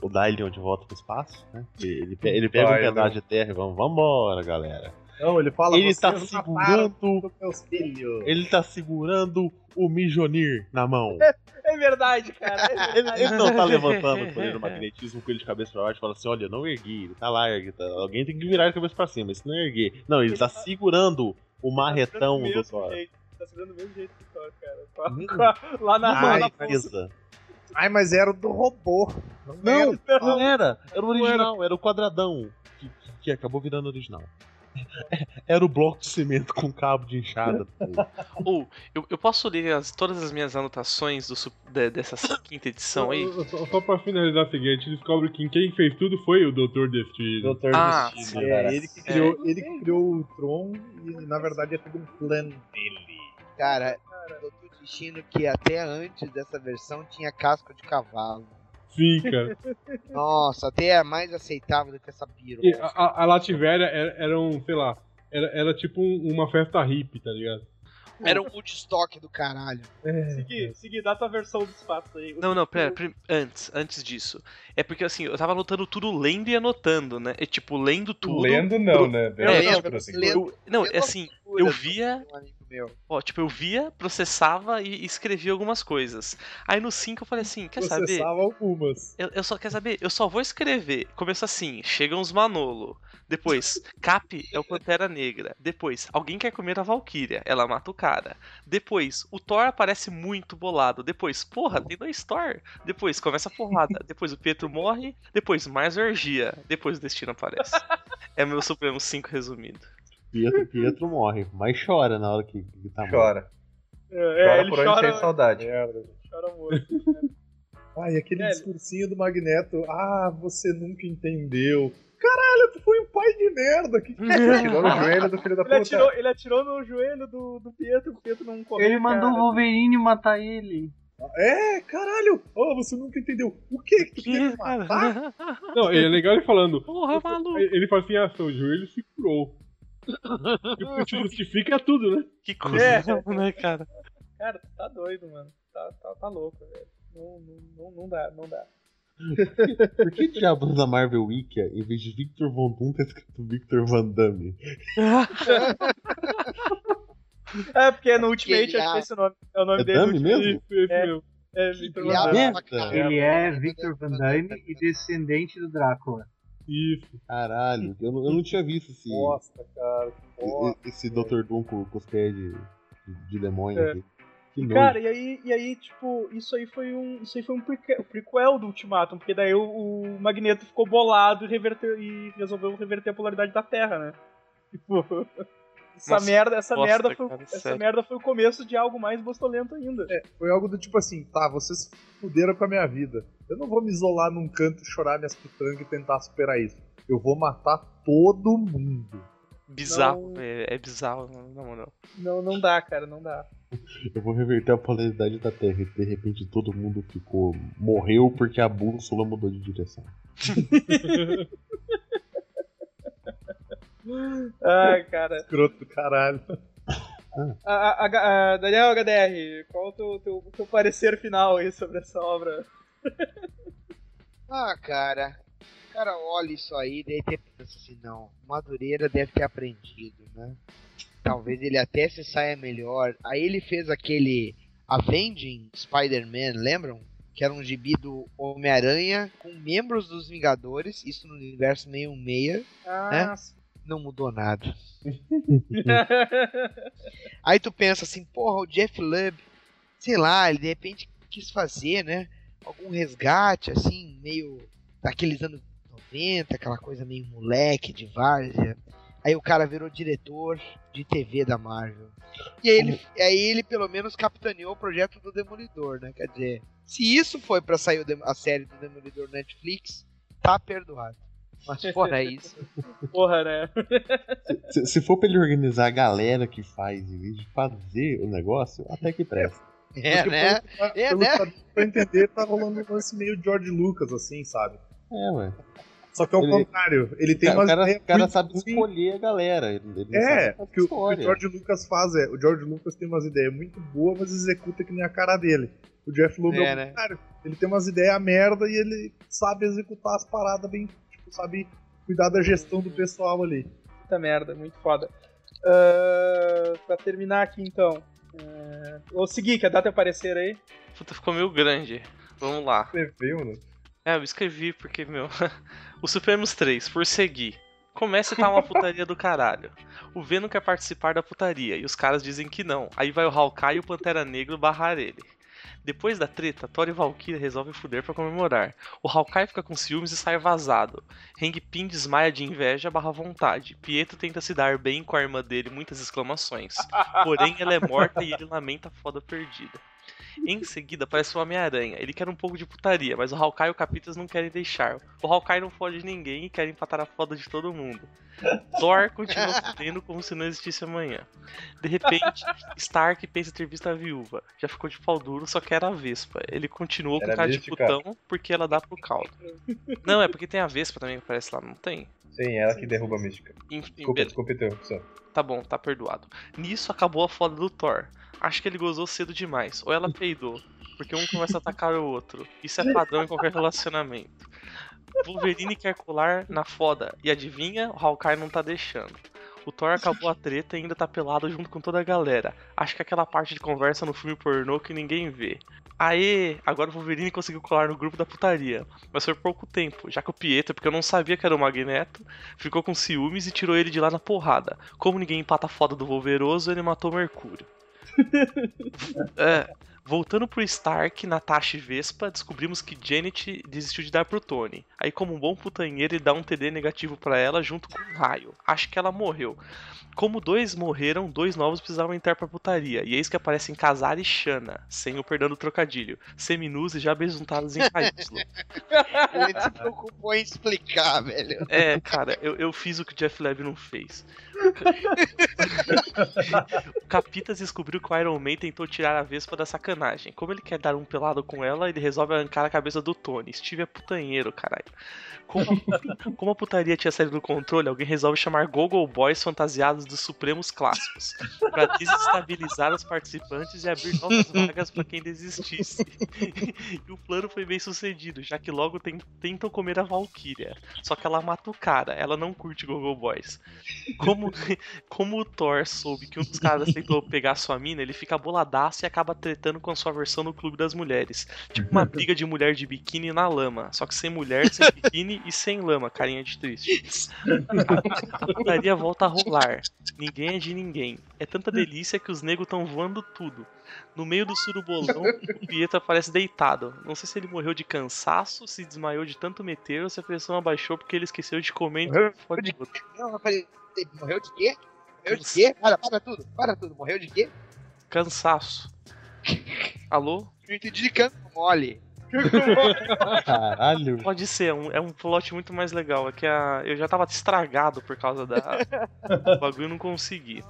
Speaker 5: o Dylion de volta pro espaço, né? Ele, ele pe- ele pega um
Speaker 6: Dylion.
Speaker 5: pedaço de terra e vamos, vambora, galera.
Speaker 10: Não, ele fala é um
Speaker 5: Ele tá
Speaker 10: "Vocês
Speaker 5: segurando-
Speaker 10: mataram todos os meus filhos.
Speaker 5: Ele tá segurando o Mijonir na mão.
Speaker 3: É verdade, cara. é
Speaker 5: Ele,
Speaker 3: verdade.
Speaker 5: ele não tá levantando o poder do magnetismo com ele de cabeça pra baixo e fala assim: olha, eu não ergui, ele tá lá, ergue, tá- alguém tem que virar de cabeça pra cima, isso não é erguer. Não, ele tá segurando o marretão
Speaker 3: Tá
Speaker 5: do
Speaker 3: segurando mesmo
Speaker 5: Thor.
Speaker 3: jeito, Tá segurando do mesmo jeito que o Thor, cara. Com a-
Speaker 5: Hum.
Speaker 3: com a- Lá na, lá na
Speaker 5: Ai,
Speaker 3: ponta.
Speaker 5: beleza.
Speaker 10: Ai, mas era o do robô.
Speaker 5: Não,
Speaker 10: Não,
Speaker 5: não era. Era o original, era. o quadradão que, que- que acabou virando original. Era o bloco de cimento com cabo de enxada.
Speaker 4: Ou, eu, eu posso ler as- todas as minhas anotações do, su- de- dessa quinta edição aí?
Speaker 9: Só, só pra finalizar a seguinte, descobre que quem fez tudo foi o Dr. Destino.
Speaker 6: Doutor
Speaker 4: Ah,
Speaker 6: Destino, cara.
Speaker 10: É, ele que, criou, ele que criou o Tron e na verdade é tudo um plano dele.
Speaker 8: Cara, Doutor Destino que até antes dessa versão tinha casco de cavalo.
Speaker 9: Sim, cara.
Speaker 8: Nossa, até é mais aceitável do que essa piroca.
Speaker 9: E a, a, a Lativéria era, era um, sei lá, era, era tipo um- uma festa hippie, tá ligado?
Speaker 8: Era um Woodstock do caralho.
Speaker 3: Segui, segui, dá tua versão dos fatos aí.
Speaker 4: Não, não, pera, prim- antes, antes disso. É porque assim, eu tava anotando tudo lendo e anotando, né? É tipo, lendo tudo.
Speaker 9: um
Speaker 24: Lendo não,
Speaker 4: Eu-
Speaker 9: É,
Speaker 24: né?
Speaker 4: Não,
Speaker 8: Lendo,
Speaker 24: Lembra, assim.
Speaker 8: lendo.
Speaker 4: eu- não, é
Speaker 8: Lendo
Speaker 4: assim,
Speaker 8: loucura
Speaker 4: eu
Speaker 8: do-
Speaker 4: via,
Speaker 8: do amigo meu.
Speaker 4: ó, tipo, eu via, processava e escrevia algumas coisas. Aí no 5 eu falei assim, quer saber?
Speaker 10: Processava algumas.
Speaker 4: Eu, eu só quer saber, eu só vou escrever. Começa assim, chegam os Manolo. Depois, Cap é o Pantera Negra. Depois, alguém quer comer a Valkyria, ela mata o cara. Depois, o Thor aparece muito bolado. Depois, porra, tem dois Thor. Depois, começa a porrada. Depois o Pietro morre. Depois, mais orgia. Depois o Destino aparece. É meu Supremo 5 resumido.
Speaker 5: Pietro, Pietro morre, mas chora na hora que, que tá morto.
Speaker 6: Chora.
Speaker 3: É,
Speaker 6: Chora
Speaker 3: ele
Speaker 6: por onde
Speaker 3: chora. É,
Speaker 6: tem saudade.
Speaker 3: Chora muito.
Speaker 10: Ah, e
Speaker 3: É,
Speaker 10: aquele discursinho do Magneto, ah, você nunca entendeu. Caralho, tu foi um pai de merda. Que... é
Speaker 6: Tirou no joelho do filho da
Speaker 3: Ele
Speaker 10: puta.
Speaker 3: atirou, ele atirou no joelho do, do Pietro, o Pietro não correu.
Speaker 24: Ele
Speaker 8: um
Speaker 24: mandou o
Speaker 3: cara.
Speaker 24: Wolverine matar ele.
Speaker 10: É, caralho. Oh, você nunca entendeu. O que que tu quer me matar?
Speaker 9: Não, ele é legal ele falando.
Speaker 4: Porra, maluco.
Speaker 9: Ele fala assim: ah, seu joelho se curou. tipo, te justifica tudo, né?
Speaker 4: Que
Speaker 3: cuzão,
Speaker 4: né, cara?
Speaker 3: Cara, tu tá doido, mano. Tá, tá, tá louco, velho. Não, não, não, não dá, não dá.
Speaker 5: Por que diabos da Marvel Wiki, em vez de Victor Von Doom, tá escrito Victor Van Damme?
Speaker 3: é, porque no Ultimate
Speaker 8: ele-
Speaker 3: eu acho que é esse o nome. É o nome
Speaker 5: É
Speaker 3: dele. no
Speaker 5: Dummy
Speaker 3: Ultimate.
Speaker 5: mesmo?
Speaker 3: É, é Victor
Speaker 8: piada
Speaker 3: Van Damme.
Speaker 8: pra caralho.
Speaker 24: Ele
Speaker 8: né?
Speaker 24: é Victor Van Damme
Speaker 8: tá
Speaker 24: e descendente do Drácula.
Speaker 9: Isso.
Speaker 5: Caralho, eu não, eu não tinha visto esse,
Speaker 10: Bosta, cara.
Speaker 5: é
Speaker 10: que bosta.
Speaker 5: esse Dr. Doom com, com os pés de, de, de demônio
Speaker 3: É.
Speaker 5: aqui. Que
Speaker 3: E,
Speaker 5: nojo.
Speaker 3: cara, e aí, e aí, tipo, isso aí foi um, isso aí foi um preque- prequel do Ultimatum, porque daí o, o Magneto ficou bolado e, reverteu, e resolveu reverter a polaridade da Terra, né? Tipo, essa
Speaker 10: Nossa,
Speaker 3: merda, essa
Speaker 10: bosta,
Speaker 3: merda, foi,
Speaker 10: cara,
Speaker 3: essa
Speaker 10: sério.
Speaker 3: merda foi o começo de algo mais bostolento ainda.
Speaker 10: Foi algo do tipo assim, tá, vocês fuderam com a minha vida. Eu não vou me isolar num canto, chorar minhas pitangas e tentar superar isso. Eu vou matar todo mundo.
Speaker 4: Bizarro, é, é bizarro, mano, na moral.
Speaker 3: Não, não dá, cara, não dá.
Speaker 5: Eu vou reverter a polaridade da Terra e de repente todo mundo ficou. morreu porque a bússola mudou de direção.
Speaker 3: Ai, cara.
Speaker 10: Escroto do caralho.
Speaker 3: A, a- a- a- Daniel HDR, qual o teu, teu, teu parecer final aí sobre essa obra?
Speaker 8: Ah, cara. Cara, olha isso aí, daí você pensa assim, não, Madureira deve ter aprendido, né? Talvez ele até se saia melhor. Aí ele fez aquele Avenging Spider-Man, lembram? Que era um gibi do Homem-Aranha com membros dos Vingadores, isso no universo 616, né? Não mudou nada. Aí tu pensa assim, porra, o Jeff Lubb, sei lá, ele de repente quis fazer, né? Algum resgate, assim, meio daqueles anos 90, aquela coisa meio moleque de várzea. Aí o cara virou diretor de TV da Marvel. E aí ele, aí ele pelo menos capitaneou o projeto do Demolidor, né? Quer dizer, se isso foi pra sair o Dem- a série do Demolidor Netflix, tá perdoado. Mas fora isso.
Speaker 3: Porra, né?
Speaker 5: Se, se for pra ele organizar a galera que faz em vez de fazer o negócio, até que presta.
Speaker 8: É,
Speaker 10: Porque
Speaker 8: né?
Speaker 10: pelo-
Speaker 8: É,
Speaker 10: pelo
Speaker 8: né?
Speaker 10: que dá Pra entender, tá rolando um lance meio George Lucas, assim, sabe?
Speaker 5: É, ué.
Speaker 10: Só que ao
Speaker 5: Ele-
Speaker 10: contrário, ele tem
Speaker 5: o cara,
Speaker 10: umas
Speaker 5: o cara,
Speaker 10: ideias
Speaker 5: o cara
Speaker 10: muito
Speaker 5: sabe
Speaker 10: ruins.
Speaker 5: escolher a galera. Ele, ele
Speaker 10: É,
Speaker 5: sabe fazer
Speaker 10: que o, que o
Speaker 5: história.
Speaker 10: George Lucas faz é, o George Lucas tem umas ideias muito boas, mas executa que nem a cara dele. O Jeff Loeb é,
Speaker 8: É,
Speaker 10: o
Speaker 8: né?
Speaker 10: contrário. Ele tem umas ideias merda e ele sabe executar as paradas bem, tipo, sabe cuidar da gestão do pessoal ali.
Speaker 3: Puta merda, muito foda. Ah, pra terminar aqui então. ah, Ô, Segui, quer dar teu parecer aí?
Speaker 4: Puta, ficou meio grande. Vamos lá.
Speaker 6: Escreveu, né?
Speaker 4: É, eu escrevi porque, meu. o Supremos 3, por seguir. Começa e tá uma putaria do caralho. O Venom quer participar da putaria e os caras dizem que não. Aí vai o Hawkeye e o Pantera Negro barrar ele. Depois da treta, Thor e Valkyrie resolvem fuder pra comemorar. O Hawkeye fica com ciúmes e sai vazado. Hengpin desmaia de inveja barra vontade. Pietro tenta se dar bem com a irmã dele, muitas exclamações. Porém, ela é morta e ele lamenta a foda perdida. Em seguida, aparece o Homem-Aranha. Ele quer um pouco de putaria, mas o Hawkeye e o Capitães não querem deixar. O Hawkeye não fode ninguém e quer empatar a foda de todo mundo. Thor continua fudendo como se não existisse amanhã. De repente, Stark pensa ter visto a viúva. Já ficou de pau duro, só que era a Vespa. Ele continuou com
Speaker 6: Era
Speaker 4: cara de
Speaker 6: mística?
Speaker 4: putão porque ela dá pro caldo. Não, é porque tem a Vespa também que aparece lá, não tem?
Speaker 6: Sim, ela que derruba a mística.
Speaker 4: Enfim,
Speaker 6: Desculpa,
Speaker 4: beleza.
Speaker 6: desculpa, interrupção.
Speaker 4: Tá bom, tá perdoado. Nisso acabou a foda do Thor. Acho que ele gozou cedo demais, ou ela peidou, porque um começa a atacar o outro. Isso é padrão em qualquer relacionamento. Wolverine quer colar na foda, e adivinha? O Hawkeye não tá deixando. O Thor acabou a treta e ainda tá pelado junto com toda a galera. Acho que é aquela parte de conversa no filme pornô que ninguém vê. Aê, agora o Wolverine conseguiu colar no grupo da putaria. Mas foi por pouco tempo, já que o Pietro, porque eu não sabia que era o Magneto, ficou com ciúmes e tirou ele de lá na porrada. Como ninguém empata a foda do Wolveroso, ele matou Mercúrio. É, Voltando pro Stark, Natasha e Vespa, descobrimos que Janet desistiu de dar pro Tony. Aí, como um bom putanheiro, ele dá um TD negativo para ela junto com um raio. Acho que ela morreu. Como dois morreram, dois novos precisavam entrar pra putaria. E eis que aparecem Kazar e Shana, sem o perdão do trocadilho. Seminus e já besuntados em Caíslo.
Speaker 8: Ele se preocupou em explicar, velho.
Speaker 4: É, cara, eu, eu fiz o que o Jeff Levy não fez. o Capitas descobriu que o Iron Man tentou tirar a Vespa da sacanagem. Como ele quer dar um pelado com ela, ele resolve arrancar a cabeça do Tony. Steve é putanheiro, caralho. Como, como a putaria tinha saído do controle, alguém resolve chamar Google Boys fantasiados dos Supremos Clássicos para desestabilizar os participantes e abrir novas vagas para quem desistisse. e o plano foi bem sucedido, já que logo tem- tentam comer a Valkyria. Só que ela mata o cara, ela não curte Google Boys. Como, como o Thor soube que um dos caras tentou pegar sua mina, ele fica boladaço e acaba tretando com a sua versão no Clube das Mulheres. Tipo uma briga de mulher de biquíni na lama. Só que sem mulher, sem biquíni e sem lama, carinha de triste. A putaria volta a rolar. Ninguém é de ninguém. É tanta delícia que os negros estão voando tudo. No meio do surubolão, o Pietro aparece deitado. Não sei se ele morreu de cansaço, se desmaiou de tanto meter ou se a pressão abaixou porque ele esqueceu de comer. Fode-
Speaker 8: Não, eu falei, morreu de quê? Morreu de quê? Para, para tudo, para tudo. Morreu de quê?
Speaker 4: Cansaço. Alô?
Speaker 8: Eu entendi de canto mole.
Speaker 5: Caralho.
Speaker 4: Pode ser, é um, é um plot muito mais legal. É que a, eu já tava estragado por causa da, do bagulho e não consegui.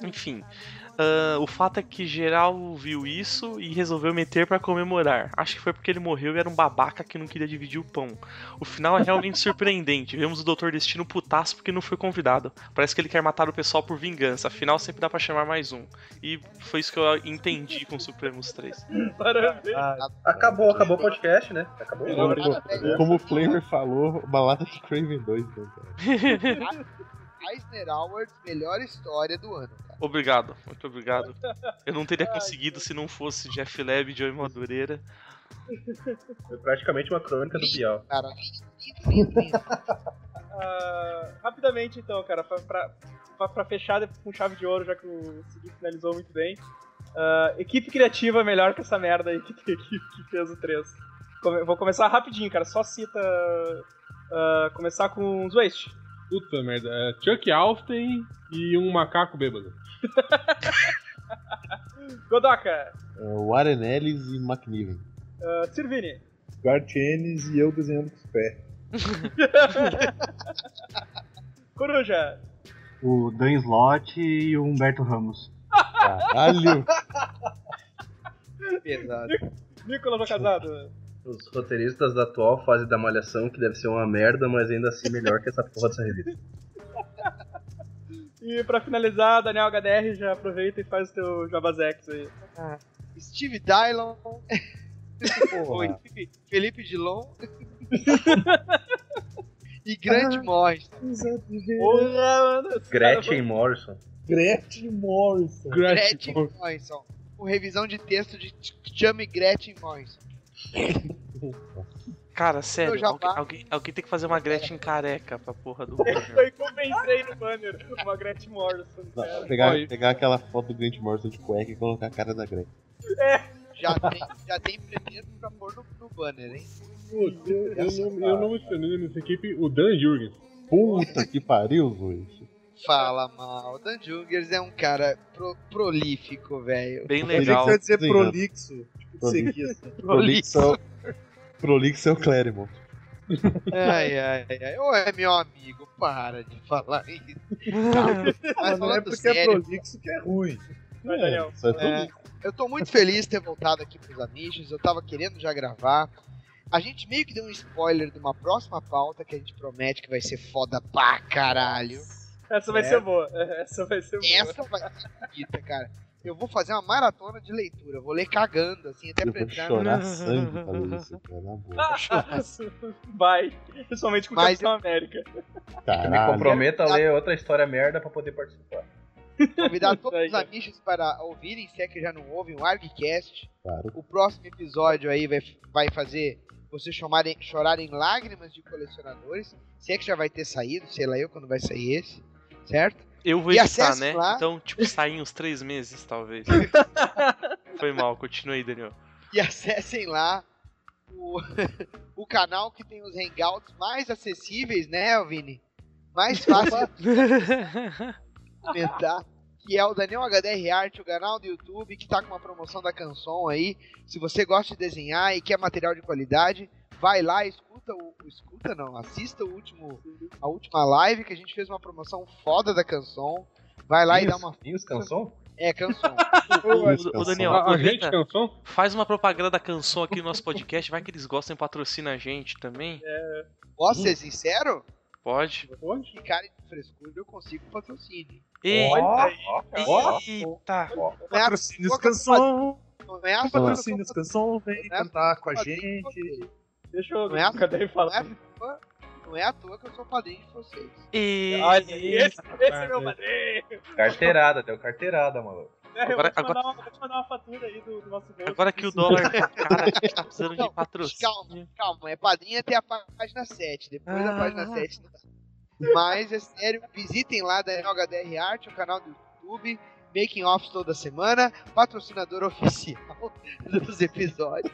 Speaker 4: Enfim, ah, o fato é que geral viu isso e resolveu meter pra comemorar. Acho que foi porque ele morreu e era um babaca que não queria dividir o pão. O final é realmente surpreendente. Vemos o Doutor Destino putaço porque não foi convidado. Parece que ele quer matar o pessoal por vingança. Afinal, sempre dá pra chamar mais um. E foi isso que eu entendi com o Supremos 3.
Speaker 3: Parabéns.
Speaker 6: Acabou, acabou o podcast, né? Acabou
Speaker 5: Como- Como o Flamer falou, uma lata de Craven 2. né, cara?
Speaker 8: Eisner Awards, melhor história do ano.
Speaker 4: Obrigado, muito obrigado. Eu não teria conseguido se não fosse Jeff Leb e Joey Madureira.
Speaker 6: Foi praticamente uma crônica do Bial.
Speaker 8: Cara,
Speaker 3: Ah, rapidamente então, cara, pra, pra, pra- pra fechar com chave de ouro, já que o Cid finalizou muito bem. Ah, equipe criativa é melhor que essa merda aí que, que, que fez o 3. Come- vou começar rapidinho, cara, só cita. ah, começar com os Waste.
Speaker 9: Puta merda. É Chuck Austin e um macaco bêbado.
Speaker 3: Godoka,
Speaker 5: É, o Warren Ellis e McNiven.
Speaker 3: ah, Sirvini.
Speaker 10: Gartienes e eu desenhando com os pés.
Speaker 3: Coruja.
Speaker 24: O Dan Slott e o Humberto Ramos.
Speaker 5: Caralho!
Speaker 8: Pesado.
Speaker 3: Nicolas o Casado.
Speaker 6: Os roteiristas da atual fase da Malhação, que deve ser uma merda, mas ainda assim melhor que essa porra dessa revista.
Speaker 3: E pra finalizar, Daniel HDR, já aproveita e faz o teu Jabazex aí.
Speaker 8: Steve Dylon. Oi, Felipe Dilon. e Grande Morris.
Speaker 3: Porra, mano.
Speaker 6: Gretchen Morrison.
Speaker 10: Gretchen Morrison.
Speaker 8: Gretchen Morrison. Com revisão de texto de Chame Gretchen Morrison.
Speaker 4: Cara, sério,
Speaker 8: já
Speaker 4: alguém, alguém- alguém tem que fazer uma Gretchen careca pra porra do.
Speaker 3: Eu compensei no banner uma Gretchen Morrison. cara.
Speaker 5: Não, pegar, pegar aquela foto do Grant Morrison de cueca e colocar a cara da Gretchen.
Speaker 8: Já tem, já tem primeiro pra pôr no, no banner, hein?
Speaker 9: Pô, eu, eu não, eu não mencionei nessa equipe o Dan Jurgens.
Speaker 5: Puta que pariu, Luiz.
Speaker 8: Fala mal. Dan Jungers é um cara pro- prolífico, velho.
Speaker 4: Bem
Speaker 5: legal.
Speaker 10: Quer dizer
Speaker 5: Sim, né?
Speaker 10: prolixo. Tipo,
Speaker 5: Prolixo.
Speaker 10: seguiço.
Speaker 5: Prolixo. é o- Prolixo é o Claremont.
Speaker 8: Ai, ai, ai. Ô, é meu amigo, para de falar isso. Mas
Speaker 10: Não é
Speaker 8: falando
Speaker 10: porque é
Speaker 8: sério,
Speaker 10: prolixo que é ruim.
Speaker 3: Vai, Daniel.
Speaker 5: Isso é tudo
Speaker 8: É, eu tô muito feliz de ter voltado aqui pros Amigos, eu tava querendo já gravar. A gente meio que deu um spoiler de uma próxima pauta que a gente promete que vai ser foda pra caralho.
Speaker 3: Essa vai
Speaker 8: É.
Speaker 3: ser boa. Essa vai ser boa.
Speaker 8: Essa vai ser bonita, cara. Eu vou fazer uma maratona de leitura, eu vou ler cagando, assim, até
Speaker 5: Eu
Speaker 8: pra
Speaker 5: vou
Speaker 8: entrar
Speaker 5: chorar sangue falando isso, cara. Na boa.
Speaker 3: Vai. Principalmente com o
Speaker 8: Mas
Speaker 3: Capitão América.
Speaker 6: Me
Speaker 5: Caralho.
Speaker 6: comprometo a ler outra história merda pra poder participar.
Speaker 8: Convidar todos
Speaker 3: Vai,
Speaker 8: os
Speaker 3: cara.
Speaker 8: amigos para ouvirem, se é que já não ouvem, o ArgCast.
Speaker 5: Claro.
Speaker 8: O próximo episódio aí vai, vai fazer vocês chamarem- chorarem lágrimas de colecionadores. Se é que já vai ter saído, sei lá eu quando vai sair esse, certo?
Speaker 4: Eu vou
Speaker 8: E
Speaker 4: editar,
Speaker 8: acesse
Speaker 4: né?
Speaker 8: lá.
Speaker 4: Então, tipo, sair uns três meses, talvez. Foi mal, continue aí, Daniel.
Speaker 8: E acessem lá o, o canal que tem os hangouts mais acessíveis, né, Vini? Mais fácil de comentar. Que é o Daniel HDR Arte, o canal do YouTube, que tá com uma promoção da Canson aí. Se você gosta de desenhar e quer material de qualidade, vai lá, escuta o. Escuta não, assista o último, a última live que a gente fez uma promoção foda da Canson. Vai lá e dá uma.
Speaker 6: Vinhos Canson?
Speaker 8: É, canção.
Speaker 4: Ô, ô, Daniel,
Speaker 9: a, a
Speaker 4: aproveita,
Speaker 9: gente é cansou?
Speaker 4: faz uma propaganda da canção aqui no nosso podcast, vai que eles gostam e patrocina a gente também.
Speaker 3: É,
Speaker 8: Posso ser sincero?
Speaker 4: Pode.
Speaker 3: Pode?
Speaker 8: Que cara de frescura eu consigo patrocínio. é
Speaker 4: Eita,
Speaker 10: ó,
Speaker 4: eita.
Speaker 10: Patrocínios Canção.
Speaker 8: Não é a
Speaker 10: Patrocínios Canção, vem cantar com a gente.
Speaker 3: Deixa eu
Speaker 8: Não é a-
Speaker 3: cadê ele falar.
Speaker 8: Não é à toa que eu sou padrinho de vocês.
Speaker 4: E...
Speaker 3: Olha, esse, esse é meu padrinho.
Speaker 6: Carteirada, deu carteirada, maluco.
Speaker 3: É, eu vou
Speaker 4: Agora-
Speaker 3: te, mandar
Speaker 4: agora-
Speaker 3: uma, vou te mandar uma fatura aí do, do nosso bolso. assim,
Speaker 4: Agora que o dólar tá caro, a gente tá precisando
Speaker 8: um
Speaker 4: de patrocínio.
Speaker 8: Então, Calma, calma. É padrinho até a página 7. Depois da
Speaker 4: Ah.
Speaker 8: página 7 não dá. Mas é sério, visitem lá da HDR Arte, o canal do YouTube, Making Offs toda semana, patrocinador oficial dos episódios.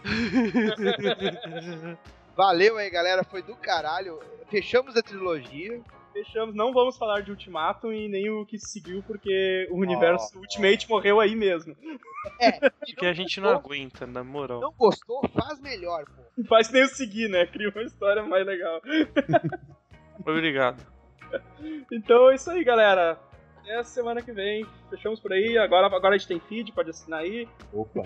Speaker 8: Valeu aí, galera. Foi do caralho. Fechamos a trilogia.
Speaker 3: Fechamos, não vamos falar de Ultimato e nem o que se seguiu, porque o universo Ultimate morreu aí mesmo.
Speaker 4: Porque a gente não aguenta, na moral.
Speaker 8: Não gostou? Faz melhor, pô.
Speaker 3: Faz nem o seguir, né? Cria uma história mais legal.
Speaker 4: Obrigado.
Speaker 3: Então é isso aí, galera. Até semana que vem. Fechamos por aí. Agora, agora a gente tem feed, pode assinar aí.
Speaker 5: Opa.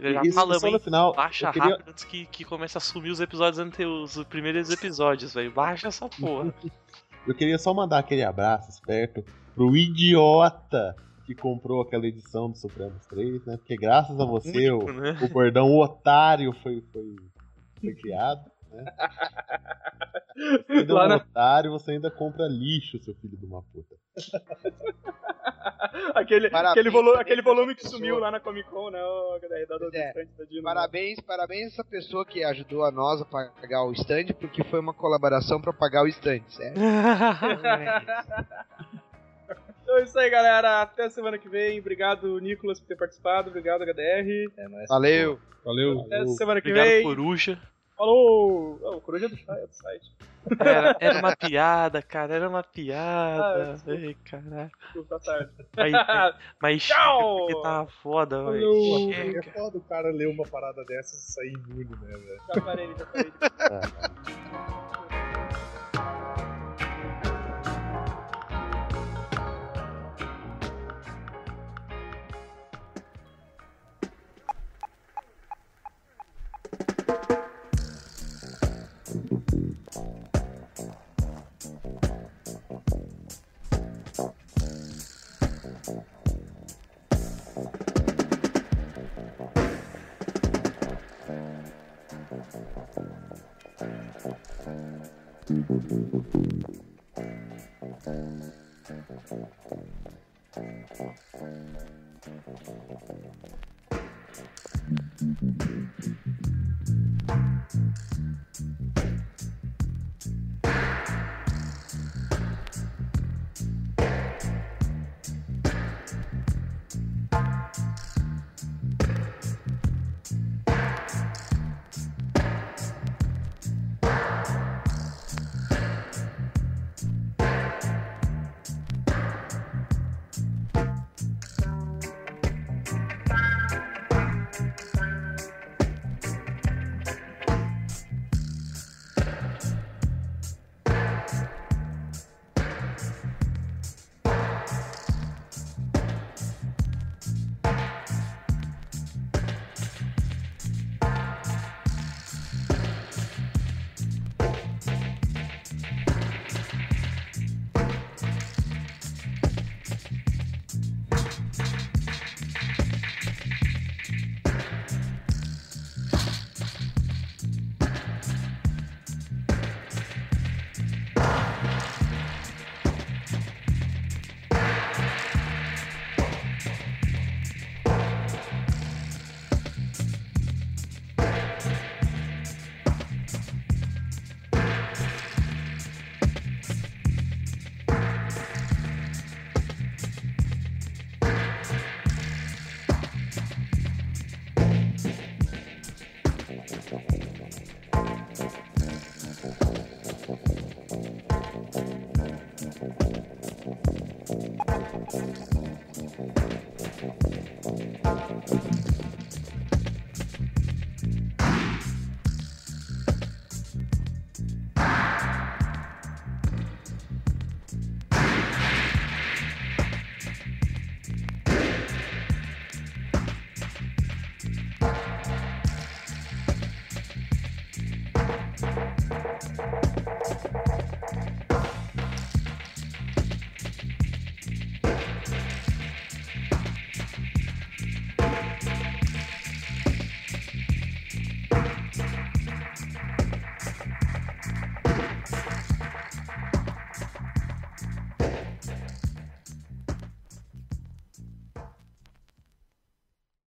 Speaker 4: Já
Speaker 5: E
Speaker 4: falamos,
Speaker 5: só
Speaker 4: hein?
Speaker 5: no final,
Speaker 4: Baixa
Speaker 5: eu queria-
Speaker 4: rápido antes que, que comece a sumir os episódios ante os primeiros episódios, velho. Baixa essa porra.
Speaker 5: Eu queria só mandar aquele abraço esperto pro idiota que comprou aquela edição do Supremos 3, né? Porque graças a você o,
Speaker 4: Único, né?
Speaker 5: o cordão otário foi, foi, foi criado. Né? Você ainda é
Speaker 3: Lá
Speaker 5: um
Speaker 3: na-
Speaker 5: otário, você ainda compra lixo, seu filho de uma puta.
Speaker 3: Aquele,
Speaker 8: Parabéns,
Speaker 3: aquele, volu
Speaker 8: parabéns
Speaker 3: aquele
Speaker 8: pra
Speaker 3: volume que
Speaker 8: pessoa.
Speaker 3: sumiu lá na Comic Con, né? O HDR da do
Speaker 8: É.
Speaker 3: estante tá né? da Dino.
Speaker 8: Parabéns, parabéns essa pessoa que ajudou a nós a pagar o stand, porque foi uma colaboração pra pagar o stand, certo?
Speaker 3: Então é isso aí, galera. Até semana que vem. Obrigado, Nicolas, por ter participado. Obrigado, HDR.
Speaker 6: É, nóis.
Speaker 8: Valeu.
Speaker 9: Valeu.
Speaker 3: Até semana que
Speaker 4: Obrigado,
Speaker 3: vem.
Speaker 4: coruja.
Speaker 3: Falou! Ah, o Coruja é do site. é do site.
Speaker 4: Era, era uma piada, cara, era uma piada.
Speaker 3: Ah,
Speaker 4: Ai, caralho.
Speaker 3: Desculpa, tá tarde.
Speaker 4: Aí, mas
Speaker 3: Tchau!
Speaker 4: chega, porque tá foda,
Speaker 3: Falou!
Speaker 4: velho. Chega.
Speaker 10: É foda o cara ler uma parada dessas e sair imune, né, velho?
Speaker 3: Já parei, já parei.
Speaker 26: Música